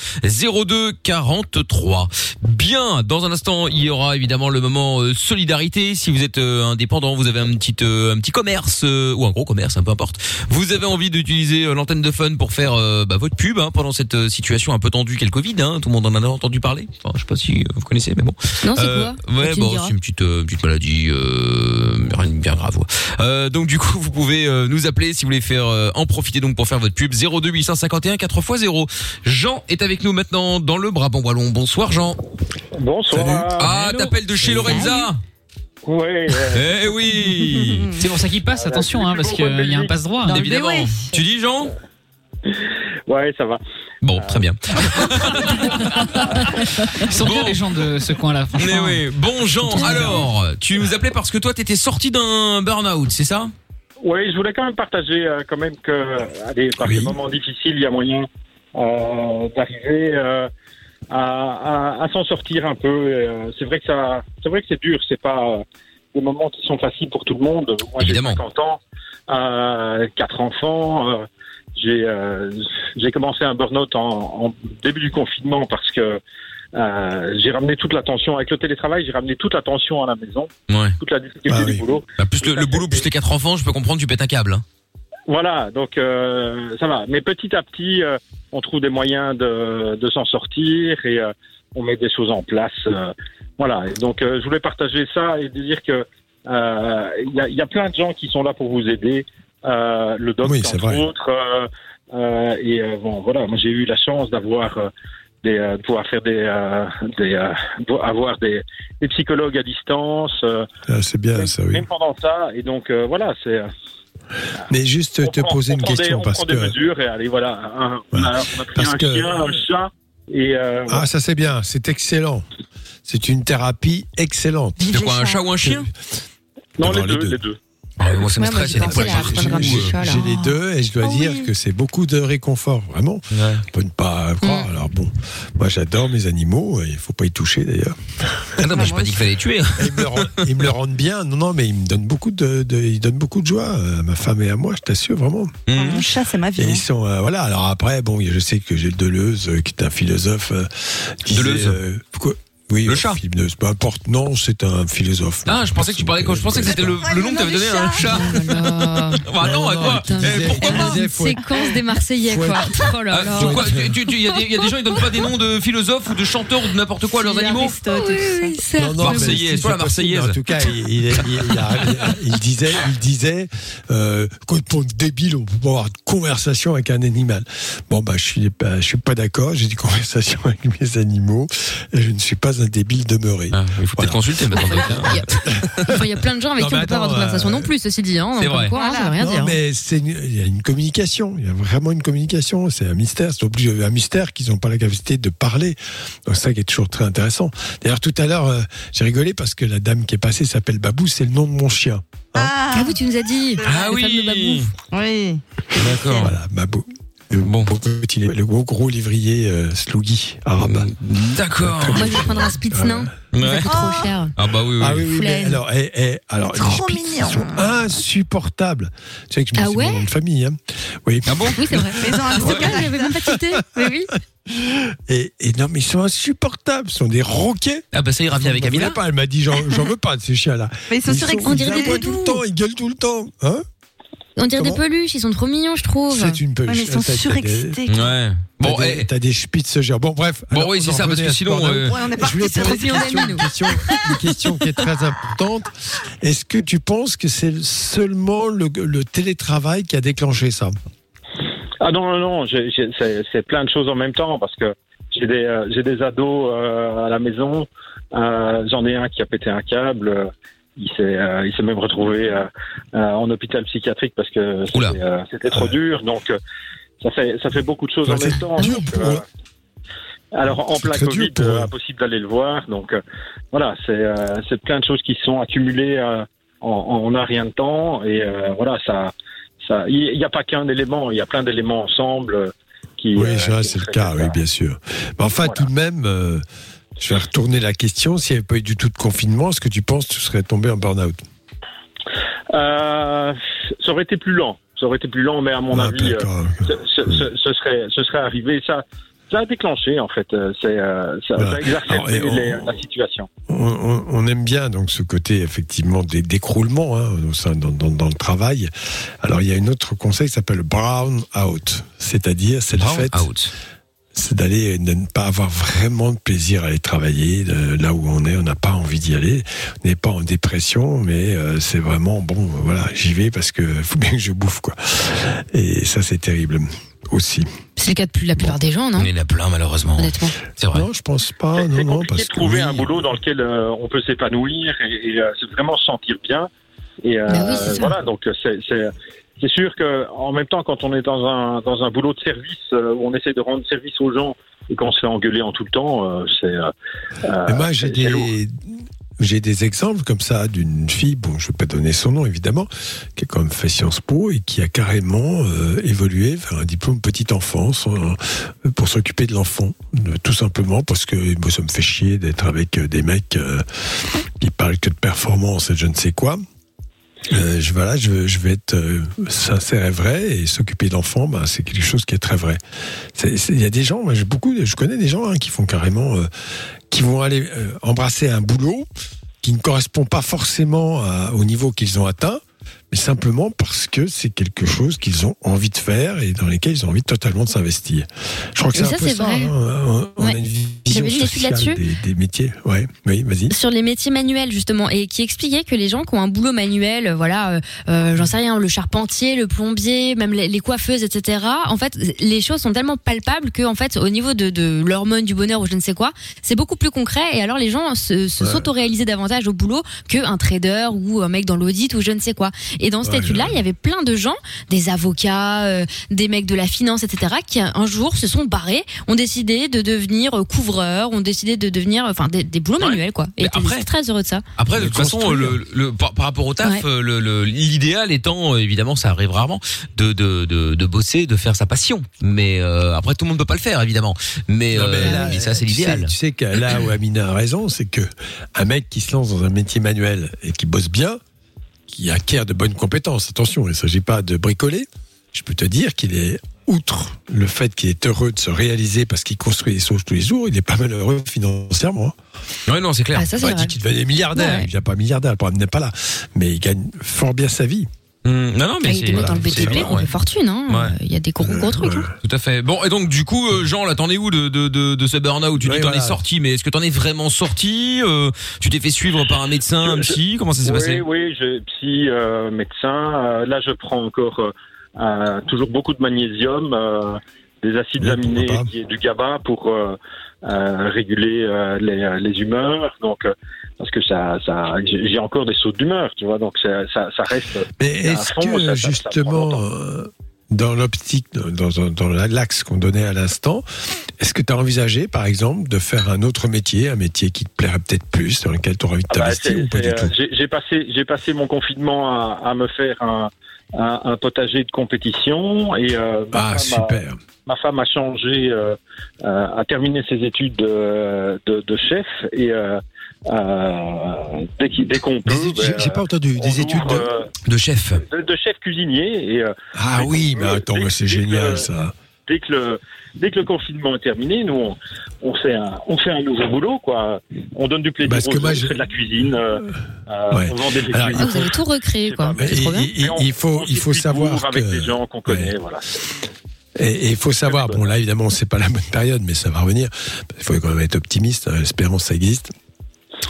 Speaker 2: 02 43. Bien, dans un instant, il y aura évidemment le moment euh, solidarité. Si vous êtes euh, indépendant, vous avez un petit euh, un petit commerce euh, ou un gros commerce, hein, peu importe. Vous avez envie d'utiliser euh, l'antenne de Fun pour faire euh, bah, votre pub hein, pendant cette euh, situation un peu tendue qu'est le Covid. hein. tout le monde en a entendu parler. Enfin, je sais pas si euh, vous connaissez, mais bon.
Speaker 1: Non, c'est quoi
Speaker 2: Euh, Ouais,
Speaker 1: Tu me
Speaker 2: bon,
Speaker 1: diras.
Speaker 2: c'est une petite, euh, petite maladie, euh, rien de bien grave. ouais. Euh, donc du coup, vous pouvez euh, nous appeler si vous voulez faire euh, en profiter donc pour faire votre pub 02 851 4x0. Jean est avec nous maintenant dans le Brabant wallon. Bonsoir Jean.
Speaker 18: Bonsoir.
Speaker 2: Ah, t'appelles de chez Lorenza
Speaker 18: Ouais.
Speaker 2: Eh oui
Speaker 7: C'est pour ça qu'il passe, attention, hein, parce qu'il y a un passe-droit.
Speaker 2: Évidemment. Tu dis Jean
Speaker 18: Ouais, ça va. Euh,
Speaker 2: Bon, très bien.
Speaker 7: Ils sont bien les gens de ce coin-là,
Speaker 2: Mais
Speaker 7: franchement.
Speaker 2: Eh oui. Bon Jean,
Speaker 7: Tout est
Speaker 2: alors, tu nous appelais parce que toi t'étais sorti d'un burn-out, c'est ça
Speaker 18: Ouais, je voulais quand même partager euh, quand même que euh, allez, par des moments difficiles, il y a moyen euh, d'arriver euh, à, à- à s'en sortir un peu. Et, euh, c'est vrai que ça, c'est vrai que c'est dur. C'est pas euh, des moments qui sont faciles pour tout le monde. Moi, j'ai 50 ans, euh, quatre enfants. euh, j'ai euh, j'ai commencé un burn-out en, en début du confinement parce que euh, j'ai ramené toute l'attention avec le télétravail. J'ai ramené toute l'attention à la maison,
Speaker 2: Ouais.
Speaker 18: toute la difficulté du boulot.
Speaker 2: Bah, plus le, le boulot, plus tes quatre enfants, je peux comprendre, tu pètes un câble. hein.
Speaker 18: Voilà, donc euh, ça va. Mais petit à petit, euh, on trouve des moyens de, de s'en sortir et euh, on met des choses en place. euh, voilà, Et donc euh, je voulais partager ça et dire que euh, il y, a, il y a plein de gens qui sont là pour vous aider. Euh, le doc,
Speaker 3: Oui, c'est
Speaker 18: entre
Speaker 3: vrai.
Speaker 18: autres. euh, euh, et euh, bon, voilà, moi j'ai eu la chance d'avoir... euh, des, euh, de pouvoir faire des, euh, des euh, de- avoir des, des psychologues à distance euh,
Speaker 3: Ah, c'est bien, ça, oui.
Speaker 18: même pendant ça et donc euh, voilà c'est
Speaker 3: Mais juste te
Speaker 18: prend-
Speaker 3: poser une
Speaker 18: on prend des-
Speaker 3: question,
Speaker 18: on
Speaker 3: parce
Speaker 18: prend des
Speaker 3: que.
Speaker 18: mesures et allez, voilà, un- on a, on a pris
Speaker 3: Parce
Speaker 18: un
Speaker 3: que-
Speaker 18: chien, un chat et euh,
Speaker 3: Ah, ça c'est bien, c'est excellent. C'est une thérapie excellente.
Speaker 2: De quoi, un chat ou un chien
Speaker 18: non,
Speaker 3: D'abord,
Speaker 18: les,
Speaker 3: les
Speaker 18: deux,
Speaker 3: deux.
Speaker 18: les deux.
Speaker 2: moi, ça me
Speaker 3: Ouais, Ah, moi,
Speaker 2: stresse.
Speaker 3: j'y
Speaker 2: il y a des
Speaker 3: pensais,
Speaker 2: fois,
Speaker 3: là,
Speaker 2: j'ai-
Speaker 3: après le grand
Speaker 2: j'ai-
Speaker 3: J'ai les deux et je dois dire que c'est beaucoup de réconfort, vraiment. Pour ne pas croire. Alors bon, moi j'adore mes animaux, et il faut pas y toucher d'ailleurs.
Speaker 2: Ah non, moi, je pas dit qu'il fallait les tuer.
Speaker 3: Ils me, le rendent, ils me le rendent bien. Non, non, mais ils me donnent beaucoup de, de- ils donnent beaucoup de joie à ma femme et à moi, je t'assure vraiment.
Speaker 2: Mm.
Speaker 5: Mon chat, c'est
Speaker 6: Ah,
Speaker 5: ma vie. hein.
Speaker 3: Et ils sont euh, voilà. Alors après, bon, je sais que j'ai Deleuze euh, qui est un philosophe. euh, qui disait,
Speaker 2: Deleuze
Speaker 3: euh, pourquoi Oui, le chat. peu importe. Non, c'est un philosophe.
Speaker 2: Ah, je pensais que tu parlais. Je pensais que c'était le, le nom que t'avais donné à un chat. Bah non, à quoi Eh, Pourquoi pas
Speaker 4: Séquence ben, des Marseillais, quoi. Oh là là.
Speaker 2: Ah, pourquoi Tu- tu- tu- Il y, a des- il y a des gens qui donnent pas des noms de philosophes ou de chanteurs ou de n'importe quoi à leurs animaux.
Speaker 3: Non, non, mais
Speaker 2: Marseillaise,
Speaker 3: c'est possible, mais
Speaker 2: soit la Marseillaise.
Speaker 3: En tout cas, il, il- il- il a- il disait, il disait, euh, quand on est débile, on peut pas avoir de conversation avec un animal. Bon, bah, je suis pas, je suis pas d'accord. J'ai des conversations avec mes animaux et je ne suis pas un débile demeuré.
Speaker 2: Ah, il faut peut-être consulter maintenant.
Speaker 4: Enfin, il y a plein de gens avec
Speaker 3: hein. Non,
Speaker 4: qui on
Speaker 3: mais
Speaker 4: peut pas avoir
Speaker 3: attends,
Speaker 4: de conversation
Speaker 3: euh,
Speaker 4: non plus, ceci dit. Hein,
Speaker 3: C'est
Speaker 4: Comme
Speaker 3: vrai.
Speaker 4: quoi, hein, ça veut rien
Speaker 3: Non,
Speaker 4: dire.
Speaker 3: mais c'est une- il y a une communication. Il y a vraiment une communication. C'est un mystère. C'est obligé- un mystère qu'ils n'ont pas la capacité de parler. Donc ça qui est toujours très intéressant. D'ailleurs, tout à l'heure, euh, j'ai rigolé parce que la dame qui est passée s'appelle Babou. C'est le nom de mon chien.
Speaker 4: Ah, oui, tu nous as dit.
Speaker 2: Ah
Speaker 4: Le fameux babou.
Speaker 5: Oui.
Speaker 2: D'accord.
Speaker 3: Voilà, Babou. Le, bon. petit, le gros, gros lévrier euh, Sloughi arabe.
Speaker 2: Mmh. D'accord.
Speaker 4: Moi, je vais prendre un spitz nain. Ça coûte
Speaker 12: Oh.
Speaker 4: trop cher.
Speaker 2: Ah bah oui, oui.
Speaker 3: Oh. Ah oui, oui, mais
Speaker 4: Flemme.
Speaker 3: alors, eh, eh, alors les
Speaker 4: Trop
Speaker 3: spitz
Speaker 4: mignon.
Speaker 3: sont insupportables. Tu sais que je me
Speaker 4: Ah
Speaker 3: c'est
Speaker 4: ouais
Speaker 3: mon nom de famille. Hein. Oui.
Speaker 2: Ah bon
Speaker 4: Oui, c'est vrai. Mais
Speaker 5: un
Speaker 4: c'est vrai, j'avais même pas tilté. Mais oui.
Speaker 3: Et, et non, mais ils sont insupportables. Ils sont des roquets.
Speaker 2: Ah bah ça ira bien avec
Speaker 3: Elle
Speaker 2: Amina.
Speaker 3: pas, elle m'a dit j'en j'en veux pas de ces chiens-là.
Speaker 5: Mais ils sont surexcités.
Speaker 3: ils
Speaker 4: On dirait des
Speaker 3: aboient tout le
Speaker 4: doudous.
Speaker 3: temps, ils gueulent tout le temps. Hein
Speaker 4: On dirait des
Speaker 3: Comment
Speaker 4: peluches, ils sont trop mignons, je trouve.
Speaker 3: C'est une peluche. T'as- t'as des-
Speaker 2: Ouais. Bon,
Speaker 3: t'as des, t'as des spitzgers. Bon, bref.
Speaker 2: Bon,
Speaker 3: alors,
Speaker 2: oui,
Speaker 3: on
Speaker 2: c'est
Speaker 3: en
Speaker 2: ça, parce
Speaker 3: revenait
Speaker 2: que
Speaker 3: à
Speaker 2: sinon,
Speaker 3: Spornham.
Speaker 2: euh,
Speaker 5: Ouais, on est parti
Speaker 3: Je voulais
Speaker 5: sur
Speaker 3: poser
Speaker 5: le
Speaker 3: une
Speaker 5: bilan
Speaker 3: question,
Speaker 5: d'Amine.
Speaker 3: une question- une question qui est très importante. Est-ce que tu penses que c'est seulement le, le télétravail qui a déclenché ça
Speaker 18: Ah non, non, non, j'ai- j'ai- c'est c'est plein de choses en même temps parce que j'ai des, euh, j'ai des ados euh, à la maison. Euh, J'en ai un qui a pété un câble. euh, Il s'est euh, il s'est même retrouvé euh, euh, en hôpital psychiatrique parce que c'était euh, c'était trop dur. Donc, euh, ça fait, ça fait beaucoup de choses
Speaker 3: Ouais,
Speaker 18: en même
Speaker 3: c'est
Speaker 18: temps.
Speaker 3: dur
Speaker 18: donc,
Speaker 3: pour
Speaker 18: euh,
Speaker 3: eux.
Speaker 18: alors, en
Speaker 3: C'est
Speaker 18: plein
Speaker 3: très dur
Speaker 18: Covid,
Speaker 3: pour
Speaker 18: euh,
Speaker 3: eux.
Speaker 18: impossible d'aller le voir. Donc, euh, voilà, c'est euh, c'est plein de choses qui se sont accumulées euh, en, en un rien de temps. Et euh, voilà, ça, ça, il n'y a pas qu'un élément, il y a plein d'éléments ensemble euh, qui.
Speaker 3: Oui,
Speaker 18: euh,
Speaker 3: ça,
Speaker 18: qui
Speaker 3: c'est le
Speaker 18: créent
Speaker 3: cas,
Speaker 18: ça.
Speaker 3: oui, bien sûr. Mais enfin, tout de même, euh, je vais retourner la question. S'il n'y avait pas eu du tout de confinement, est-ce que tu penses que tu serais tombé en burn-out
Speaker 18: Euh, ça aurait été plus lent. Ça aurait été plus lent, mais à mon
Speaker 3: Ah,
Speaker 18: avis,
Speaker 3: d'accord.
Speaker 18: euh, ce, ce- ce- ce serait, ce serait arrivé. Ça, ça a déclenché en fait. euh, C'est, euh, ça,
Speaker 3: Voilà.
Speaker 18: ça a exacerbé
Speaker 3: Alors, et on-
Speaker 18: les- la situation.
Speaker 3: on, on- on aime bien donc ce côté effectivement des décroulements hein, au sein- dans, dans- dans le travail. Alors il y a un autre conseil qui s'appelle brown out, c'est-à-dire c'est le
Speaker 2: Brown
Speaker 3: fait
Speaker 2: out.
Speaker 3: c'est d'aller euh, de ne pas avoir vraiment de plaisir à aller travailler de- là où on est, on n'a pas envie d'y aller, on n'est pas en dépression, mais euh, c'est vraiment bon, voilà, j'y vais parce que faut bien que je bouffe quoi. Et ça c'est terrible aussi.
Speaker 4: C'est le cas de plus- la plupart des gens, non
Speaker 2: On est là plein, malheureusement.
Speaker 4: Honnêtement.
Speaker 2: C'est vrai.
Speaker 3: Non, je pense pas, non, non, parce
Speaker 18: compliqué de
Speaker 3: que
Speaker 18: trouver
Speaker 3: oui,
Speaker 18: un boulot dans lequel euh, on peut s'épanouir et, et, euh, se vraiment se sentir bien. Et euh,
Speaker 4: Bah oui, c'est ça.
Speaker 18: voilà, donc euh, c'est c'est c'est sûr que en même temps, quand on est dans un dans un boulot de service euh, où on essaie de rendre service aux gens et qu'on se fait engueuler en tout le temps, euh, c'est euh,
Speaker 3: Mais
Speaker 18: euh,
Speaker 3: moi, j'ai
Speaker 18: c'est- c'est lourd.
Speaker 3: des, j'ai des exemples comme ça d'une fille, bon, je ne vais pas donner son nom évidemment, qui a quand même fait Sciences Po et qui a carrément euh, évolué vers un diplôme petite enfance euh, pour s'occuper de l'enfant, euh, tout simplement parce que moi, ça me fait chier d'être avec euh, des mecs euh, qui parlent que de performance et je ne sais quoi. Euh, je, voilà, je, je vais être euh, sincère et vrai, et s'occuper d'enfants, ben, c'est quelque chose qui est très vrai. C'est- c'est- Il y a des gens, moi, j'ai beaucoup, je connais des gens hein, qui font carrément, euh, qui vont aller euh, embrasser un boulot qui ne correspond pas forcément à- au niveau qu'ils ont atteint, mais simplement parce que c'est quelque chose qu'ils ont envie de faire et dans lesquels ils ont envie totalement de s'investir. Je crois que
Speaker 4: Mais
Speaker 3: c'est
Speaker 4: ça,
Speaker 3: un peu
Speaker 4: c'est
Speaker 3: ça.
Speaker 4: vrai.
Speaker 3: hein, on- on
Speaker 4: Ouais.
Speaker 3: a une
Speaker 4: J'avais
Speaker 3: vision
Speaker 4: lu une étude
Speaker 3: sociale
Speaker 4: là-dessus.
Speaker 3: des, des métiers. Ouais, oui, vas-y.
Speaker 4: sur les métiers manuels justement et qui expliquait que les gens qui ont un boulot manuel, euh, voilà, euh, euh, j'en sais rien, le charpentier, le plombier, même les, les coiffeuses, etc. En fait, les choses sont tellement palpables que en fait, au niveau de, de l'hormone du bonheur ou je ne sais quoi, c'est beaucoup plus concret et alors les gens se, se
Speaker 19: Ouais.
Speaker 4: s'auto-réaliser davantage au boulot qu'un trader ou un mec dans l'audit ou je ne sais quoi. Et dans cette
Speaker 19: Ouais,
Speaker 4: étude-là, il y avait plein de gens, des avocats, euh, des mecs de la finance, etc., qui un jour se sont barrés, ont décidé de devenir euh, couvreurs livreurs, ont décidé de devenir enfin des, des boulots manuels quoi. Et
Speaker 2: Mais
Speaker 4: t'es
Speaker 2: après-
Speaker 4: très heureux de ça.
Speaker 2: Après, de toute façon,
Speaker 4: construire.
Speaker 2: le, le- par, par rapport au taf,
Speaker 4: Ouais.
Speaker 2: euh, le- le- l'idéal étant, euh, évidemment, ça arrive rarement, de, de, de, de bosser, de faire sa passion. Mais euh, après, tout le monde peut pas le faire, évidemment. Mais,
Speaker 3: Non, mais
Speaker 2: euh,
Speaker 3: là,
Speaker 2: mais ça, c'est
Speaker 3: tu sais-
Speaker 2: l'idéal.
Speaker 3: Tu sais que là où Amina a raison, c'est que un mec qui se lance dans un métier manuel et qui bosse bien, qui acquiert de bonnes compétences, attention, il ne s'agit pas de bricoler, je peux te dire qu'il est, outre le fait qu'il est heureux de se réaliser parce qu'il construit des choses tous les jours, il est pas mal heureux financièrement. hein.
Speaker 2: Ouais, non, c'est clair.
Speaker 4: Ah, ça, c'est
Speaker 3: On a dit
Speaker 4: vrai.
Speaker 3: qu'il devenait milliardaire,
Speaker 4: Ouais, ouais.
Speaker 3: il devient pas milliardaire, le problème n'est pas là, mais il gagne fort bien sa vie.
Speaker 2: Mmh. Ah, non, non, mais
Speaker 4: Et des mecs dans le BTP qui ont fait fortune hein.
Speaker 2: Ouais.
Speaker 4: Euh, Il y a des gros gros trucs. hein.
Speaker 2: Tout à fait. Bon, et donc, du coup, euh, Jean, là, t'en es où de, de, de, de ce burn-out Tu dis
Speaker 3: Ouais,
Speaker 2: que t'en
Speaker 3: voilà.
Speaker 2: es sorti, mais est-ce que t'en es vraiment sorti Euh, Tu t'es fait suivre par un médecin, un psy Comment ça s'est
Speaker 18: oui,
Speaker 2: passé
Speaker 18: Oui, j'ai psy, euh, médecin. Euh, là, je prends encore euh, euh, toujours beaucoup de magnésium, euh, des acides aminés et du GABA pour euh, euh, réguler euh, les, les humeurs. Donc, euh, parce que ça, ça, j'ai j'ai encore des sauts d'humeur, tu vois. Donc, ça, ça, ça reste.
Speaker 3: Mais
Speaker 18: à
Speaker 3: est-ce
Speaker 18: fond, ça-
Speaker 3: que
Speaker 18: ça- ça prend
Speaker 3: justement, euh, dans l'optique, dans, dans- dans l'axe qu'on donnait à l'instant, est-ce que tu as envisagé, par exemple, de faire un autre métier, un métier qui te plairait peut-être plus, dans lequel tu auras envie de
Speaker 18: Ah bah,
Speaker 3: t'investir
Speaker 18: c'est-
Speaker 3: ou pas
Speaker 18: c'est,
Speaker 3: du
Speaker 18: euh,
Speaker 3: tout
Speaker 18: j'ai- J'ai passé, j'ai passé mon confinement à, à me faire un, un- un potager de compétition et euh, ma, femme
Speaker 3: Ah, super.
Speaker 18: A, ma femme a changé, euh, euh, a terminé ses études euh, de, de chef et euh, euh, dès qu'il- dès qu'on peut,
Speaker 3: J'ai-
Speaker 18: ben,
Speaker 3: J'ai pas hein. entendu.
Speaker 18: on
Speaker 3: Des études
Speaker 18: ouvre,
Speaker 3: de,
Speaker 18: euh,
Speaker 2: chef.
Speaker 18: de, de chef cuisinier. Et, euh,
Speaker 3: Ah
Speaker 18: dès
Speaker 3: oui,
Speaker 18: qu'on
Speaker 3: mais
Speaker 18: peut,
Speaker 3: attends,
Speaker 18: dès-
Speaker 3: mais c'est
Speaker 18: dès que-
Speaker 3: génial ça.
Speaker 18: Dès que le dès que le confinement est terminé, nous on, on fait un on fait un nouveau boulot quoi. On donne du plaisir,
Speaker 3: Parce que
Speaker 18: aux
Speaker 3: moi,
Speaker 18: autres,
Speaker 3: je-
Speaker 18: on fait de la cuisine, euh, euh,
Speaker 3: Ouais.
Speaker 18: on vend des
Speaker 3: Alors,
Speaker 18: légumes.
Speaker 4: Ah, vous avez tout recréé quoi.
Speaker 3: Mais
Speaker 4: C'est trop
Speaker 3: Bah, il,
Speaker 4: bien.
Speaker 3: il- il faut, il faut savoir
Speaker 18: avec
Speaker 3: que-
Speaker 18: des gens qu'on connaît, voilà.
Speaker 3: Et il faut savoir, bon là évidemment c'est pas la bonne période, mais ça va revenir. Il faut quand même être optimiste, hein, espérons que ça existe.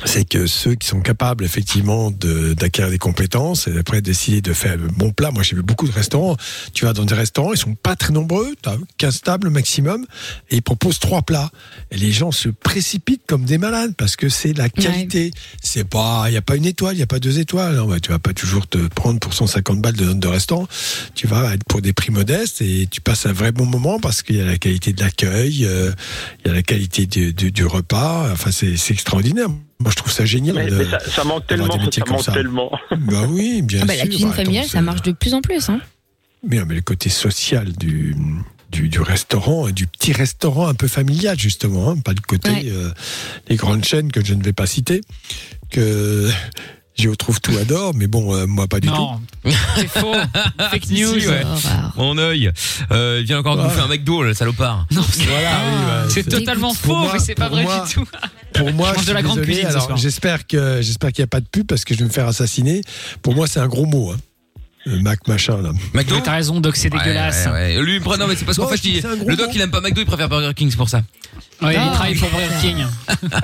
Speaker 3: C'est que ceux qui sont capables effectivement de- d'acquérir des compétences et après décider de faire de bons plats. Moi j'ai vu beaucoup de restaurants. Tu vas dans des restaurants, ils sont pas très nombreux, t'as 15 tables maximum, et ils proposent trois plats. Et les gens se précipitent comme des malades parce que c'est la qualité. C'est pas, il y a pas une étoile, il y a pas deux étoiles. Non, bah, tu vas pas toujours te prendre pour 150 balles de, de restaurant. Tu vas être pour des prix modestes et tu passes un vrai bon moment parce qu'il y a la qualité de l'accueil, euh, il y a la qualité du, du- du repas. Enfin, c'est c'est extraordinaire. Moi, je trouve ça génial.
Speaker 18: Mais,
Speaker 3: de-
Speaker 18: mais ça, ça manque
Speaker 3: d'avoir
Speaker 18: tellement,
Speaker 3: des métiers
Speaker 18: ça
Speaker 3: comme
Speaker 18: manque
Speaker 3: ça.
Speaker 18: tellement.
Speaker 3: Bah oui, bien
Speaker 4: Ah bah,
Speaker 3: sûr.
Speaker 4: la cuisine
Speaker 3: Bah, attends,
Speaker 4: familiale, ça
Speaker 3: c'est-
Speaker 4: marche de plus en plus. Hein.
Speaker 3: mais, mais le côté social du, du, du restaurant, et du petit restaurant un peu familial, justement, hein, pas le côté euh, les grandes chaînes que je ne vais pas citer, que j'y retrouve tout adore, mais bon, euh, moi pas du
Speaker 7: Non. C'est faux. Fake
Speaker 2: Si, si,
Speaker 7: news.
Speaker 2: ouais.
Speaker 4: Ah.
Speaker 2: Mon œil. Euh, il vient encore de
Speaker 3: Ouais.
Speaker 2: bouffer un McDo, le salopard.
Speaker 7: Non,
Speaker 3: c'est- Voilà,
Speaker 2: Ah,
Speaker 3: oui, ouais,
Speaker 7: c'est
Speaker 3: c'est-
Speaker 7: totalement
Speaker 3: Pour
Speaker 7: faux,
Speaker 3: moi-
Speaker 7: mais c'est pas
Speaker 3: pour
Speaker 7: vrai
Speaker 3: moi-
Speaker 7: du tout.
Speaker 3: tout. Pour moi,
Speaker 7: Je mange
Speaker 3: je
Speaker 7: de la
Speaker 3: suis
Speaker 7: grande
Speaker 3: désolé.
Speaker 7: cuisine ce
Speaker 3: Alors,
Speaker 7: soir.
Speaker 3: j'espère que j'espère qu'il n'y a pas de pub parce que je vais me faire assassiner. Pour moi, c'est un gros mot. Hein. Le Mac machin là.
Speaker 2: McDo
Speaker 7: T'as raison, Doc, c'est
Speaker 2: Ouais,
Speaker 7: dégueulasse.
Speaker 2: ouais, ouais. Eh, Lui, il prend- non, mais Oh, c'est parce qu'en
Speaker 7: Non,
Speaker 2: fait,
Speaker 7: je dis
Speaker 2: il-
Speaker 7: c'est un gros
Speaker 2: le doc,
Speaker 7: mot.
Speaker 2: il aime pas McDo, il préfère Burger King, c'est pour ça.
Speaker 7: Ouais,
Speaker 2: Ah.
Speaker 7: il travaille pour Burger King.
Speaker 4: Bah,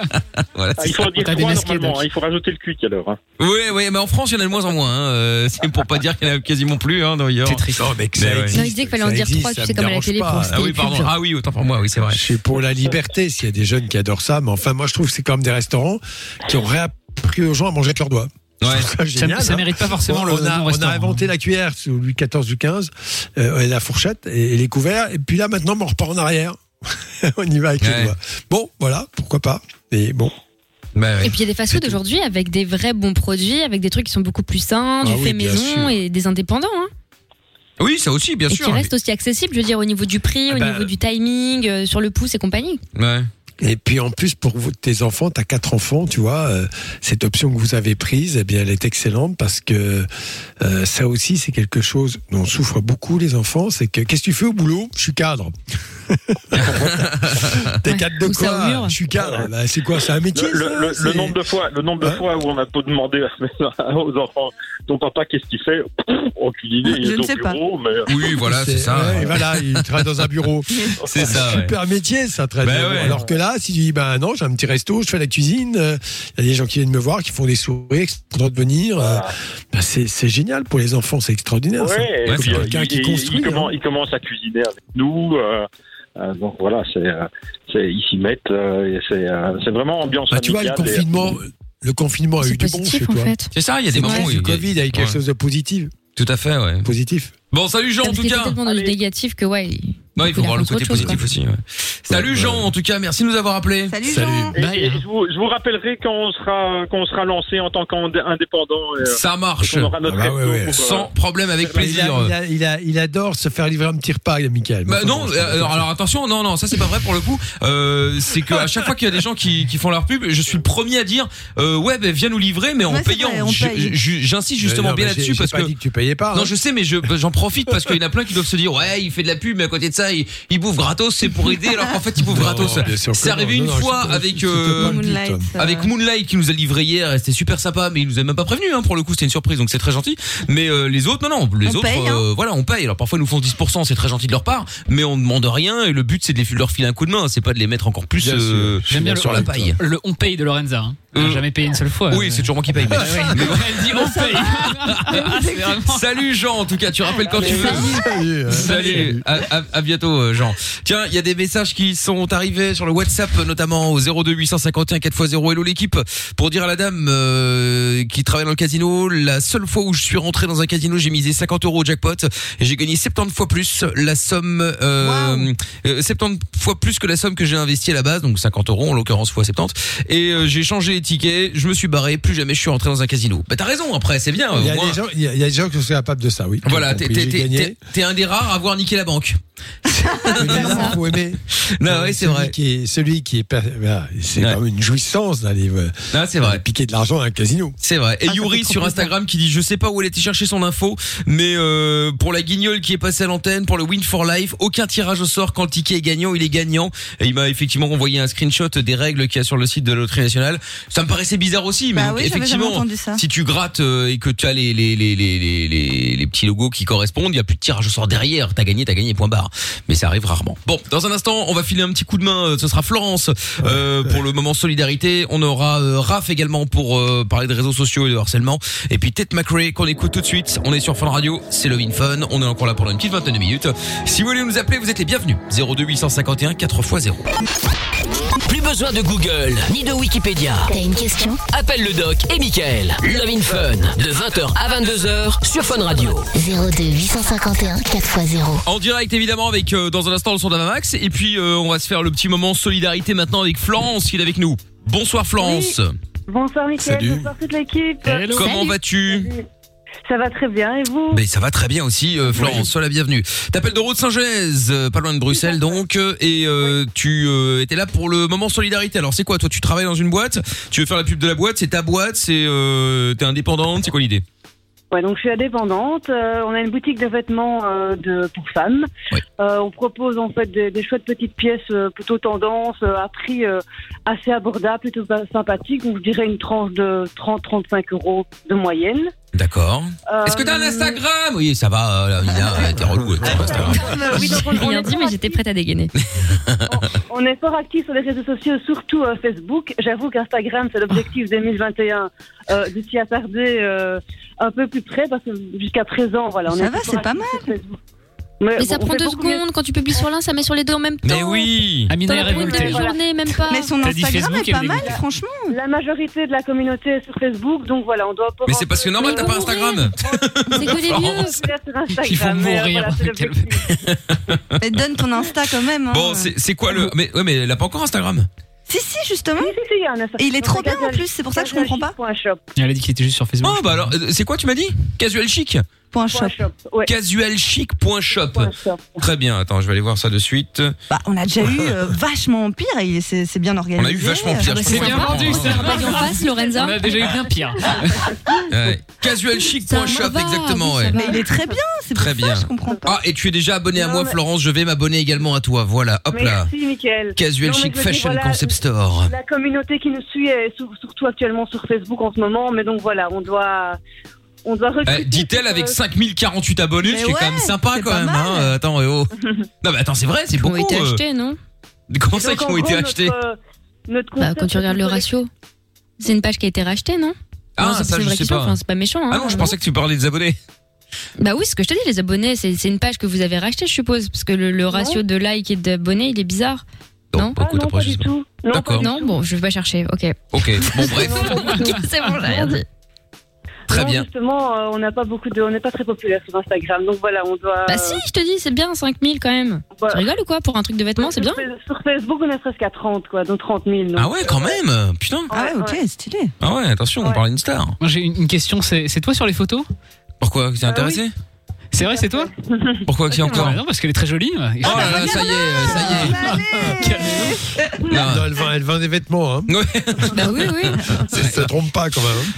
Speaker 2: Voilà,
Speaker 18: Ah,
Speaker 2: c'est
Speaker 18: il faut
Speaker 2: ça.
Speaker 18: en dire
Speaker 7: T'as
Speaker 18: trois
Speaker 7: démasqué,
Speaker 18: normalement.
Speaker 7: Doc.
Speaker 18: hein, il faut rajouter le cuic alors. hein.
Speaker 2: Oui, oui, mais en France, il y en a de moins en moins. hein. Euh, C'est pour pas dire qu'il y en a quasiment plus. Hein, d'ailleurs.
Speaker 7: C'est triste.
Speaker 3: Non, Oh, mais que ça
Speaker 2: Mais ouais.
Speaker 3: existe,
Speaker 4: Non, il disait qu'il fallait en
Speaker 3: ça
Speaker 4: dire
Speaker 3: existe,
Speaker 4: trois,
Speaker 3: ça
Speaker 4: tu sais,
Speaker 3: me
Speaker 4: comme à la
Speaker 3: dérange
Speaker 4: télé,
Speaker 3: pas.
Speaker 4: pour citer
Speaker 2: Ah oui,
Speaker 4: les
Speaker 2: pardon.
Speaker 4: pubs.
Speaker 2: Ah oui, autant pour moi, oui, c'est vrai.
Speaker 3: Je suis pour la liberté s'il y a des jeunes qui adorent ça, mais enfin, moi je trouve que c'est quand même des restaurants qui ont réappris aux gens à manger avec leurs doigts.
Speaker 2: Ouais.
Speaker 3: Je trouve ça génial,
Speaker 7: ça
Speaker 3: hein.
Speaker 7: mérite pas forcément
Speaker 3: on,
Speaker 7: le
Speaker 3: on a,
Speaker 7: nom
Speaker 3: on a
Speaker 7: restaurant,
Speaker 3: inventé la cuillère sous Louis XIV ou XV, euh, et la fourchette et, et les couverts, et puis là maintenant on repart en arrière. on y va avec
Speaker 2: Ouais.
Speaker 3: les doigts. Bon, voilà, pourquoi pas. Et bon,
Speaker 2: Bah, ouais.
Speaker 4: Et puis il y a des fast-food aujourd'hui avec des vrais bons produits, avec des trucs qui sont beaucoup plus sains, du
Speaker 3: Ah oui,
Speaker 4: fait
Speaker 3: bien
Speaker 4: maison
Speaker 3: sûr.
Speaker 4: et des indépendants. Hein.
Speaker 2: Oui, ça aussi, bien
Speaker 4: et
Speaker 2: sûr. hein, Ah
Speaker 4: qui restent aussi accessibles, je veux dire, au niveau du prix, au
Speaker 3: bah,
Speaker 4: niveau du timing, euh, sur le pouce et compagnie.
Speaker 2: Ouais.
Speaker 3: Et puis en plus pour vous- tes enfants, t'as quatre enfants, tu vois, euh, cette option que vous avez prise, eh bien elle est excellente parce que euh, ça aussi c'est quelque chose dont souffrent beaucoup les enfants, c'est que qu'est-ce que tu fais au boulot Je suis cadre. T'es cadre de
Speaker 4: ou ça au
Speaker 3: quoi
Speaker 4: mur.
Speaker 3: Je suis cadre. Bah, c'est quoi C'est un métier
Speaker 18: Le, le-
Speaker 3: ça
Speaker 18: le- le
Speaker 3: C'est-
Speaker 18: nombre de fois, le nombre de
Speaker 3: Hein
Speaker 18: fois où on a pas demandé à- aux enfants, ton papa qu'est-ce qu'il fait Aucune idée. Il
Speaker 5: Je
Speaker 18: est
Speaker 5: ne
Speaker 18: au
Speaker 5: sais pas.
Speaker 18: bureau, mais
Speaker 2: Oui, voilà, c'est ça.
Speaker 3: ouais, et voilà, il travaille dans un bureau.
Speaker 2: C'est ça. ouais.
Speaker 3: Super métier, ça, très
Speaker 2: Ben
Speaker 3: bien.
Speaker 2: ouais.
Speaker 3: Alors que là, si tu dis, ben non, j'ai un petit resto, je fais la cuisine, euh, il y a des gens qui viennent me voir, qui font des sourires, qui sont contents de venir. euh, ben c'est c'est génial pour les enfants, c'est extraordinaire. ça.
Speaker 18: Ouais, et
Speaker 3: Comme
Speaker 18: puis, euh,
Speaker 3: quelqu'un
Speaker 18: il,
Speaker 3: qui
Speaker 18: il-
Speaker 3: construit.
Speaker 18: il commence,
Speaker 3: hein.
Speaker 18: il commence à cuisiner avec nous. euh, euh, donc voilà, c'est, euh, c'est, ils s'y mettent. euh, et c'est, euh, c'est vraiment ambiance
Speaker 3: Ben, tu vois, le
Speaker 18: familiale et-
Speaker 3: confinement, le confinement a eu
Speaker 4: C'est
Speaker 3: du bon chez
Speaker 4: positif en
Speaker 3: toi.
Speaker 4: fait.
Speaker 2: C'est ça, il y a des
Speaker 3: C'est
Speaker 2: moments
Speaker 3: vrai,
Speaker 2: où
Speaker 3: le
Speaker 2: il y a-
Speaker 3: Covid avec quelque
Speaker 2: Ouais.
Speaker 3: chose de positif.
Speaker 2: Tout à fait, ouais.
Speaker 3: Positif.
Speaker 2: Bon, salut Jean, en
Speaker 4: Parce
Speaker 2: tout
Speaker 4: que t'es
Speaker 2: cas.
Speaker 4: tellement dans le négatif que ouais. il-
Speaker 2: Non, il faut voir le côté positif aussi. ouais. Salut Jean, en tout cas, merci de nous avoir appelés.
Speaker 5: Salut,
Speaker 18: Et-
Speaker 2: hein.
Speaker 18: et je, vous, je vous rappellerai quand on sera, quand on sera lancé en tant qu'indépendant. euh,
Speaker 2: Ça marche.
Speaker 18: On aura notre
Speaker 2: Ah bah ouais,
Speaker 18: resto
Speaker 2: ouais.
Speaker 18: pour, euh,
Speaker 2: Sans problème, avec
Speaker 3: Bah, Il a-
Speaker 2: plaisir.
Speaker 3: Il, a- il a- il adore se faire livrer un petit repas, Michael.
Speaker 2: Bah non, euh, alors, alors attention, non, non, ça c'est pas vrai pour le coup. Euh, c'est que à chaque fois qu'il y a des gens qui, qui font leur pub, je suis le premier à dire, euh, ouais, ben viens nous livrer, mais en
Speaker 3: Ouais, c'est
Speaker 2: payant.
Speaker 3: vrai, on
Speaker 2: Je-
Speaker 3: paye.
Speaker 2: je- J'insiste justement
Speaker 3: Mais non,
Speaker 2: bien
Speaker 3: mais j'ai-
Speaker 2: là-dessus
Speaker 3: j'ai
Speaker 2: parce
Speaker 3: pas
Speaker 2: que
Speaker 3: dit que tu payais pas,
Speaker 2: Non,
Speaker 3: hein.
Speaker 2: je sais, mais je- bah, j'en profite parce qu'il y en a plein qui doivent se dire, ouais, il fait de la pub, mais à côté de ça, il, il bouffe gratos, c'est pour aider, alors qu'en fait, il bouffe gratos.
Speaker 3: bien sûr que
Speaker 2: C'est arrivé
Speaker 3: non,
Speaker 2: une
Speaker 3: non, je
Speaker 2: fois
Speaker 3: te-
Speaker 2: avec
Speaker 3: je te
Speaker 2: euh,
Speaker 3: parle du Moonlight, Tom. euh,
Speaker 2: avec Moonlight qui nous a livré hier, et c'était super sympa, mais il nous a même pas prévenu. Hein, pour le coup, c'était une surprise, donc c'est très gentil. Mais euh, les autres, non, non, les
Speaker 5: On
Speaker 2: autres,
Speaker 5: paye, hein.
Speaker 2: euh, voilà, on paye. Alors parfois, ils nous font 10%, c'est très gentil de leur part, mais on ne demande rien. Et le but, c'est de les- leur filer un coup de main, c'est pas de les mettre encore plus
Speaker 7: Bien sûr.
Speaker 2: euh,
Speaker 7: J'aime bien
Speaker 2: sur
Speaker 7: le- hein.
Speaker 2: la paille.
Speaker 7: Le on paye de Lorenza. hein. On n'a jamais payé une seule fois.
Speaker 2: Euh, Oui, c'est toujours moi qui paye. mais- mais bon.
Speaker 7: Elle dit on paye. Ah, c'est vraiment-
Speaker 2: Salut Jean, en tout cas, tu rappelles quand tu veux.
Speaker 3: Salut,
Speaker 2: Salut, à, à- à bientôt euh, Jean. Tiens, il y a des messages qui sont arrivés sur le WhatsApp, notamment au 02 851 4x0. Hello l'équipe, pour dire à la dame euh, qui travaille dans le casino, la seule fois où je suis rentré dans un casino, j'ai misé 50 euros au jackpot et j'ai gagné 70 fois plus la somme, euh, euh, 70 fois plus que la somme que j'ai investie à la base, donc 50 euros en l'occurrence fois 70. Et euh, j'ai changé les tickets, je me suis barré, plus jamais je suis rentré dans un casino. Bah t'as raison, après c'est bien.
Speaker 3: Il y, a
Speaker 2: au moins.
Speaker 3: des gens, il y a- il y a des gens qui sont capables de ça, oui.
Speaker 2: Voilà,
Speaker 3: Qui
Speaker 2: t'es
Speaker 3: ont compris,
Speaker 2: t'es-
Speaker 3: j'ai gagné.
Speaker 2: t'es- t'es un des rares à avoir niqué la banque.
Speaker 3: Il faut aimer.
Speaker 2: Non, oui, c'est
Speaker 3: Celui
Speaker 2: vrai.
Speaker 3: Qui est, celui qui est, per- voilà, c'est quand même une jouissance d'aller euh,
Speaker 2: c'est vrai.
Speaker 3: piquer de l'argent à un casino.
Speaker 2: C'est vrai.
Speaker 3: Ah,
Speaker 2: Et Yuri sur Instagram qui dit je sais pas où elle était chercher son info, mais euh, pour la guignole qui est passée à l'antenne, pour le Win for Life, aucun tirage au sort quand le ticket est gagnant, il est gagnant. Et il m'a effectivement envoyé un screenshot des règles qu'il y a sur le site de la Loterie Nationale. Ça me paraissait bizarre aussi, mais
Speaker 5: Bah oui, j'avais jamais
Speaker 2: effectivement,
Speaker 5: entendu ça.
Speaker 2: si tu grattes euh, et que tu as les les, les, les, les, les- les petits logos qui correspondent, il y a plus de tirage au sort derrière. T'as gagné, t'as gagné, point barre. Mais ça arrive rarement. Bon, dans un instant, on va filer un petit coup de main. euh, Ce sera Florence euh, pour le moment solidarité. On aura euh, Raph également pour euh, parler de réseaux sociaux et de harcèlement. Et puis Tête McRae qu'on écoute tout de suite. On est sur Fun Radio, c'est Love in Fun. On est encore là pendant une petite vingtaine de minutes. Si vous voulez nous appeler, vous êtes les bienvenus. 02851 4x0.
Speaker 1: Plus besoin de Google ni de Wikipédia.
Speaker 9: T'as une question
Speaker 1: Appelle le doc et Michael. Love in Fun de 20h à 22h sur Fun Radio.
Speaker 9: 02 851 4x0.
Speaker 2: En direct évidemment avec euh, dans un instant le son d'Avamax et puis euh, on va se faire le petit moment solidarité maintenant avec Florence qui est avec nous. Bonsoir Florence.
Speaker 19: Bonsoir Mickaël,
Speaker 2: Salut.
Speaker 19: bonsoir toute l'équipe.
Speaker 2: Comment vas-tu
Speaker 19: Ça va très bien et vous
Speaker 2: Mais ça va très bien aussi, euh, Florence. Sois la bienvenue. T'appelles de route Saint-Genèse, euh, pas loin de Bruxelles donc, euh, et euh, tu euh, étais là pour le moment solidarité. Alors c'est quoi Toi, tu travailles dans une boîte, tu veux faire la pub de la boîte, c'est ta boîte, c'est euh, t'es indépendante, c'est quoi l'idée
Speaker 19: Ouais, donc je suis indépendante. Euh, on a une boutique de vêtements euh, de, pour femmes. Euh, on propose en fait des, des chouettes petites pièces euh, plutôt tendance, euh, à prix euh, assez abordable, plutôt pas- sympathique. Donc je dirais une tranche de 30-35 euros de moyenne.
Speaker 2: D'accord. Est-ce que t'as un Instagram Oui, ça va. euh, là, Mina, euh, t'es relou. avec ton Instagram.
Speaker 4: J'ai rien dit, mais j'étais prête à dégainer.
Speaker 19: On est fort actifs sur les réseaux sociaux, surtout euh, Facebook. J'avoue qu'Instagram, c'est
Speaker 5: Ah.
Speaker 19: l'objectif 2021 euh, de s'y attarder euh, un peu plus près parce que jusqu'à présent, voilà, on
Speaker 5: Ça
Speaker 19: est
Speaker 5: va,
Speaker 19: fort
Speaker 5: c'est pas
Speaker 19: actifs
Speaker 5: mal.
Speaker 19: sur Facebook.
Speaker 4: Mais
Speaker 19: bon,
Speaker 4: ça
Speaker 19: on
Speaker 4: prend
Speaker 19: fait
Speaker 4: deux
Speaker 19: beaucoup mieux.
Speaker 4: secondes. Quand tu publies sur l'un, ça met sur les deux en même temps.
Speaker 2: Mais oui.
Speaker 4: T'en as pour une demi-journée, même pas.
Speaker 5: Mais son
Speaker 2: T'as dit Instagram Facebook, est pas elle est mal, dégoûtée.
Speaker 5: franchement.
Speaker 19: La majorité de la communauté est sur Facebook, donc voilà, on doit pas.
Speaker 2: Mais c'est parce que normal, t'as pas Instagram.
Speaker 5: C'est que des vieux.
Speaker 2: Florence.
Speaker 19: sur Instagram.
Speaker 2: Ils vont
Speaker 19: mais, euh,
Speaker 2: mourir.
Speaker 19: voilà, c'est l'objectif.
Speaker 5: Mais donne ton Insta quand même. hein.
Speaker 2: Bon, c'est c'est quoi le Mais ouais, mais elle a pas encore Instagram.
Speaker 5: Si, si, justement.
Speaker 19: il y en a.
Speaker 5: Et il est trop bien en plus, c'est pour ça que je comprends pas.
Speaker 2: Elle a dit qu'il était juste sur Facebook. Ah bah alors, euh, c'est quoi tu m'as dit Casual chic.
Speaker 5: Point shop.
Speaker 2: Casualchic.shop. Très bien. Attends, je vais aller voir ça de suite.
Speaker 5: Bah, on a déjà eu euh, vachement pire et il- c'est c'est bien organisé. Ah
Speaker 2: On
Speaker 5: bah,
Speaker 2: a eu vachement pire, je
Speaker 5: C'est
Speaker 2: pense qu'on comprend, hein.
Speaker 5: ça.
Speaker 4: Pas en face, Lorenza.
Speaker 5: On a déjà eu bien
Speaker 7: pire.
Speaker 2: Ouais. Casualchic.shop exactement. ouais.
Speaker 5: Mais il est très bien, c'est
Speaker 2: Très bien. Ah et tu es déjà abonné à
Speaker 19: Non,
Speaker 2: moi
Speaker 19: mais-
Speaker 2: Florence, je vais m'abonner également à toi. Voilà, hop là.
Speaker 19: Merci, Mickaël.
Speaker 2: Casual
Speaker 19: Non, mais
Speaker 2: Chic
Speaker 19: je veux
Speaker 2: Fashion
Speaker 19: voilà,
Speaker 2: Concept Store.
Speaker 19: La communauté qui nous suit est sur- surtout actuellement sur Facebook en ce moment, mais donc voilà, on doit. On doit recruter.
Speaker 2: Eh, Dit-elle avec 5048 abonnés,
Speaker 19: Mais
Speaker 2: ce qui est
Speaker 19: ouais,
Speaker 2: quand même sympa
Speaker 19: c'est
Speaker 2: quand
Speaker 19: pas
Speaker 2: même. hein.
Speaker 19: mal.
Speaker 2: Euh, Attends, eh oh. non mais attends, c'est vrai, c'est
Speaker 4: Ils ont
Speaker 2: beaucoup.
Speaker 4: été
Speaker 2: euh.
Speaker 4: achetés, non
Speaker 2: Comment ça qu'ils ont été achetés
Speaker 4: euh,
Speaker 19: euh, notre
Speaker 4: bah, Quand tu regardes le ratio, c'est une page qui a été rachetée, non
Speaker 2: Ah,
Speaker 4: Non, c'est-
Speaker 2: ça,
Speaker 4: c'est
Speaker 2: je
Speaker 4: vrai
Speaker 2: sais
Speaker 4: qu'ils sont,
Speaker 2: pas.
Speaker 4: enfin, c'est pas méchant. hein,
Speaker 2: Ah non, je pensais que tu parlais des abonnés.
Speaker 4: Bah oui, ce que je te dis, les abonnés, c'est c'est une page que vous avez rachetée, je suppose, parce que le, le ratio de likes et d'abonnés, il est bizarre. Non,
Speaker 2: bah,
Speaker 19: Ah, non, pas du tout. Non, pas
Speaker 4: Non,
Speaker 19: du tout.
Speaker 4: bon, je vais pas chercher, ok.
Speaker 2: Ok, bon bref.
Speaker 4: Ok, c'est bon, j'ai rien dit.
Speaker 2: Très
Speaker 19: Non,
Speaker 2: bien.
Speaker 19: Justement, euh, on n'a pas beaucoup de, on n'est pas très populaire sur Instagram, donc voilà, on doit.
Speaker 4: Bah si, je te dis, c'est bien 5000 quand même. Tu rigoles ou quoi pour un truc de vêtements, c'est bien
Speaker 19: bah. Sur Facebook, on est presque à 30, quoi, donc 30 000. donc,
Speaker 2: Ah ouais, quand
Speaker 19: euh,
Speaker 2: même Putain
Speaker 5: Ah ouais, ok, stylé.
Speaker 2: Ah ouais, attention, on parle d'une star.
Speaker 7: Moi, j'ai une, une question. C'est c'est toi sur les photos
Speaker 2: Pourquoi T'es intéressé
Speaker 7: C'est vrai, c'est toi Ah,
Speaker 2: Pourquoi qui encore
Speaker 7: Non, parce qu'elle est très jolie.
Speaker 2: Oh là là, ça y est, ça y est.
Speaker 3: Non, elle, vend, elle vend des vêtements. Hein.
Speaker 4: bah oui, oui.
Speaker 3: Ça se trompe pas quand même. hein.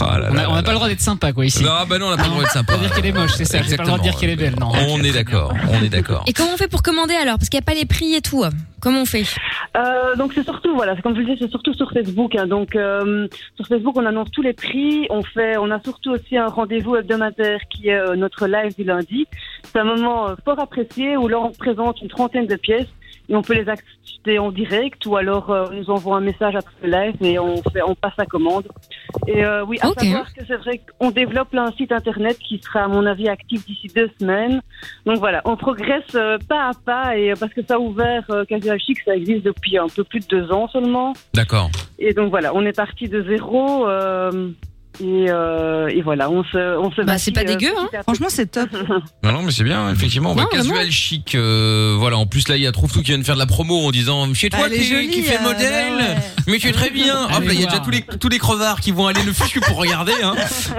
Speaker 2: Oh
Speaker 7: on n'a pas le droit d'être sympa, quoi, ici.
Speaker 2: Ah bah non, on n'a pas le droit d'être sympa.
Speaker 7: Pas dire qu'elle est moche, c'est ça. J'ai pas le droit de dire qu'elle est belle, non.
Speaker 2: On est d'accord, on est d'accord.
Speaker 4: Et comment on fait pour commander alors Parce qu'il n'y a pas les prix et tout. Comment on fait
Speaker 19: Euh, donc c'est surtout voilà, comme je le disais, c'est surtout sur Facebook. hein. donc euh, sur Facebook, on annonce tous les prix. On fait, on a surtout aussi un rendez-vous hebdomadaire qui est euh, notre live du lundi. C'est un moment euh, fort apprécié où là on présente une trentaine de pièces et on peut les acheter en direct ou alors euh, on nous envoie un message après le live et on fait, on passe à commande. Et euh, oui, à
Speaker 4: Ok.
Speaker 19: savoir que c'est vrai qu'on développe là un site internet qui sera à mon avis actif d'ici deux semaines. Donc voilà, on progresse euh, pas à pas et euh, parce que ça a ouvert euh, Casual Chic, ça existe depuis un peu plus de deux ans seulement.
Speaker 2: D'accord.
Speaker 19: Et donc voilà, on est parti de zéro. euh, et, euh, et voilà, on se, on se. euh,
Speaker 4: Bah, c'est pas dégueu, hein.
Speaker 5: Franchement, c'est top.
Speaker 2: Non, non, mais c'est bien, effectivement. Bah,
Speaker 5: Non,
Speaker 2: casual
Speaker 5: vraiment.
Speaker 2: chic, euh, voilà. En plus, là, il y a Trouve-Tout qui vient de faire de la promo en disant Chez toi,
Speaker 5: Elle est
Speaker 2: t'es-
Speaker 5: jolie,
Speaker 2: qui fait
Speaker 5: euh,
Speaker 2: modèle,
Speaker 5: bah
Speaker 2: mais tu es très bien. Hop
Speaker 7: Allez
Speaker 2: là, il y a
Speaker 7: voir.
Speaker 2: déjà tous les, tous les crevards qui vont aller le fichu pour regarder. Hein.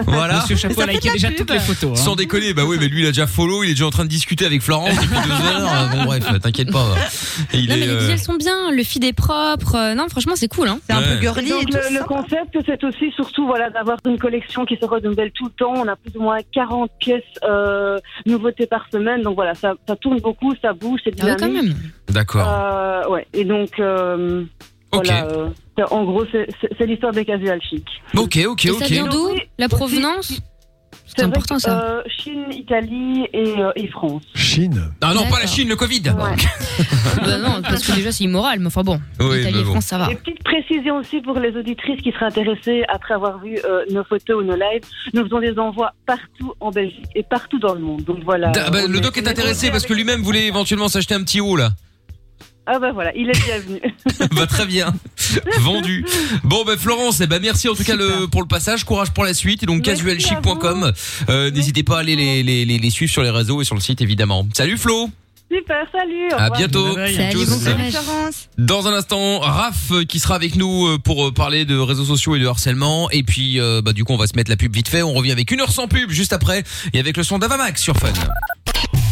Speaker 2: Voilà.
Speaker 7: Monsieur Chapeau a liké déjà toutes les photos. hein.
Speaker 2: Sans déconner, bah oui, mais lui il a déjà follow, il est déjà en train de discuter avec Florence depuis deux heures. Ah, Bon bref, t'inquiète pas. Et il
Speaker 4: Non, mais
Speaker 2: est,
Speaker 4: les
Speaker 2: euh,
Speaker 4: visuels sont bien, le feed est propre. euh, non, franchement, c'est cool. Hein.
Speaker 2: C'est un peu Ouais.
Speaker 5: girly
Speaker 19: Donc, euh,
Speaker 5: et tout
Speaker 19: le,
Speaker 5: ça.
Speaker 19: le concept, c'est aussi surtout voilà d'avoir une collection qui se renouvelle tout le temps. On a plus ou moins 40 pièces euh, nouveautés par semaine. Donc voilà, ça, ça tourne beaucoup, ça bouge, c'est
Speaker 4: Ah ouais,
Speaker 19: dynamique.
Speaker 4: quand même.
Speaker 2: D'accord.
Speaker 19: Euh, ouais. Et donc euh,
Speaker 2: Ok.
Speaker 19: voilà, euh, c'est- en gros, c'est c'est- c'est l'histoire des casual chic.
Speaker 2: Ok, ok,
Speaker 4: Et ça
Speaker 2: ok.
Speaker 4: vient d'où La provenance C'est
Speaker 19: vrai
Speaker 4: important
Speaker 19: que,
Speaker 4: ça.
Speaker 19: euh, Chine, Italie et, euh, et France.
Speaker 3: Chine
Speaker 2: Ah non, pas la Chine, le Covid.
Speaker 4: Bah non, parce que déjà c'est immoral, mais enfin bon.
Speaker 2: Oui,
Speaker 4: Italie
Speaker 2: mais
Speaker 4: et
Speaker 2: bon.
Speaker 4: France, ça va.
Speaker 19: Et petite précision aussi pour les auditrices qui seraient intéressées après avoir vu euh, nos photos ou nos lives. Nous faisons des envois partout en Belgique et partout dans le monde. Donc voilà.
Speaker 2: Da- bah,
Speaker 19: On
Speaker 2: le doc est intéressé parce que lui-même voulait éventuellement s'acheter un petit haut là.
Speaker 19: Ah bah voilà, il est bienvenu.
Speaker 2: bah, très bien. Vendu. Bon, bah, Florence, eh ben, merci en tout cas le, pour le passage. Courage pour la suite. Et donc,
Speaker 19: Merci
Speaker 2: casualchic.com. Euh, N'hésitez pas à aller les, les, les, les suivre sur les réseaux et sur le site, évidemment. Salut Flo.
Speaker 19: Super, salut. au
Speaker 2: À
Speaker 19: revoir.
Speaker 2: bientôt. Salut, bon courage. Dans un instant, Raph euh, qui sera avec nous euh, pour euh, parler de réseaux sociaux et de harcèlement. Et puis, euh, bah, du coup, on va se mettre la pub vite fait. On revient avec une heure sans pub juste après et avec le son d'Avamax sur Fun.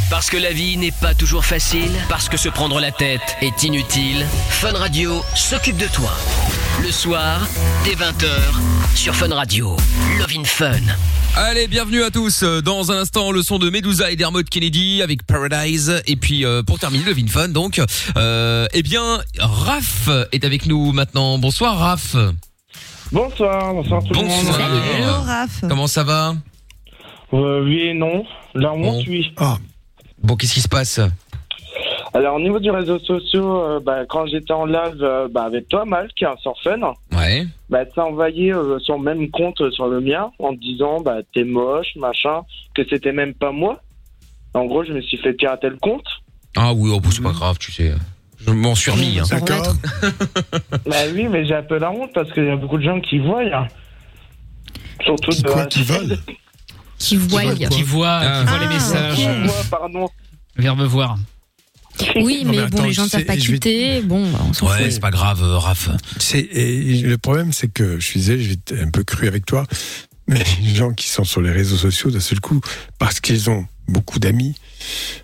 Speaker 1: Parce que la vie n'est pas toujours facile, parce que se prendre la tête est inutile, Fun Radio s'occupe de toi. Le soir, dès 20h, sur Fun Radio. Love in Fun.
Speaker 2: Allez, bienvenue à tous. Euh, Dans un instant, le son de Medusa et d'Hermod Kennedy avec Paradise. Et puis, euh, pour terminer, le VinFun, donc. Euh, eh bien, Raph est avec nous maintenant. Bonsoir, Raph.
Speaker 11: Bonsoir, bonsoir tout le monde.
Speaker 2: Bonsoir.
Speaker 5: Hello, Raph.
Speaker 2: Comment ça va
Speaker 11: Euh, oui et non. Là, on suit.
Speaker 2: Bon, qu'est-ce qui se passe
Speaker 11: Alors, au niveau du réseau sociaux, euh, bah, quand j'étais en live euh, bah, avec toi, Mal, qui est un surfun,
Speaker 2: Ouais.
Speaker 11: bah, t'as envoyé euh, son même compte euh, sur le mien en disant bah, t'es moche, machin, que c'était même pas moi. En gros, je me suis fait pirater le compte.
Speaker 2: Ah oui, oh, c'est pas grave, tu sais. Je m'en suis remis. hein.
Speaker 11: bah oui, mais j'ai un peu la honte parce qu'il y a beaucoup de gens qui voient. hein. Surtout de la-
Speaker 4: Qui voit.
Speaker 7: Qui voit, qui
Speaker 2: Ah.
Speaker 7: voit les messages.
Speaker 11: pardon.
Speaker 7: Verbe voir.
Speaker 4: Oui,
Speaker 3: Non,
Speaker 4: mais,
Speaker 3: mais
Speaker 4: bon,
Speaker 3: attends,
Speaker 4: les gens ne savent
Speaker 3: c'est-
Speaker 4: pas
Speaker 3: je vais-
Speaker 4: quitter. Bon, bah, on s'en fout.
Speaker 2: c'est pas grave, euh, Raph.
Speaker 3: le problème, c'est que je suis désolé, je vais être un peu cru avec toi, mais les gens qui sont sur les réseaux sociaux, d'un seul coup, parce qu'ils ont beaucoup d'amis,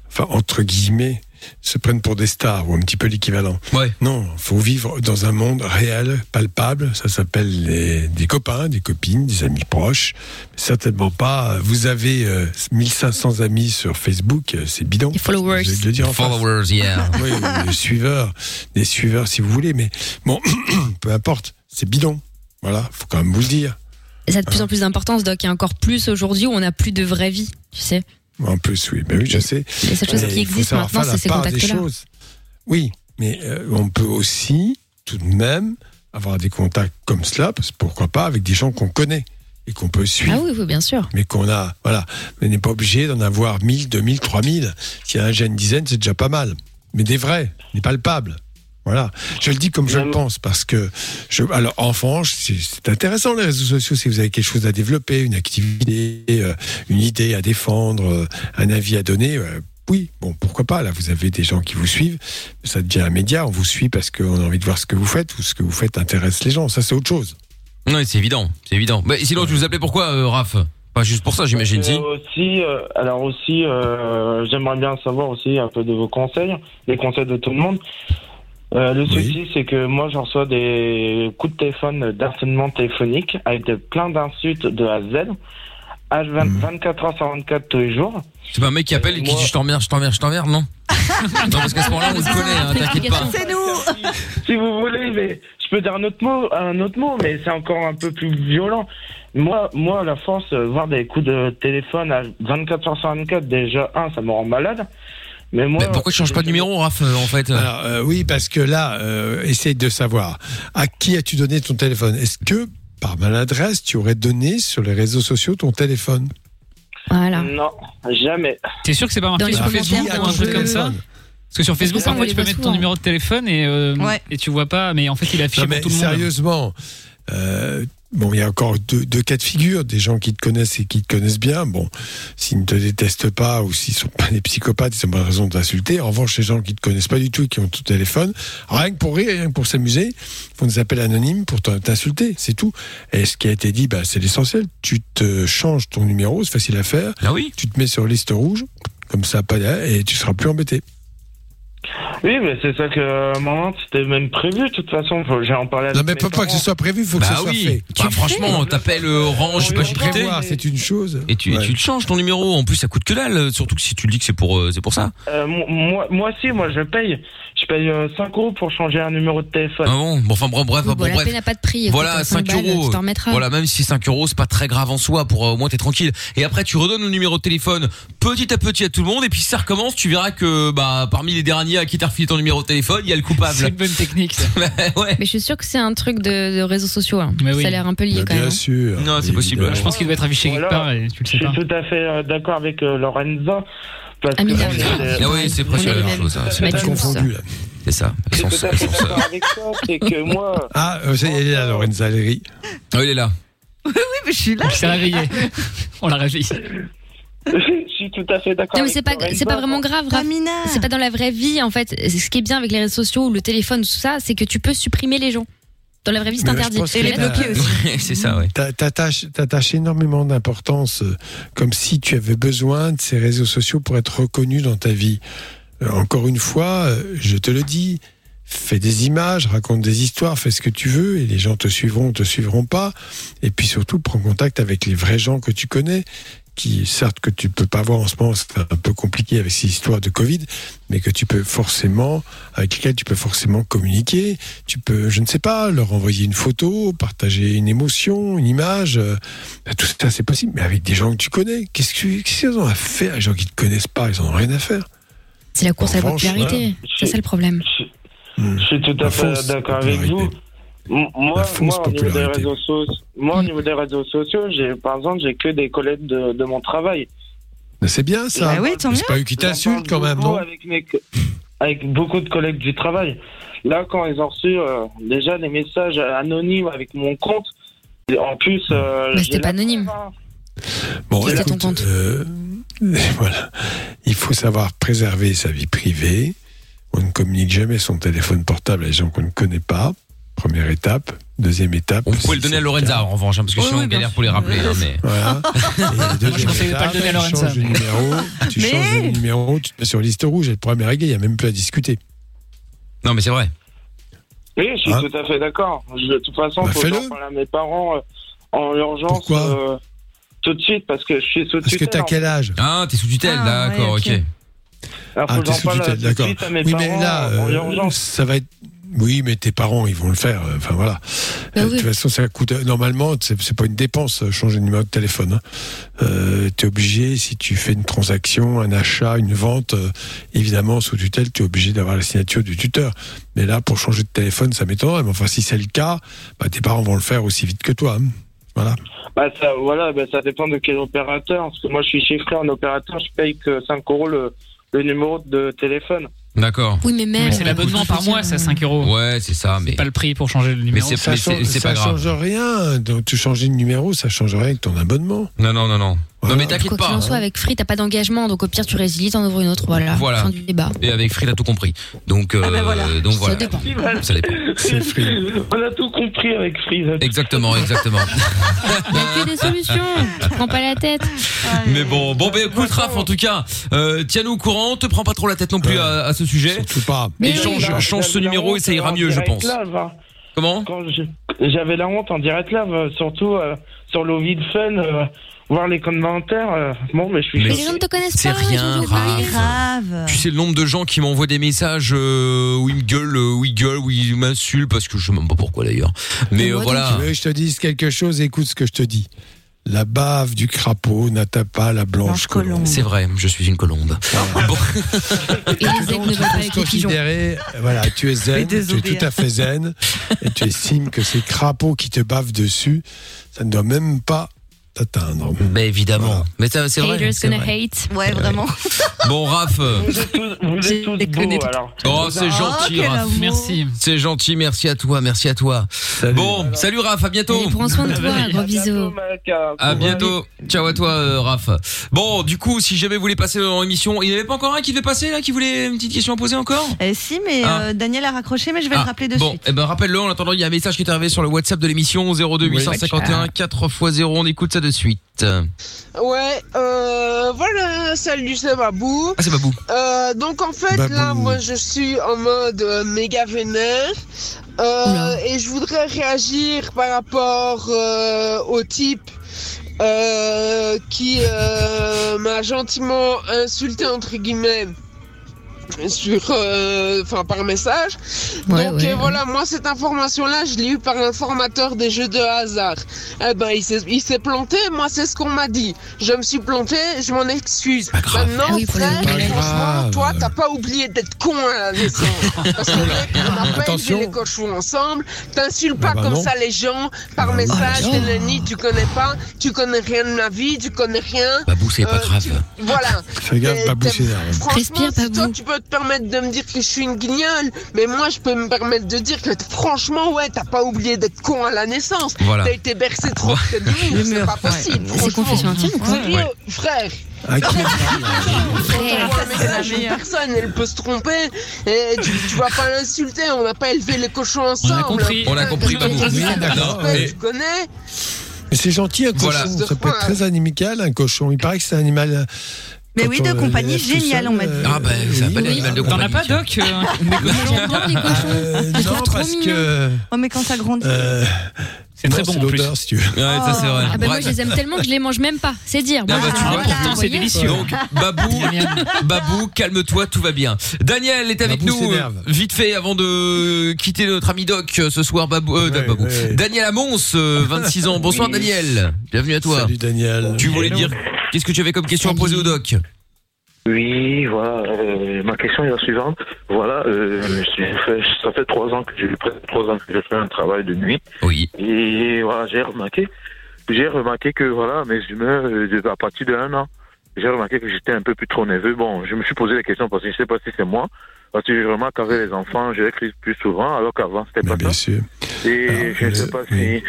Speaker 3: enfin, entre guillemets, se prennent pour des stars ou un petit peu l'équivalent.
Speaker 2: Ouais.
Speaker 3: Non, faut vivre dans un monde réel, palpable. Ça s'appelle les- des copains, des copines, des amis proches. Certainement pas. euh, Vous avez euh, 1500 amis sur Facebook, euh, c'est bidon.
Speaker 4: followers.
Speaker 3: Je vais te le dire en face.
Speaker 2: Followers, yeah.
Speaker 3: Oui, ou des suiveurs, des suiveurs si vous voulez, mais bon, peu importe, c'est bidon. Voilà, faut quand même vous le dire.
Speaker 4: Ça a de plus en plus d'importance, Doc, et encore plus aujourd'hui où on n'a plus de vraie vie, tu sais.
Speaker 3: En plus, oui, ben oui, je sais.
Speaker 4: Les seules choses
Speaker 3: Mais
Speaker 4: qui
Speaker 3: il faut
Speaker 4: existent
Speaker 3: savoir
Speaker 4: maintenant,
Speaker 3: faire
Speaker 4: c'est
Speaker 3: la
Speaker 4: ces
Speaker 3: part des
Speaker 4: contacts-là.
Speaker 3: choses. Oui, mais euh, on peut aussi, tout de même, avoir des contacts comme cela, parce que pourquoi pas, avec des gens qu'on connaît et qu'on peut suivre.
Speaker 4: Ah oui, oui, bien sûr.
Speaker 3: Mais qu'on a, voilà, on n'est pas obligé d'en avoir 1000, 2000, 3000. S'il y en a déjà une dizaine, c'est déjà pas mal. Mais des vrais, des palpables. Voilà. Je le dis comme je le pense parce que, je, alors, enfant, c'est c'est intéressant les réseaux sociaux si vous avez quelque chose à développer, une activité, euh, une idée à défendre, euh, un avis à donner. euh, oui, bon, pourquoi pas Là, vous avez des gens qui vous suivent. Ça devient un média. On vous suit parce qu'on a envie de voir ce que vous faites ou ce que vous faites intéresse les gens. Ça, c'est autre chose.
Speaker 2: Non, c'est évident, c'est évident. Mais sinon, tu vous appelais pourquoi, euh, Raph Pas juste pour ça, j'imagine, si.
Speaker 11: Euh, aussi, euh, alors aussi, euh, j'aimerais bien savoir aussi un peu de vos conseils, les conseils de tout le monde. Euh, le souci, c'est que moi, j'en reçois des coups de téléphone d'harcèlement téléphonique avec de- plein d'insultes de A à Z, H20,
Speaker 2: Hmm.
Speaker 11: 24 heures sur 24 tous les jours.
Speaker 2: C'est pas un mec qui appelle et qui dit je t'emmerde, je t'emmerde, je t'emmerde, non Non, parce qu'à ce moment-là, on se connaît, hein, t'inquiète pas.
Speaker 11: C'est nous Si vous voulez, mais je peux dire un autre mot, un autre mot mais c'est encore un peu plus violent. Moi, moi, à la force, euh, voir des coups de téléphone à 24 h 24, déjà, un, ça me rend malade. Mais moi.
Speaker 2: pourquoi tu changes pas de numéro, Raph, en fait
Speaker 3: Alors, euh, oui, parce que là, euh, essaye de savoir. À qui as-tu donné ton téléphone Est-ce que, par maladresse, tu aurais donné sur les réseaux sociaux ton téléphone
Speaker 4: Voilà.
Speaker 11: Non, jamais.
Speaker 7: T'es sûr que c'est pas marqué sur Facebook ou un truc comme ça Parce que sur Facebook,
Speaker 3: Ça, on
Speaker 7: parfois,
Speaker 3: les
Speaker 7: tu peux
Speaker 3: voit
Speaker 7: mettre ton
Speaker 3: souvent.
Speaker 7: numéro de téléphone et, euh,
Speaker 3: Ouais.
Speaker 7: et tu vois pas, mais en fait, il affiche
Speaker 3: Non,
Speaker 7: pour
Speaker 3: mais
Speaker 7: tout le monde.
Speaker 3: sérieusement, euh, bon, il y a encore deux, deux cas de figure, des gens qui te connaissent et qui te connaissent bien. Bon, s'ils ne te détestent pas ou s'ils sont pas des psychopathes, ils n'ont pas raison de t'insulter. En revanche, les gens qui te connaissent pas du tout et qui ont ton téléphone, rien que pour rire, rien que pour s'amuser, font des appels anonymes pour t'in- t'insulter, c'est tout. Et ce qui a été dit, bah, c'est l'essentiel. Tu te changes ton numéro, c'est facile à faire.
Speaker 2: Ah
Speaker 3: Tu te mets sur liste rouge, comme ça, pas et tu seras plus embêté.
Speaker 11: Oui, mais c'est ça que, euh, à un moment, c'était même prévu, de toute façon. Faut- J'ai en parlé avec
Speaker 3: Non, mais
Speaker 11: mes
Speaker 3: faut pas que
Speaker 11: parents.
Speaker 3: ce soit prévu, faut que
Speaker 11: Bah
Speaker 3: ce soit
Speaker 11: oui.
Speaker 3: fait.
Speaker 11: Tu
Speaker 2: Bah,
Speaker 11: le
Speaker 2: franchement,
Speaker 11: fais.
Speaker 2: t'appelles euh, Orange, je sais pas, j'ai quitté.
Speaker 3: Prévoir, c'est une chose.
Speaker 2: Et tu, et tu le changes ton numéro. En plus, ça coûte que dalle. euh, Surtout que si tu le dis que c'est pour, euh, c'est pour ça.
Speaker 11: Euh, mo- moi, moi aussi, moi, je paye. Je paye euh, 5 euros pour changer un numéro de téléphone.
Speaker 2: Ah bon, Bon, enfin, bref, bref,
Speaker 4: Bon,
Speaker 2: bref.
Speaker 4: la peine n'a pas de prix.
Speaker 2: Voilà,
Speaker 4: Écoute, 5
Speaker 2: 5 euros. euh,
Speaker 4: balles, Tu t'en remettras.
Speaker 2: Voilà, même si 5 euros, c'est pas très grave en soi. Pour euh, au moins, t'es tranquille. Et après, tu redonnes le numéro de téléphone petit à petit à tout le monde. Et puis, si ça recommence. Tu verras que bah parmi les derniers à qui t'as refilé ton numéro de téléphone, il y a le coupable. C'est une
Speaker 7: bonne technique.
Speaker 4: Mais je suis sûr que c'est un truc de, de réseaux sociaux. hein.
Speaker 2: Mais oui.
Speaker 4: Ça a l'air un peu lié quand même. hein.
Speaker 3: sûr.
Speaker 2: Non, c'est possible.
Speaker 7: Bah, Je pense qu'il doit être affiché quelque part et tu le sais
Speaker 11: Je
Speaker 7: pas.
Speaker 11: suis tout à fait euh, d'accord avec euh, Lorenzo. Parce que moi, j'étais-
Speaker 2: Ah oui, c'est presque
Speaker 11: On est
Speaker 2: la
Speaker 11: les
Speaker 2: même
Speaker 11: mêmes.
Speaker 2: chose.
Speaker 7: hein.
Speaker 2: ça.
Speaker 11: C'est pas confondu, là.
Speaker 2: C'est ça. Elles sont-
Speaker 11: Je suis tout à
Speaker 2: elles
Speaker 11: fait
Speaker 2: sont sœurs.
Speaker 11: d'accord avec toi, c'est que moi,
Speaker 3: Ah, euh, ça y est, elle est là, Lorenza Allegri.
Speaker 2: Ah, il est là.
Speaker 5: Oui, oui, mais je suis là.
Speaker 7: Il s'est réveillé. On l'a réveillé.
Speaker 11: je suis tout à fait d'accord
Speaker 4: Non, mais
Speaker 11: avec
Speaker 4: c'est pas,
Speaker 11: Lorenzo.
Speaker 4: c'est pas vraiment grave. Raph. C'est pas dans la vraie vie, en fait. Ce qui est bien avec les réseaux sociaux ou le téléphone, tout ça, c'est que tu peux supprimer les gens. Dans la vraie vie, c'est
Speaker 3: Mais là,
Speaker 4: interdit.
Speaker 3: je pense que t'as-
Speaker 2: Ouais, c'est ça, ouais.
Speaker 3: T'a- T'attaches, t'attaches énormément d'importance, euh, comme si tu avais besoin de ces réseaux sociaux pour être reconnu dans ta vie. Euh, Encore une fois, euh, je te le dis, fais des images, raconte des histoires, fais ce que tu veux, et les gens te suivront, te suivront pas. Et puis surtout, prends contact avec les vrais gens que tu connais, qui certes que tu peux pas voir en ce moment, c'est un peu compliqué avec ces histoires de Covid, mais que tu peux forcément, avec lesquels tu peux forcément communiquer. Tu peux, je ne sais pas, leur envoyer une photo, partager une émotion, une image. euh, Tout ça, c'est possible, mais avec des gens que tu connais. Qu'est-ce que- qu'est-ce qu'ils ont à faire Les gens qui ne te connaissent pas, ils n'en ont rien à faire.
Speaker 4: C'est la course à
Speaker 3: En
Speaker 4: la
Speaker 3: revanche,
Speaker 4: popularité. C'est ça le problème.
Speaker 11: Je suis tout à
Speaker 3: La
Speaker 11: fait
Speaker 3: fausse
Speaker 11: d'accord avec vous. M- Moi,
Speaker 3: fausse
Speaker 11: moi, au niveau, des
Speaker 3: popularité. Mm.
Speaker 11: réseaux sociaux, moi au niveau des réseaux sociaux, j'ai, par exemple, j'ai que des collègues de, de mon travail.
Speaker 3: Mais Ben, C'est bien ça.
Speaker 11: Bah oui, tant
Speaker 3: c'est
Speaker 11: mieux.
Speaker 3: pas eux qui t'insultent quand même, non
Speaker 11: Beaucoup avec, mes co- avec beaucoup de collègues du travail. Là, quand ils ont reçu euh, déjà des messages anonymes avec mon compte, et en plus, euh,
Speaker 4: Bah,
Speaker 11: j'ai
Speaker 4: c'était
Speaker 11: la-
Speaker 4: pas anonyme.
Speaker 3: Bon,
Speaker 4: C'était ton
Speaker 3: écoute, euh, voilà. Il faut savoir préserver sa vie privée. On ne communique jamais son téléphone portable à des gens qu'on ne connaît pas. Première étape. Deuxième étape.
Speaker 2: Vous pouvez le donner à Lorenza, en revanche, hein, parce que sinon, on galère pour les rappeler. hein, mais...
Speaker 3: Voilà.
Speaker 2: Je conseille de pas le donner à
Speaker 3: Tu
Speaker 2: Lorenza.
Speaker 3: changes de numéro, tu
Speaker 2: Mais-
Speaker 3: changes de numéro, tu te mets sur liste rouge et le problème est réglé, il n'y a même plus à discuter.
Speaker 2: Non, mais c'est vrai.
Speaker 11: Oui, je suis
Speaker 3: Hein
Speaker 11: tout à fait d'accord. Je- De toute façon,
Speaker 3: Bah,
Speaker 11: faut
Speaker 3: fais-le.
Speaker 11: en parler à mes parents euh, en urgence euh, tout de suite parce que je suis sous tutelle.
Speaker 3: Parce que t'as quel âge
Speaker 2: Ah, t'es sous tutelle,
Speaker 11: Ah,
Speaker 2: d'accord,
Speaker 11: ouais,
Speaker 2: ok.
Speaker 11: ok. Alors, faut
Speaker 3: Ah,
Speaker 11: que
Speaker 3: t'es
Speaker 11: j'en
Speaker 3: sous
Speaker 11: parle
Speaker 3: tutelle,
Speaker 11: tout de
Speaker 3: d'accord.
Speaker 11: suite à mes
Speaker 3: Oui,
Speaker 11: parents
Speaker 3: mais là,
Speaker 11: en
Speaker 3: euh,
Speaker 11: urgence.
Speaker 3: ça va être. Oui, mais tes parents, ils vont le faire. euh, Enfin voilà.
Speaker 4: Euh,
Speaker 3: De toute façon, ça coûte. Normalement, c'est c'est pas une dépense euh, changer de numéro de téléphone. hein. Euh, t'es obligé si tu fais une transaction, un achat, une vente, euh, évidemment sous tutelle, t'es obligé d'avoir la signature du tuteur. Mais là, pour changer de téléphone, ça m'étonnerait. Mais enfin, si c'est le cas, bah, tes parents vont le faire aussi vite que toi. hein. Voilà.
Speaker 11: Bah, ça, voilà, bah, ça dépend de quel opérateur. Parce que moi, je suis chiffré en opérateur, je paye que 5 euros le, le numéro de téléphone.
Speaker 2: D'accord.
Speaker 4: Oui, mais même.
Speaker 7: Mais c'est l'abonnement par mois, c'est à 5 euros.
Speaker 2: Ouais, c'est ça. Mais
Speaker 7: pas le prix pour changer le numéro.
Speaker 3: ça change- ça change rien. Donc, tu changes de numéro, ça change rien avec ton abonnement.
Speaker 2: Non, non, non, non. Non, mais t'inquiète
Speaker 4: Quoi qu'il
Speaker 2: pas. hein.
Speaker 4: en soit, avec Free, t'as pas d'engagement, donc au pire, tu résilies, t'en ouvres une autre. Voilà.
Speaker 2: Voilà.
Speaker 4: Fin du débat.
Speaker 2: Et avec Free, t'as tout compris. Donc,
Speaker 4: Ah,
Speaker 2: euh, donc voilà.
Speaker 4: ben dépend.
Speaker 2: Ça dépend.
Speaker 11: On a tout compris avec Freeze.
Speaker 2: Exactement, exactement.
Speaker 4: Fais des solutions. Tu prends pas la tête.
Speaker 2: Mais bon, bon, ben écoute, Raph, en tout cas, euh, tiens-nous au courant, te prends pas trop la tête non plus à, à ce sujet. Surtout
Speaker 3: pas.
Speaker 2: Et change, change ce numéro et ça ira mieux, je pense. Comment
Speaker 11: hein. J'avais la honte en direct live, euh, surtout euh, sur l'Ovid Fun, euh, voir les commentaires. euh, bon, mais je suis.
Speaker 4: Mais les gens ne te connaissent
Speaker 2: c'est
Speaker 4: pas. ils
Speaker 2: rien,
Speaker 4: ont oublié.
Speaker 2: Raph. Tu sais le nombre de gens qui m'envoient des messages euh, où ils me gueulent, euh, où ils gueulent, où ils m'insultent, parce que je sais même pas pourquoi d'ailleurs. Mais euh,
Speaker 3: Moi,
Speaker 2: voilà.
Speaker 3: Tu veux que je te dise quelque chose, écoute ce que je te dis. La bave du crapaud n'atteint pas la blanche colombe. Ah,
Speaker 2: C'est vrai, je suis une colombe.
Speaker 18: euh,
Speaker 4: Et les aigles ne vont pas avec les pigeons.
Speaker 3: Considéré, voilà, tu es
Speaker 4: Et
Speaker 3: zen, tu es
Speaker 4: désobéir.
Speaker 3: tout à fait zen, et tu estimes que ces crapauds qui te bavent dessus, ça ne doit même pas t'atteindre.
Speaker 2: Mais évidemment. Mais ça, c'est vrai.
Speaker 4: Haters
Speaker 2: c'est
Speaker 4: gonna
Speaker 2: vrai.
Speaker 4: hate. Ouais, vraiment.
Speaker 2: Bon, Raph. euh,
Speaker 11: Vous êtes tous beaux, alors.
Speaker 2: Oh, c'est gentil, Raph.
Speaker 7: Merci.
Speaker 2: C'est gentil, merci à toi, merci à toi. Bon, salut Raph, à bientôt.
Speaker 4: Prends soin de toi. Gros bisous.
Speaker 2: À bientôt. Ciao à toi, euh, Raph. Bon, du coup, si jamais vous voulez passer en émission, il n'y en avait pas encore un qui devait passer là, qui voulait une petite question à poser encore
Speaker 5: Euh, si, mais
Speaker 2: Ah.
Speaker 5: euh, Daniel a raccroché, mais je vais
Speaker 2: Ah,
Speaker 5: le rappeler de
Speaker 2: bon,
Speaker 5: suite.
Speaker 2: eh ben rappelle-le. En attendant, il y a un message qui est arrivé sur le WhatsApp de l'émission 02
Speaker 4: Ah.
Speaker 2: 851 4 x 0. On écoute ça de suite.
Speaker 17: Ouais, euh, voilà, salut, c'est Babou.
Speaker 2: Ah, c'est Babou.
Speaker 17: Euh, donc en fait,
Speaker 2: Babou.
Speaker 17: là, moi, je suis en mode euh, méga vénère. Euh, et je voudrais réagir par rapport euh, au type euh, qui euh, m'a gentiment insulté, entre guillemets sur euh, enfin par message
Speaker 20: Ouais,
Speaker 17: donc
Speaker 20: ouais,
Speaker 17: euh,
Speaker 20: ouais.
Speaker 17: voilà moi cette information là je l'ai eue par un formateur des jeux de hasard eh ben il s'est il s'est planté moi c'est ce qu'on m'a dit je me suis planté je m'en excuse
Speaker 20: Ah
Speaker 17: maintenant frère, franchement toi t'as pas oublié d'être con à la naissance parce que mec, on a pas élevé
Speaker 3: Attention.
Speaker 17: les cochons ensemble t'insultes
Speaker 2: Ah
Speaker 3: Bah,
Speaker 17: pas
Speaker 3: bah
Speaker 17: comme
Speaker 3: non.
Speaker 17: ça les gens par message
Speaker 2: Bah non.
Speaker 17: nanani, tu connais pas tu connais rien de ma vie tu connais rien
Speaker 2: Babou, c'est pas
Speaker 17: Euh,
Speaker 2: grave.
Speaker 17: voilà.
Speaker 3: Fais gaffe,
Speaker 17: Et
Speaker 3: Babou
Speaker 17: Euh, t'as-
Speaker 3: s'énerve.
Speaker 17: Franchement, si toi, tu peux te permettre de me dire que je suis une guignole, mais moi, je peux me permettre de dire que franchement, ouais, t'as pas oublié d'être con à la naissance.
Speaker 3: Voilà.
Speaker 17: T'as été bercé trop près de nous, c'est pas possible.
Speaker 4: C'est confession intime ou quoi
Speaker 17: Sérieux, frère.
Speaker 3: À qui
Speaker 17: Frère, une personne, elle peut se tromper. Et tu, tu vas pas l'insulter, on n'a pas élevé les cochons ensemble.
Speaker 2: compris. On a compris,
Speaker 17: T'as
Speaker 2: Babou.
Speaker 17: dit,
Speaker 2: Oui,
Speaker 17: t'as
Speaker 2: d'accord,
Speaker 17: respect,
Speaker 2: mais-
Speaker 17: Tu connais
Speaker 3: Mais c'est gentil, un cochon.
Speaker 2: Voilà.
Speaker 3: Ça peut être très amical, un cochon. Il paraît que c'est un animal. euh,
Speaker 5: Mais oui, de compagnie, génial, on m'a dit.
Speaker 2: Ah, bah, c'est un bel animal de
Speaker 7: T'en as
Speaker 2: compagnie.
Speaker 7: pas, Doc euh, des cochons
Speaker 3: Non, parce que.
Speaker 5: Oh, mais quand ça grandit.
Speaker 3: euh,
Speaker 7: C'est
Speaker 3: très bon. C'est l'odeur, si tu veux.
Speaker 2: Ouais, ça c'est vrai.
Speaker 4: Ah bah moi
Speaker 2: Bref.
Speaker 4: je les aime tellement que je les mange même pas, c'est dire.
Speaker 2: Ah, bah, tu vois,
Speaker 7: pourtant, c'est
Speaker 4: voyez.
Speaker 7: délicieux.
Speaker 2: Donc, Babou, Babou, calme-toi, tout va bien. Daniel est avec
Speaker 3: Babou
Speaker 2: nous.
Speaker 3: s'énerve.
Speaker 2: Vite fait, avant de quitter notre ami Doc euh, ce soir, Babou. euh, Babou. Daniel Amons, euh, 26 ans. Bonsoir,
Speaker 3: Oui.
Speaker 2: Daniel. Bienvenue à toi.
Speaker 3: Salut, Daniel.
Speaker 2: Tu voulais dire, qu'est-ce que tu avais comme question à poser au Doc
Speaker 21: Oui, voilà. euh, ma question est la suivante. Voilà, euh, je fais- ça fait trois ans que je presque trois ans que je fais un travail de nuit.
Speaker 2: Oui.
Speaker 21: Et voilà, j'ai remarqué, j'ai remarqué que voilà, mes humeurs euh, de- à partir de un an, j'ai remarqué que j'étais un peu plus trop nerveux. Bon, je me suis posé la question parce que je sais pas si c'est moi. Parce que je remarque qu'avec les enfants, je les crise plus souvent, alors qu'avant c'était pas
Speaker 3: bien
Speaker 21: ça.
Speaker 3: sûr. Ah,
Speaker 21: Et je sais pas si.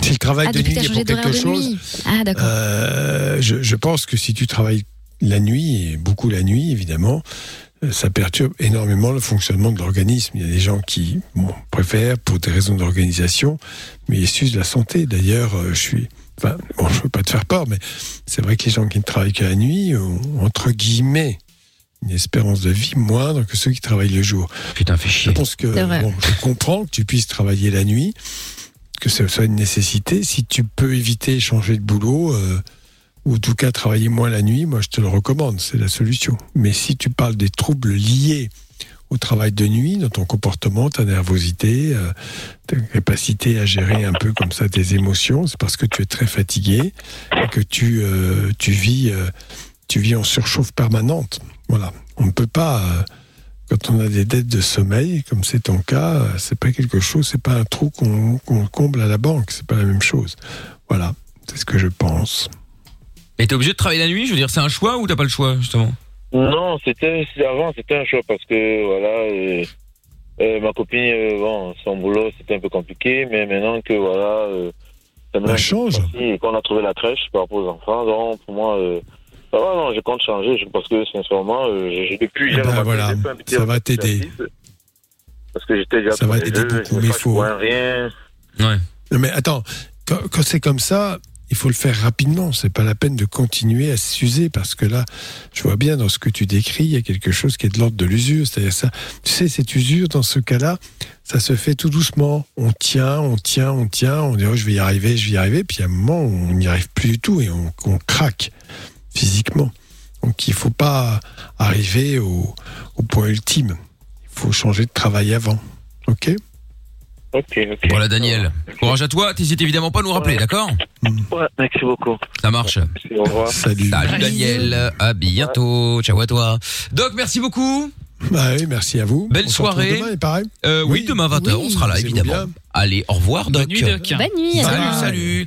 Speaker 3: Si le travail
Speaker 4: Ah,
Speaker 3: de
Speaker 4: depuis
Speaker 3: nuit
Speaker 4: t'as
Speaker 3: est
Speaker 4: changé
Speaker 3: pour
Speaker 4: d'horaire
Speaker 3: quelque
Speaker 4: de
Speaker 3: chose.
Speaker 4: nuit. Ah d'accord.
Speaker 3: Euh, je, je pense que si tu travailles la nuit, et beaucoup la nuit évidemment, euh, ça perturbe énormément le fonctionnement de l'organisme. Il y a des gens qui bon, préfèrent pour des raisons d'organisation, mais ils s'usent la santé. D'ailleurs, euh, je suis. Enfin, bon, je ne veux pas te faire peur, mais c'est vrai que les gens qui ne travaillent que la nuit ont, entre guillemets, une espérance de vie moindre que ceux qui travaillent le jour.
Speaker 2: Putain, fais chier.
Speaker 3: Je pense que
Speaker 4: C'est vrai.
Speaker 3: bon, je comprends que tu puisses travailler la nuit, que ce soit une nécessité. Si tu peux éviter changer de boulot, euh, ou en tout cas travailler moins la nuit, moi je te le recommande, c'est la solution. Mais si tu parles des troubles liés au travail de nuit, dans ton comportement, ta nervosité, euh, ta capacité à gérer un peu comme ça tes émotions, c'est parce que tu es très fatigué et que tu, euh, tu, vis, euh, tu vis en surchauffe permanente. Voilà, on ne peut pas... euh, quand on a des dettes de sommeil, comme c'est ton cas, euh, c'est pas quelque chose, c'est pas un trou qu'on qu'on comble à la banque, c'est pas la même chose. Voilà, c'est ce que je pense.
Speaker 2: Mais t'es obligé de travailler la nuit Je veux dire, c'est un choix ou t'as pas le choix, justement
Speaker 11: Non, c'était c'était- avant, c'était un choix parce que voilà, euh, euh, ma copine, euh, bon, son boulot, c'était un peu compliqué, mais maintenant que voilà, euh, ça m'a-
Speaker 3: change.
Speaker 11: et qu'on a trouvé la crèche par rapport aux enfants, donc pour moi, euh, ça va, non, je compte changer je- parce que sincèrement, euh, j'ai- j'ai depuis j'ai remarqué,
Speaker 3: voilà,
Speaker 11: j'ai fait un petit
Speaker 3: ça va
Speaker 11: exercice,
Speaker 3: t'aider.
Speaker 11: Parce que j'étais déjà
Speaker 3: Ça va
Speaker 11: tous les
Speaker 3: t'aider
Speaker 11: deux,
Speaker 3: beaucoup,
Speaker 11: je
Speaker 3: mais
Speaker 11: sais pas, je
Speaker 3: faut-
Speaker 11: vois rien.
Speaker 3: Non, mais attends, quand, quand c'est comme ça, il faut le faire rapidement. C'est pas la peine de continuer à s'user parce que là, je vois bien dans ce que tu décris, il y a quelque chose qui est de l'ordre de l'usure. C'est-à-dire ça, tu sais, cette usure dans ce cas-là, ça se fait tout doucement. On tient, on tient, on tient. On dit oh, je vais y arriver, je vais y arriver. Puis à un moment, on n'y arrive plus du tout et on, on craque physiquement. Donc il faut pas arriver au, au point ultime. Il faut changer de travail avant. Ok.
Speaker 11: Ok, ok.
Speaker 2: Voilà, Daniel. Courage à toi. T'hésites évidemment pas à nous rappeler, d'accord
Speaker 11: Ouais, merci beaucoup.
Speaker 2: Ça marche.
Speaker 11: Au revoir.
Speaker 3: Salut.
Speaker 2: Salut, Daniel. À bientôt. Ciao à toi. Doc, merci beaucoup.
Speaker 3: Bah oui, merci à vous.
Speaker 2: Belle
Speaker 3: On se retrouve
Speaker 2: soirée.
Speaker 3: demain, il paraît.
Speaker 2: Euh, oui, demain 20h, on sera là,
Speaker 3: Amusez-vous
Speaker 2: évidemment.
Speaker 3: bien.
Speaker 2: Allez, au revoir, Doc.
Speaker 22: Bonne nuit, à demain.
Speaker 2: Salut, salut.